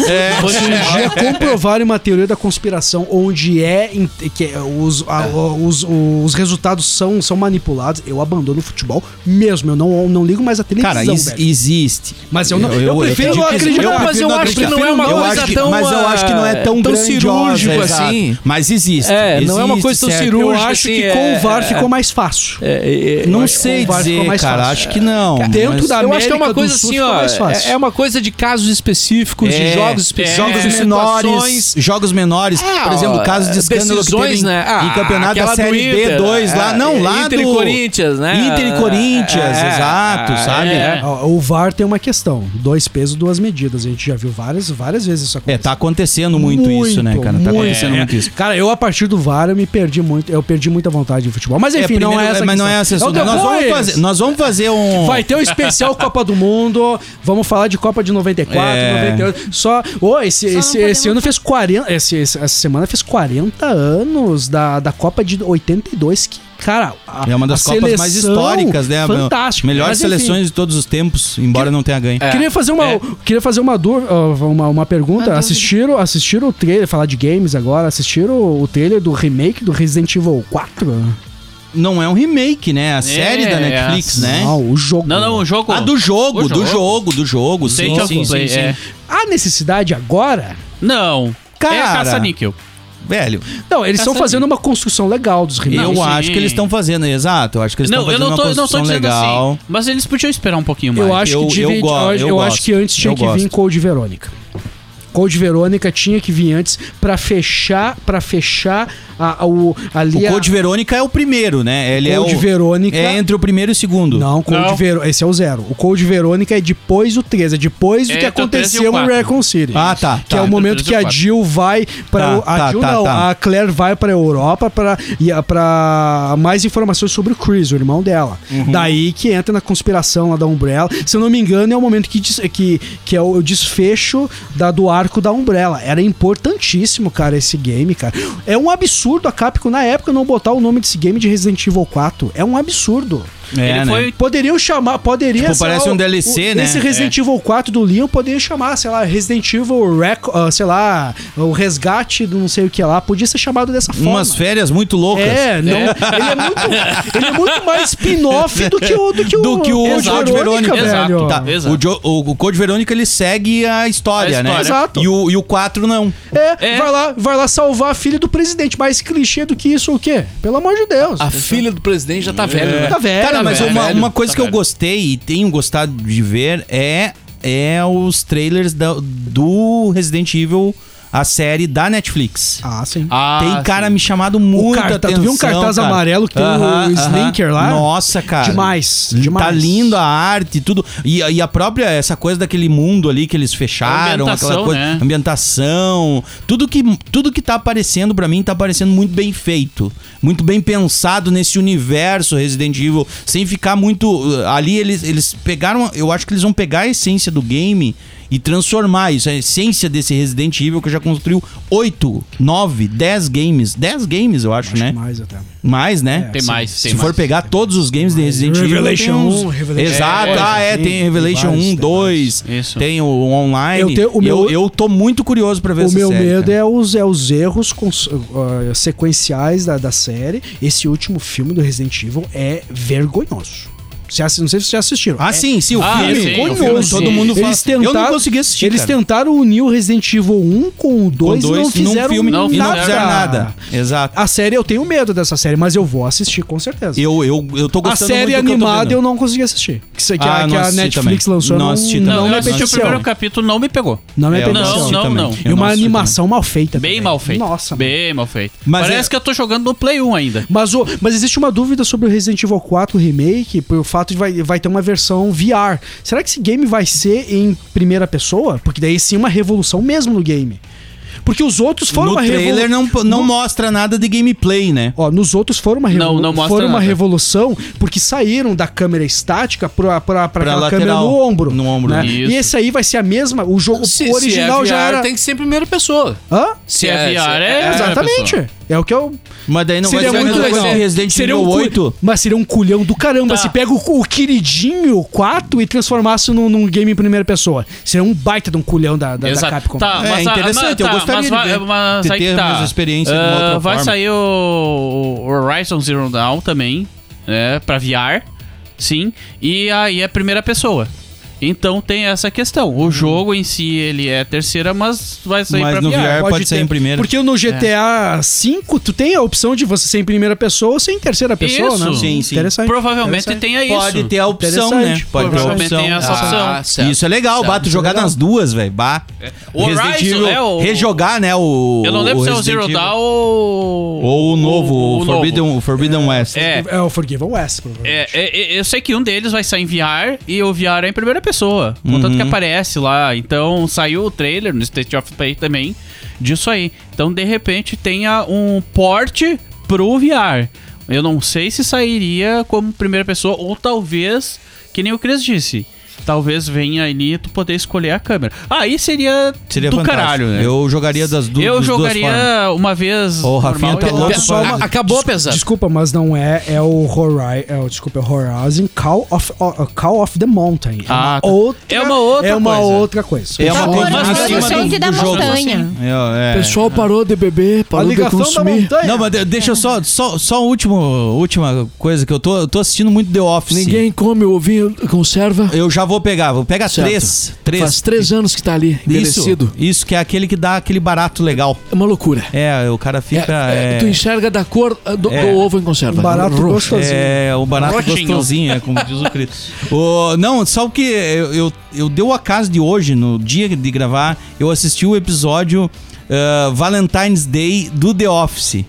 Speaker 2: Já comprovaram uma teoria da conspiração onde é in- que é os, a- os, os resultados são, são manipulados. Eu abandono o futebol mesmo. Eu não, não ligo mais a televisão.
Speaker 1: Cara, is-
Speaker 2: velho.
Speaker 1: existe.
Speaker 2: Mas eu não- eu prefiro
Speaker 1: digo
Speaker 2: não
Speaker 1: que
Speaker 2: acreditar.
Speaker 1: existe.
Speaker 4: Não, mas eu
Speaker 1: prefiro
Speaker 4: acho que não
Speaker 1: acreditar.
Speaker 4: é uma
Speaker 1: Eu
Speaker 4: coisa
Speaker 1: acho que-
Speaker 4: tão,
Speaker 1: Mas eu acho que não é tão,
Speaker 4: tão
Speaker 1: grandiosa,
Speaker 4: cirúrgico
Speaker 1: exato.
Speaker 4: assim.
Speaker 1: Mas existe.
Speaker 4: É, não é uma coisa tão
Speaker 1: certo?
Speaker 4: cirúrgica.
Speaker 2: eu
Speaker 4: hoje,
Speaker 2: acho
Speaker 4: assim,
Speaker 2: que com
Speaker 4: é-
Speaker 2: o VAR ficou mais fácil.
Speaker 4: É, é,
Speaker 1: Não
Speaker 2: Eu acho que
Speaker 1: sei
Speaker 2: com o VAR ficou
Speaker 1: dizer,
Speaker 2: mais
Speaker 1: cara.
Speaker 2: fácil.
Speaker 1: Acho que não.
Speaker 2: Dentro
Speaker 1: mas-
Speaker 2: da
Speaker 4: eu acho que é uma
Speaker 2: América do
Speaker 4: coisa
Speaker 2: Sul
Speaker 4: assim,
Speaker 2: ficou
Speaker 4: ó.
Speaker 2: mais fácil.
Speaker 4: É, é uma coisa de casos específicos, de
Speaker 1: É,
Speaker 4: jogos
Speaker 1: é,
Speaker 4: específicos,
Speaker 1: jogos
Speaker 4: de
Speaker 1: menores,
Speaker 4: situações.
Speaker 1: jogos menores,
Speaker 4: É,
Speaker 1: por exemplo,
Speaker 4: ó,
Speaker 1: o caso de escândalo que
Speaker 4: decisões,
Speaker 1: teve em,
Speaker 4: né? Ah,
Speaker 1: em campeonato
Speaker 4: aquela
Speaker 1: da
Speaker 4: do
Speaker 1: Série
Speaker 4: Inter,
Speaker 1: B 2 lá,
Speaker 4: é,
Speaker 1: não, lá
Speaker 4: Inter e
Speaker 1: do
Speaker 4: Corinthians, né?
Speaker 1: Inter e Corinthians,
Speaker 4: É,
Speaker 1: exato,
Speaker 4: é,
Speaker 1: sabe?
Speaker 4: é.
Speaker 2: Ó, O VAR tem uma questão, dois pesos, duas medidas. A gente já viu várias, várias vezes isso
Speaker 1: É,
Speaker 2: acontecer.
Speaker 1: tá acontecendo muito, isso, né, cara? Tá
Speaker 2: muito. É.
Speaker 1: acontecendo muito isso.
Speaker 2: Cara, eu a partir do VAR eu me perdi muito, eu perdi muita vontade de futebol. Mas
Speaker 1: É,
Speaker 2: enfim, não é
Speaker 1: primeiro-
Speaker 2: essa.
Speaker 1: mas não é essa
Speaker 2: questão.
Speaker 1: assunto. Nós vamos
Speaker 2: depois.
Speaker 1: fazer, nós vamos fazer um
Speaker 2: Vai ter o especial Copa do Mundo. Vamos falar de Copa de 94,
Speaker 1: É.
Speaker 2: 98. Só. Ô, esse, esse, esse ano fez 40. Esse, esse- essa semana fez 40 anos da, da Copa de 82. Que, cara, a,
Speaker 1: É uma das
Speaker 2: a
Speaker 1: Copas mais
Speaker 2: seleção,
Speaker 1: históricas, né?
Speaker 2: Fantástico. Mas,
Speaker 1: Melhores
Speaker 2: enfim, É.
Speaker 1: seleções É. de todos os tempos, embora não tenha ganho.
Speaker 2: Queria fazer uma, queria fazer uma, dúvida, uma, uma pergunta. assistiram, assistiram o trailer, falar de games agora, assistiram o trailer do remake do Resident Evil 4?
Speaker 1: Não é um remake, né? A série da
Speaker 6: é,
Speaker 1: Netflix, né?
Speaker 2: Não, o jogo.
Speaker 6: Não, não, o jogo.
Speaker 1: Ah, do jogo,
Speaker 6: O
Speaker 1: do jogo, do jogo.
Speaker 6: State
Speaker 1: Sim,
Speaker 6: of
Speaker 1: sim,
Speaker 6: Play,
Speaker 1: sim, sim.
Speaker 6: é.
Speaker 2: Há necessidade agora?
Speaker 6: Não. é
Speaker 1: Cara.
Speaker 6: caça-níquel.
Speaker 1: Velho,
Speaker 2: Não, eles estão
Speaker 6: Essa-
Speaker 2: fazendo uma construção legal dos remakes.
Speaker 1: eu
Speaker 6: sim.
Speaker 1: acho que eles estão fazendo, exato. Eu acho que eles estão
Speaker 6: Não, eu
Speaker 1: fazendo
Speaker 6: não tô,
Speaker 1: uma
Speaker 6: não tô
Speaker 1: construção
Speaker 6: dizendo
Speaker 1: legal.
Speaker 6: assim. Mas eles podiam esperar um pouquinho mais.
Speaker 2: Eu acho
Speaker 1: eu-
Speaker 2: que devia-
Speaker 1: eu go-
Speaker 2: eu,
Speaker 1: eu
Speaker 2: eu
Speaker 1: gosto.
Speaker 2: acho que antes tinha
Speaker 1: Eu
Speaker 2: que vir
Speaker 1: gosto.
Speaker 2: Code Verônica. Code Verônica tinha que vir antes pra fechar, para fechar a, a- o ali
Speaker 1: O
Speaker 2: a-
Speaker 1: Code Verônica é o primeiro, né? Ele
Speaker 2: Code
Speaker 1: é o,
Speaker 2: Verônica.
Speaker 1: É entre o primeiro e o segundo.
Speaker 2: Não, Code
Speaker 6: Não.
Speaker 2: Verô- esse é o zero. O Code Verônica é depois do 3, é depois do
Speaker 6: É,
Speaker 2: que
Speaker 6: entre o três e
Speaker 2: aconteceu
Speaker 6: o
Speaker 2: em
Speaker 6: quatro.
Speaker 2: Recon City.
Speaker 1: Ah, tá.
Speaker 2: Que
Speaker 1: tá.
Speaker 2: é o momento que a Jill vai
Speaker 1: Tá,
Speaker 2: para
Speaker 1: tá,
Speaker 2: a Jill
Speaker 1: tá,
Speaker 2: não,
Speaker 1: tá.
Speaker 2: a Claire vai para Europa para para mais informações sobre o Chris, o irmão dela. Daí que entra na conspiração lá da Umbrella. Se eu não me engano, é o momento que des- que, que é o o desfecho da, do arco da Umbrella. Era importantíssimo, cara, esse game, cara. É um absurdo a Capcom na época não botar o nome desse game de Resident Evil 4. É um absurdo.
Speaker 1: É,
Speaker 6: ele
Speaker 1: né?
Speaker 6: foi
Speaker 2: Poderiam chamar, poderia
Speaker 1: Tipo,
Speaker 2: sei lá,
Speaker 1: parece um
Speaker 2: o-
Speaker 1: DLC,
Speaker 2: o-
Speaker 1: né?
Speaker 2: Esse Resident Evil 4 do Leon poderia chamar, sei lá, Resident Evil, Rec ah, sei lá, o resgate do não sei o que lá, podia ser chamado dessa forma.
Speaker 1: Umas férias muito loucas.
Speaker 2: né? É, não, Ele, é muito, ele é muito mais spin-off do que o do que o,
Speaker 1: É. Do que o Code Verônica,
Speaker 2: velho.
Speaker 1: Tá,
Speaker 6: Exato.
Speaker 1: O, Jo- o- o Code Verônica ele segue a história,
Speaker 6: A
Speaker 1: né?
Speaker 6: história.
Speaker 2: Exato.
Speaker 1: E o, e o 4 não.
Speaker 2: É,
Speaker 6: É.
Speaker 2: Vai, lá, vai lá salvar a filha do presidente. Mais clichê do que isso, o quê? Pelo amor de Deus.
Speaker 4: A filha do presidente já tá velha,
Speaker 1: É.
Speaker 4: né?
Speaker 2: Tá velha,
Speaker 1: Cara, mas
Speaker 2: velho.
Speaker 1: uma,
Speaker 6: velho,
Speaker 1: uma coisa
Speaker 6: tá
Speaker 1: que eu
Speaker 6: velho.
Speaker 1: gostei e tenho gostado de ver é, é os trailers da- do Resident Evil, a série da Netflix.
Speaker 2: Ah, sim.
Speaker 6: Ah,
Speaker 1: tem
Speaker 6: sim.
Speaker 1: cara me chamado muito
Speaker 2: cartaz- tu
Speaker 1: atenção.
Speaker 2: viu um cartaz
Speaker 1: cara.
Speaker 2: amarelo que tem o Slinker lá?
Speaker 1: Nossa, cara.
Speaker 2: Demais,
Speaker 1: Tá
Speaker 2: demais.
Speaker 1: lindo a arte e tudo. E, e a própria, essa coisa daquele mundo ali que eles fecharam,
Speaker 6: A
Speaker 1: aquela
Speaker 6: ambientação,
Speaker 1: coisa,
Speaker 6: né?
Speaker 1: ambientação. Tudo que, tudo que tá aparecendo pra mim tá aparecendo muito bem feito. Muito bem pensado nesse universo Resident Evil, sem ficar muito... uh, Ali eles, eles pegaram, eu acho que eles vão pegar a essência do game e transformar isso, a essência desse Resident Evil que já construiu 8, 9, 10 games. 10 games, eu acho, né?
Speaker 2: Demais até. É,
Speaker 1: Mais, né?
Speaker 6: Tem mais,
Speaker 1: Se
Speaker 6: tem
Speaker 1: for
Speaker 6: mais.
Speaker 1: pegar todos os games de Resident Evil.
Speaker 2: Revelation
Speaker 1: tem uns-
Speaker 2: 1, Revelation
Speaker 1: Exato,
Speaker 6: dois,
Speaker 1: ah, é,
Speaker 2: sim,
Speaker 1: tem Revelation
Speaker 2: tem vários,
Speaker 1: 1,
Speaker 2: tem
Speaker 1: 2,
Speaker 6: vários. Isso.
Speaker 1: tem o online.
Speaker 2: Eu tenho- o meu-
Speaker 1: eu, eu tô muito curioso pra ver
Speaker 2: O
Speaker 1: essa
Speaker 2: meu
Speaker 1: série,
Speaker 2: medo
Speaker 1: cara.
Speaker 2: é os, é os erros cons- ah, sequenciais da, da série. Esse último filme do Resident Evil é vergonhoso. Você assi- não sei se vocês já assistiram.
Speaker 1: Ah,
Speaker 2: É
Speaker 1: sim, sim, o
Speaker 6: Ah,
Speaker 1: filme. o
Speaker 6: sim, o
Speaker 1: filme
Speaker 6: filme,
Speaker 1: todo
Speaker 6: sim.
Speaker 1: mundo fala.
Speaker 2: Eles tentaram,
Speaker 1: eu não consegui assistir.
Speaker 2: Eles
Speaker 1: cara.
Speaker 2: tentaram unir o Resident Evil 1 com o 2 e
Speaker 1: dois,
Speaker 2: não
Speaker 1: num
Speaker 2: fizeram
Speaker 1: filme,
Speaker 2: nada.
Speaker 1: e não fizeram nada. Exato.
Speaker 2: A série, eu tenho medo dessa série, mas eu vou assistir com certeza.
Speaker 1: Eu, eu, eu tô
Speaker 2: a
Speaker 1: gostando
Speaker 2: série
Speaker 1: muito do que eu tô
Speaker 2: animada
Speaker 1: vendo.
Speaker 2: eu, não consegui assistir. Que, se- que
Speaker 1: Ah,
Speaker 2: a,
Speaker 1: não
Speaker 2: que a
Speaker 1: assisti
Speaker 2: Netflix
Speaker 1: também.
Speaker 2: lançou
Speaker 1: Não
Speaker 2: não,
Speaker 1: assisti
Speaker 6: Não,
Speaker 1: também.
Speaker 2: me
Speaker 6: eu assisti o
Speaker 2: apeteceu.
Speaker 6: primeiro capítulo, não me pegou.
Speaker 2: Não me
Speaker 1: É, eu
Speaker 2: apeteceu.
Speaker 6: não,
Speaker 1: assisti
Speaker 6: não,
Speaker 1: também.
Speaker 6: não.
Speaker 1: Eu
Speaker 2: E
Speaker 1: não
Speaker 2: uma
Speaker 1: assisti
Speaker 2: animação mal feita.
Speaker 6: Bem
Speaker 2: também.
Speaker 6: mal feito.
Speaker 2: Nossa, mano.
Speaker 6: Bem mal feito.
Speaker 1: Mas
Speaker 6: Parece
Speaker 1: é-
Speaker 6: que eu tô jogando no Play 1 ainda.
Speaker 2: Mas, o, mas existe uma dúvida sobre o Resident Evil 4 Remake, pelo fato de vai, vai ter uma versão VR. Será que esse game vai ser em primeira pessoa? Porque daí sim uma revolução mesmo no game. Porque os outros foram
Speaker 1: No
Speaker 2: uma
Speaker 1: trailer
Speaker 2: revolução.
Speaker 1: não, não mostra nada de gameplay, né?
Speaker 2: Ó, nos outros foram uma, revolu-
Speaker 6: Não, não mostra
Speaker 2: foram uma
Speaker 6: nada.
Speaker 2: revolução porque saíram da câmera estática pra, pra, pra, aquela câmera
Speaker 1: lateral,
Speaker 2: no ombro.
Speaker 1: no ombro,
Speaker 2: né?
Speaker 6: isso.
Speaker 2: E esse aí vai ser a mesma. O jogo
Speaker 4: Se- se
Speaker 2: original
Speaker 4: é
Speaker 2: já
Speaker 4: VR,
Speaker 2: era.
Speaker 4: Tem que ser primeira pessoa.
Speaker 2: Hã?
Speaker 4: Se
Speaker 6: é VR, é-
Speaker 2: Exatamente. É o que eu.
Speaker 1: Mas daí não
Speaker 2: Seria
Speaker 1: vai ser a
Speaker 2: muito
Speaker 1: mesma coisa
Speaker 2: legal.
Speaker 1: que Resident
Speaker 2: Seria
Speaker 1: Evil
Speaker 2: um cu-
Speaker 1: 8.
Speaker 2: Mas seria um culhão do caramba
Speaker 6: Tá.
Speaker 2: se pega o, cu- o queridinho 4 e transformasse num, num game em primeira pessoa. Seria um baita de um culhão da, da, da
Speaker 6: Exato.
Speaker 2: Capcom.
Speaker 6: Tá,
Speaker 1: É,
Speaker 6: mas, a-
Speaker 1: interessante,
Speaker 6: mas-
Speaker 1: eu
Speaker 6: tá,
Speaker 1: gostaria
Speaker 6: mas
Speaker 1: de
Speaker 6: vai-
Speaker 1: ver,
Speaker 6: mas
Speaker 1: de
Speaker 6: aí
Speaker 1: ter
Speaker 6: que tá.
Speaker 1: mais experiência de uma
Speaker 6: Ah,
Speaker 1: outra
Speaker 6: Vai
Speaker 1: forma.
Speaker 6: sair o, o Horizon Zero Dawn também, né, pra VR, sim, e aí é primeira pessoa. Então tem essa questão. O jogo em si, ele é terceira, mas vai sair
Speaker 1: Hum. Mas
Speaker 6: pra
Speaker 1: no
Speaker 6: VR.
Speaker 1: VR pode ser
Speaker 2: É, ter.
Speaker 1: em primeira.
Speaker 2: Porque
Speaker 6: É.
Speaker 2: no GTA V, tu tem a opção de você ser em primeira pessoa ou ser em terceira pessoa,
Speaker 6: Isso.
Speaker 2: né?
Speaker 1: Sim, sim.
Speaker 2: Interessante.
Speaker 6: Provavelmente tenha isso.
Speaker 1: Pode ter a opção, né?
Speaker 2: Interessante.
Speaker 1: Pode ter a
Speaker 6: Provavelmente
Speaker 1: opção.
Speaker 6: tem essa opção.
Speaker 1: Isso é legal,
Speaker 4: Certo,
Speaker 1: bato
Speaker 4: isso
Speaker 1: jogar nas duas, velho. Bah.
Speaker 6: É. O
Speaker 1: Resident
Speaker 6: Horizon,
Speaker 1: Evil,
Speaker 6: né, o-
Speaker 1: rejogar, né, o
Speaker 6: Eu não lembro se é o
Speaker 1: Resident
Speaker 6: Zero
Speaker 1: Evil.
Speaker 6: Dawn ou...
Speaker 1: ou o novo, o,
Speaker 6: o
Speaker 1: Forbidden, o Forbidden West.
Speaker 6: É,
Speaker 2: É o Forgiven West, provavelmente.
Speaker 6: É, é, é, eu sei que um deles vai sair em VR e o VR é em primeira pessoa. Contanto
Speaker 1: Uhum.
Speaker 6: que aparece lá. Então saiu o trailer no State of Play também disso aí. Então de repente tenha um porte pro VR. Eu não sei se sairia como primeira pessoa ou talvez, que nem o Chris disse, talvez venha ali tu poder escolher a câmera. Ah, Aí seria,
Speaker 1: Seria
Speaker 6: do
Speaker 1: fantástico.
Speaker 6: caralho, né?
Speaker 1: Eu jogaria das du
Speaker 6: Eu
Speaker 1: das duas. formas.
Speaker 6: jogaria uma vez.
Speaker 1: Ô, Rafinha,
Speaker 6: normal
Speaker 1: tá
Speaker 6: e outra-
Speaker 1: louco.
Speaker 2: só uma-
Speaker 4: Acabou, pesado.
Speaker 2: Desculpa, mas não é. É o Horizon. É o, desculpa, é o Horizon Call of, o- Call of the Mountain. É
Speaker 6: Ah, tá.
Speaker 2: uma outra,
Speaker 6: É uma outra
Speaker 2: é uma
Speaker 6: coisa.
Speaker 2: outra coisa.
Speaker 1: É uma
Speaker 3: Tá
Speaker 1: coisa
Speaker 3: morando
Speaker 1: acima
Speaker 3: no centro
Speaker 1: do-
Speaker 3: da
Speaker 1: do jogo.
Speaker 3: montanha.
Speaker 1: É, tá é.
Speaker 4: parou de beber,
Speaker 2: A ligação da montanha.
Speaker 1: Não, mas de- deixa eu só só só um último, última coisa que eu tô eu tô assistindo muito The Office.
Speaker 4: come o vinho, conserva.
Speaker 1: Eu já vou pegar, vou pegar
Speaker 4: Certo.
Speaker 1: três, três.
Speaker 4: anos que tá ali,
Speaker 1: É isso, isso que é aquele que dá aquele barato legal.
Speaker 4: É uma loucura.
Speaker 1: É, o cara fica é,
Speaker 4: enxerga da cor ah, do,
Speaker 1: É.
Speaker 4: ovo em conserva.
Speaker 2: Barato
Speaker 4: Roxo.
Speaker 2: gostosinho.
Speaker 1: É, o barato
Speaker 6: Rotinho.
Speaker 1: gostosinho, é como diz o Cris. O- não, só que eu, eu, eu deu a casa de hoje, no dia de gravar, eu assisti o episódio ah, Valentine's Day do The Office.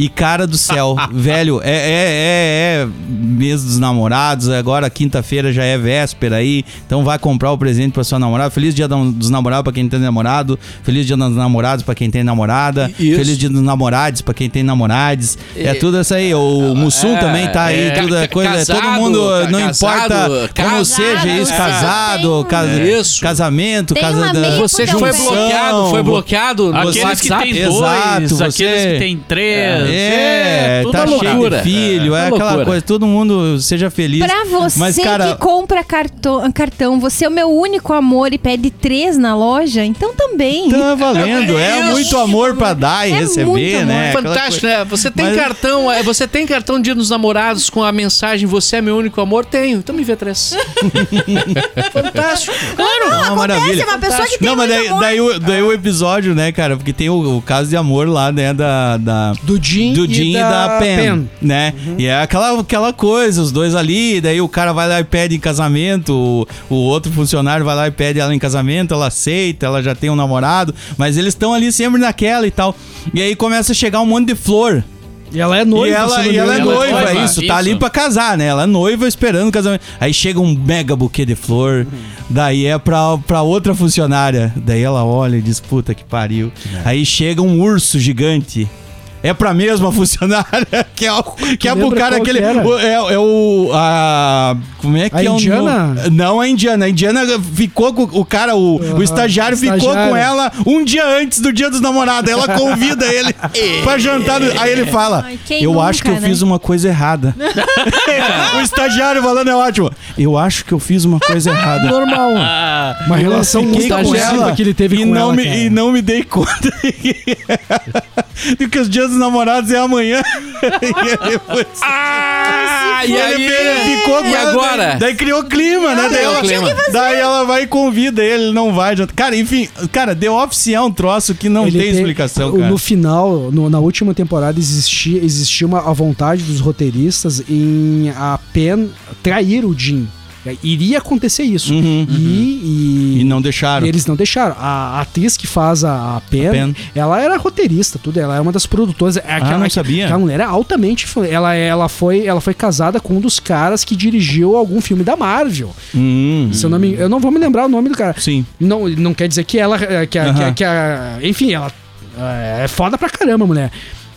Speaker 1: E cara do céu, velho, é, é, é, é mês dos namorados, agora quinta-feira já é véspera aí, então vai comprar o presente pra sua namorada. Feliz dia da- dos namorados pra quem tem namorado, feliz dia dos namorados pra quem tem namorada,
Speaker 4: Isso.
Speaker 1: feliz dia dos namorados pra quem tem namorades. É
Speaker 4: É.
Speaker 1: tudo isso aí, o Mussum
Speaker 4: é,
Speaker 1: também tá aí,
Speaker 4: é,
Speaker 1: tudo é
Speaker 4: ca-
Speaker 1: coisa,
Speaker 4: casado,
Speaker 1: todo mundo,
Speaker 4: ca-
Speaker 1: não
Speaker 4: casado,
Speaker 1: importa como
Speaker 4: casado, um
Speaker 1: seja isso,
Speaker 3: é.
Speaker 1: casado,
Speaker 3: Tem-
Speaker 1: casa-
Speaker 4: Isso.
Speaker 1: casamento,
Speaker 3: Tem
Speaker 1: casa
Speaker 3: uma
Speaker 4: um
Speaker 3: meia
Speaker 1: é,
Speaker 4: Você que
Speaker 3: Então,
Speaker 4: foi
Speaker 3: bem.
Speaker 4: bloqueado, foi bloqueado no
Speaker 6: Aqueles
Speaker 4: WhatsApp.
Speaker 6: que tem dois,
Speaker 1: Exato,
Speaker 6: aqueles
Speaker 1: você-
Speaker 6: que tem três.
Speaker 4: crianças.
Speaker 1: É,
Speaker 4: tudo
Speaker 1: tá
Speaker 4: uma
Speaker 1: cheio
Speaker 4: loucura.
Speaker 1: de filho, é,
Speaker 4: uma
Speaker 1: aquela
Speaker 4: loucura.
Speaker 1: coisa, todo mundo seja feliz.
Speaker 3: Pra você
Speaker 1: Mas, cara,
Speaker 3: que compra cartão, cartão, você é o meu único amor e pede três na loja, então também.
Speaker 1: tá valendo, é
Speaker 4: Isso.
Speaker 1: muito amor pra dar e
Speaker 3: É muito
Speaker 1: receber,
Speaker 3: amor.
Speaker 1: né? Aquela
Speaker 4: Fantástico, né? Você tem
Speaker 1: Mas-
Speaker 4: cartão, é, você tem cartão Dia dos Namorados com a mensagem Você é meu único amor? Tenho. Então me vê três. Fantástico.
Speaker 1: Claro, não,
Speaker 3: é uma pessoa que tem
Speaker 1: Ah, Não, mas
Speaker 3: muito
Speaker 1: daí,
Speaker 3: amor.
Speaker 1: daí, o, daí o episódio, né, cara? Porque tem o, o caso de amor lá, né, da... da...
Speaker 2: Do Jim,
Speaker 1: Do Jim e da, Pen, né? E é aquela, aquela coisa, os dois ali, daí o cara vai lá e pede em casamento, o, o outro funcionário vai lá e pede ela em casamento, ela aceita, ela já tem um namorado, mas eles estão ali sempre naquela e tal. E aí começa a chegar um monte de flor.
Speaker 2: E ela é noiva.
Speaker 1: e ela,
Speaker 2: se não
Speaker 1: e
Speaker 2: me
Speaker 1: ela é
Speaker 2: engano.
Speaker 6: Ela é
Speaker 1: noiva,
Speaker 6: noiva,
Speaker 1: isso,
Speaker 6: isso.
Speaker 1: tá ali pra casar, né? Ela é noiva esperando o casamento. Aí chega um mega buquê de flor, daí é pra, pra outra funcionária. Daí ela olha e diz, puta que pariu.
Speaker 2: É.
Speaker 1: Aí chega um urso gigante. É pra mesma funcionária que é, o- que é pro
Speaker 2: lembra
Speaker 1: cara
Speaker 2: qual
Speaker 1: aquele.
Speaker 2: que era?
Speaker 1: o- é, é o. A, como é que
Speaker 2: A
Speaker 1: é o nome?
Speaker 2: indiana?
Speaker 1: Não, a indiana. A indiana ficou com. O cara, o, o
Speaker 2: Aham,
Speaker 1: estagiário, ficou
Speaker 2: estagiário.
Speaker 1: com ela um dia antes do dia dos namorados. Ela convida ele pra jantar. Aí ele fala:
Speaker 3: Ai, quem
Speaker 1: Eu
Speaker 3: nunca,
Speaker 1: acho que eu
Speaker 3: né?
Speaker 1: fiz uma coisa errada. o estagiário falando é ótimo. Eu acho que eu fiz uma coisa errada.
Speaker 2: Normal.
Speaker 6: Ah,
Speaker 2: Uma relação
Speaker 1: Fiquei
Speaker 2: muito
Speaker 1: com ela
Speaker 2: abusiva Então que ele teve
Speaker 1: e
Speaker 2: com
Speaker 1: não
Speaker 2: ela,
Speaker 1: me,
Speaker 2: cara.
Speaker 1: E não me dei conta de que os dias dos namorados é amanhã. e ele foi... assim.
Speaker 4: Ah, e
Speaker 1: ele
Speaker 4: aí?
Speaker 1: ficou com
Speaker 4: E
Speaker 1: ela,
Speaker 4: agora?
Speaker 1: Daí, daí criou clima, né? Daí
Speaker 4: criou
Speaker 1: ela,
Speaker 4: clima.
Speaker 1: daí ela vai um- e convida ele, ele não vai. adianta. Cara, enfim, cara, The Office é um troço que não
Speaker 2: Ele
Speaker 1: tem, explicação,
Speaker 2: o-
Speaker 1: cara.
Speaker 2: No final, no- na última temporada, existia, existia uma, a vontade dos roteiristas em a Pen trair o Jim. Iria acontecer isso.
Speaker 1: Uhum,
Speaker 2: e, e-
Speaker 1: E não deixaram.
Speaker 2: e eles não deixaram. A atriz que faz a, a Pen,
Speaker 1: A Pen. Ah,
Speaker 2: ela era roteirista, tudo. Ela é uma das produtoras. É Aquela,
Speaker 1: não sabia.
Speaker 2: Aquela mulher é altamente. influ- Ela, ela, foi, ela foi casada com um dos caras que dirigiu algum filme da Marvel.
Speaker 1: Hum,
Speaker 2: Se eu, não me- eu não vou me lembrar o nome do cara.
Speaker 1: sim.
Speaker 2: Não, não quer dizer que ela. eh, Que a,
Speaker 1: Aham.
Speaker 2: que a- que a- enfim, ela eh, é foda pra caramba, mulher.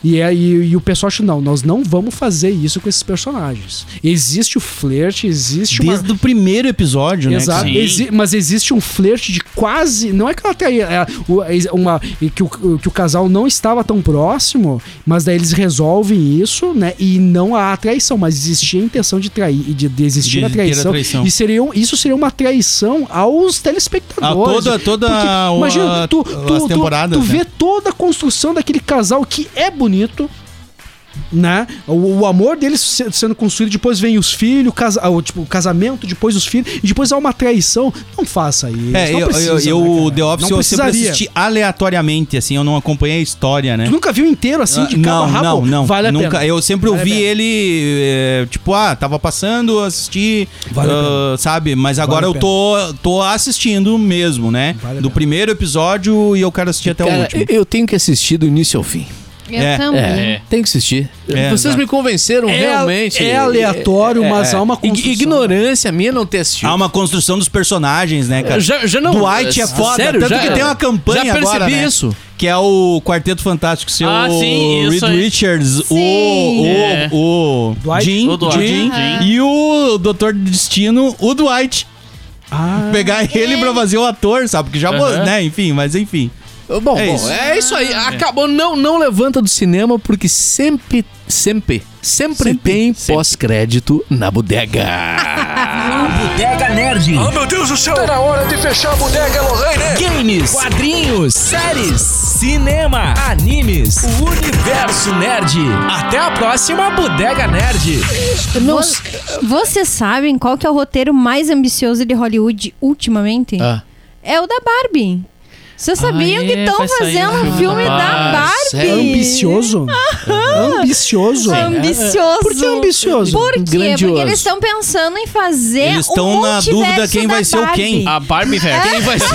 Speaker 2: E, aí e o pessoal acha, não, nós não vamos fazer isso com esses personagens. Existe o flerte, existe uma.
Speaker 1: Desde o primeiro episódio, né?
Speaker 2: Exato.
Speaker 1: cara?
Speaker 6: Sim.
Speaker 2: Exi- mas existe um flerte de quase. Não é que ela tenha. é, o- é uma, e que, o, que o casal não estava tão próximo, mas daí eles resolvem isso, né? E não há a traição, mas existia a intenção de trair e de, de existir
Speaker 1: De
Speaker 2: a
Speaker 1: ter a
Speaker 2: traição.
Speaker 1: traição.
Speaker 2: E seria, um- isso seria uma traição aos
Speaker 1: Ah,
Speaker 2: telespectadores.
Speaker 1: toda, toda
Speaker 2: é Porque,
Speaker 1: a-
Speaker 2: imagina, tu,
Speaker 1: a-
Speaker 2: tu,
Speaker 1: as
Speaker 2: tu-
Speaker 1: temporadas.
Speaker 2: tu
Speaker 1: né?
Speaker 2: vê toda a construção daquele casal que é bonito. Né? O, o amor deles se- sendo construído, depois vem os filhos, o, casa- ah, o, tipo, o casamento, depois os filhos, e depois há uma traição. Não faça isso.
Speaker 1: É,
Speaker 2: não
Speaker 1: eu,
Speaker 2: precisa,
Speaker 1: eu,
Speaker 2: né,
Speaker 1: eu
Speaker 2: cara?
Speaker 1: The Office
Speaker 2: não
Speaker 1: eu sempre
Speaker 2: precisaria.
Speaker 1: assisti aleatoriamente, assim, eu não acompanhei a história, né?
Speaker 2: Tu nunca viu inteiro assim, de
Speaker 1: Ah,
Speaker 2: cabo a
Speaker 1: não,
Speaker 2: rabo?
Speaker 1: não, não.
Speaker 2: Vale a
Speaker 1: nunca.
Speaker 2: pena.
Speaker 1: Eu sempre
Speaker 2: Vale a
Speaker 1: ouvi
Speaker 2: pena.
Speaker 1: ele, é, tipo, ah, tava passando, assisti,
Speaker 2: Vale a
Speaker 1: ah, sabe? Mas agora
Speaker 2: Vale a
Speaker 1: eu tô, tô assistindo mesmo, né?
Speaker 2: Vale a
Speaker 1: Do
Speaker 2: pena.
Speaker 1: primeiro episódio e eu quero assistir até o
Speaker 4: Cara,
Speaker 1: Então, último.
Speaker 4: eu- eu tenho que assistir do início ao fim.
Speaker 3: Eu
Speaker 1: É,
Speaker 3: também.
Speaker 4: É, tem que assistir.
Speaker 1: É,
Speaker 4: Vocês
Speaker 1: exato.
Speaker 4: me convenceram
Speaker 2: É-
Speaker 4: realmente. é.
Speaker 2: é aleatório, mas há uma
Speaker 4: Ig-
Speaker 2: construção.
Speaker 4: Ignorância minha não ter assistido.
Speaker 1: Há uma construção dos personagens, né, Ah, cara?
Speaker 4: Já, já não.
Speaker 1: Dwight é foda,
Speaker 4: Sério,
Speaker 1: tanto
Speaker 4: já-
Speaker 1: que tem uma campanha
Speaker 4: já percebi
Speaker 1: agora, né?
Speaker 4: isso.
Speaker 1: Que é o Quarteto Fantástico, seu
Speaker 6: Ah, sim,
Speaker 1: Reed
Speaker 6: isso aí.
Speaker 1: Richards, o, o,
Speaker 6: É.
Speaker 1: o
Speaker 2: Dwight.
Speaker 1: Jim,
Speaker 6: O Dwight.
Speaker 1: Jim,
Speaker 6: Aham.
Speaker 1: e o Doutor Destino, o Dwight.
Speaker 2: Ah,
Speaker 1: Pegar ele pra fazer o ator, sabe? Porque já,
Speaker 6: Aham.
Speaker 1: né, enfim, mas enfim.
Speaker 4: Bom,
Speaker 1: É
Speaker 4: bom,
Speaker 1: isso.
Speaker 4: é isso aí. Acabou, não, não levanta do cinema, porque sempre, sempre, sempre, tem pós-crédito na bodega.
Speaker 10: Bodega Nerd.
Speaker 7: meu Deus do céu! Tá na hora de fechar a bodega, Lorraine!
Speaker 10: Games, quadrinhos, séries, cinema, animes, o universo nerd. Até a próxima Bodega Nerd.
Speaker 3: Vo- Vocês sabem qual que é o roteiro mais ambicioso de Hollywood ultimamente?
Speaker 4: Ah.
Speaker 3: É o da Barbie. Vocês sabiam
Speaker 6: é,
Speaker 3: que estão
Speaker 6: vai sair
Speaker 3: fazendo
Speaker 6: um
Speaker 3: um
Speaker 6: filme
Speaker 3: filme
Speaker 6: da
Speaker 3: da
Speaker 4: Barbie.
Speaker 3: Barbie? É,
Speaker 4: Sério?
Speaker 2: ambicioso? ambicioso?
Speaker 3: Ambicioso.
Speaker 2: Por que ambicioso?
Speaker 3: Por quê?
Speaker 4: Grandioso.
Speaker 3: Porque eles estão pensando em fazer
Speaker 1: Eles
Speaker 3: um
Speaker 1: estão na
Speaker 3: multiverso
Speaker 1: dúvida quem
Speaker 3: da
Speaker 1: vai ser o quem.
Speaker 3: Barbie.
Speaker 6: a Barbie velho. Quem vai ser?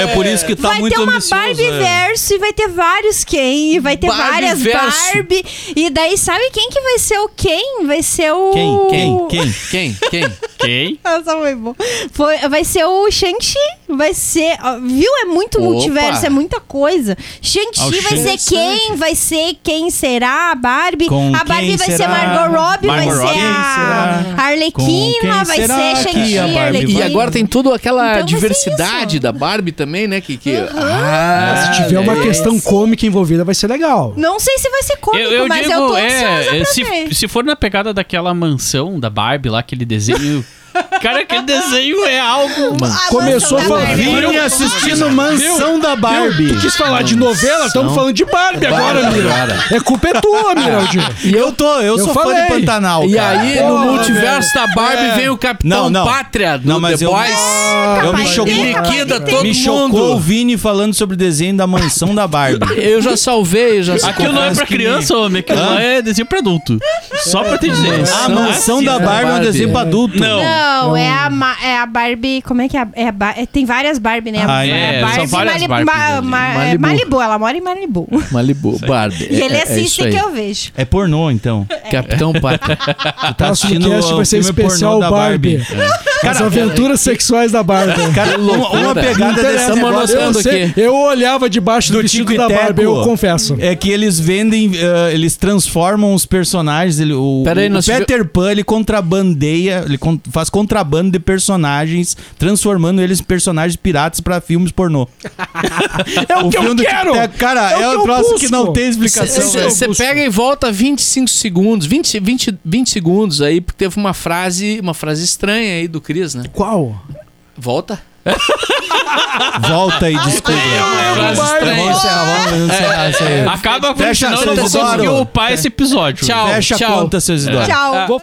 Speaker 1: É por isso que tá
Speaker 3: vai
Speaker 1: muito
Speaker 3: ter uma
Speaker 1: ambicioso.
Speaker 3: Barbie
Speaker 1: é.
Speaker 3: verso e vai ter vários Ken, e vai ter
Speaker 4: Barbie
Speaker 3: várias
Speaker 4: verso.
Speaker 3: Barbie. E daí, sabe quem que vai ser o quem? Vai ser o.
Speaker 1: Quem? Quem? Quem?
Speaker 4: Quem? Quem?
Speaker 6: Ok.
Speaker 3: Nossa, foi bom. Foi, vai ser o Shang-Chi. Vai ser. ó, Viu? É muito
Speaker 4: Opa.
Speaker 3: multiverso, é muita coisa.
Speaker 1: Ah,
Speaker 3: Shang-Chi
Speaker 1: o
Speaker 3: vai ser quem? Vai ser quem será? A Barbie.
Speaker 1: Com
Speaker 3: a Barbie
Speaker 1: quem
Speaker 3: vai ser
Speaker 1: será?
Speaker 3: Margot Robbie, vai
Speaker 1: Margot
Speaker 3: ser
Speaker 1: Robbie.
Speaker 3: a
Speaker 1: Quem será? Com quem
Speaker 3: Arlequina, vai
Speaker 1: será
Speaker 3: ser
Speaker 1: que
Speaker 3: Shang-Chi,
Speaker 1: a Barbie vai?
Speaker 3: Arlequina.
Speaker 4: E agora tem toda aquela
Speaker 3: Então vai ser
Speaker 4: diversidade
Speaker 3: isso.
Speaker 4: da Barbie também, né? Que, que...
Speaker 2: Se
Speaker 4: Ah,
Speaker 2: tiver uma
Speaker 1: É,
Speaker 4: velho.
Speaker 2: questão cômica envolvida, vai ser legal.
Speaker 3: Não sei se vai ser cômico,
Speaker 6: Eu, eu
Speaker 3: mas
Speaker 6: digo,
Speaker 3: eu tô ansiosa
Speaker 6: é,
Speaker 3: pra
Speaker 6: se,
Speaker 3: ver.
Speaker 6: se for na pegada daquela mansão da Barbie lá, aquele desenho. Cara, aquele desenho é algo.
Speaker 3: A
Speaker 2: Começou
Speaker 3: mansão da
Speaker 2: fofinho,
Speaker 3: Barbie.
Speaker 1: Vim assistindo Mansão da Barbie.
Speaker 2: quis falar de novela, estamos falando de Barbie agora, Mira. É culpa é tua, Miraldinho.
Speaker 1: E eu tô, eu, sou fã
Speaker 2: falei.
Speaker 1: de Pantanal.
Speaker 4: E
Speaker 1: cara.
Speaker 4: aí,
Speaker 2: Porra,
Speaker 4: no multiverso da Barbie,
Speaker 1: É.
Speaker 4: vem o Capitão
Speaker 1: Não, não.
Speaker 4: Pátria do
Speaker 1: Não, mas
Speaker 4: The
Speaker 1: eu-
Speaker 4: Boys.
Speaker 1: eu me
Speaker 3: Capaz
Speaker 1: chocou.
Speaker 4: Ele
Speaker 3: de, capaz
Speaker 4: liquida
Speaker 3: de ter.
Speaker 4: todo
Speaker 1: Me chocou o
Speaker 4: mundo.
Speaker 1: Vini falando sobre o desenho da mansão da Barbie.
Speaker 4: Eu já salvei, já salvei.
Speaker 6: Aquilo não é pra
Speaker 1: Confesso que-
Speaker 6: criança, homem. Aquilo
Speaker 1: Hã?
Speaker 6: lá é desenho pra adulto. Só pra te dizer. Ah,
Speaker 1: A mansão da Barbie é um desenho pra adulto.
Speaker 3: Não, é a, Ma- é a Barbie. Como é que é? a- é a Ba- é- tem várias Barbie, né? A-
Speaker 1: Ah,
Speaker 3: a
Speaker 1: é,
Speaker 6: são várias Barbies ali.
Speaker 3: é,
Speaker 4: Malibu.
Speaker 3: Malibu, ela mora em Malibu.
Speaker 4: Malibu, Barbie.
Speaker 3: E ele
Speaker 4: é, é
Speaker 3: assiste
Speaker 4: isso aí.
Speaker 3: que eu vejo.
Speaker 1: É pornô, então.
Speaker 4: Capitão Pátria.
Speaker 1: Tu
Speaker 2: Tá assistindo cast vai ser
Speaker 1: filme pornô
Speaker 2: especial
Speaker 1: da É.
Speaker 2: Barbie. As aventuras sexuais da Barbie.
Speaker 1: Cara, uma, uma pegada desse
Speaker 4: Estamos
Speaker 1: negócio
Speaker 4: anotando
Speaker 2: Eu sei,
Speaker 4: aqui.
Speaker 2: Eu olhava debaixo do,
Speaker 1: é, Do
Speaker 2: vestido
Speaker 1: Tico e
Speaker 2: da
Speaker 1: Teco.
Speaker 2: Barbie, eu confesso.
Speaker 1: é que eles vendem, eh, eles transformam os personagens. Ele, o
Speaker 4: Pera aí,
Speaker 1: o
Speaker 4: nós tive-
Speaker 1: Peter Pan, ele contrabandeia, ele con- faz contrabando de personagens, transformando eles em personagens piratas pra filmes pornô.
Speaker 2: É o, que eu
Speaker 1: do Tic
Speaker 2: quero!
Speaker 1: Tac, cara,
Speaker 2: É o
Speaker 1: é,
Speaker 2: que
Speaker 1: um
Speaker 2: eu
Speaker 1: troço que
Speaker 2: busco.
Speaker 1: não tem explicação.
Speaker 4: Você
Speaker 2: busco.
Speaker 4: pega e volta 25 segundos, 20, 20, 20 segundos aí, porque teve uma frase, uma frase estranha aí do Cris, né?
Speaker 2: Qual?
Speaker 4: Volta.
Speaker 1: Volta e desculpa. É,
Speaker 4: frase estranha.
Speaker 1: Vamos encerrar, vamos encerrar isso aí.
Speaker 6: Acaba porque
Speaker 1: Fecha,
Speaker 6: senão não
Speaker 1: vocês
Speaker 6: conseguiu
Speaker 1: adoram.
Speaker 6: upar esse episódio.
Speaker 4: Tchau.
Speaker 1: Fecha a conta, seus idosos.
Speaker 3: Tchau.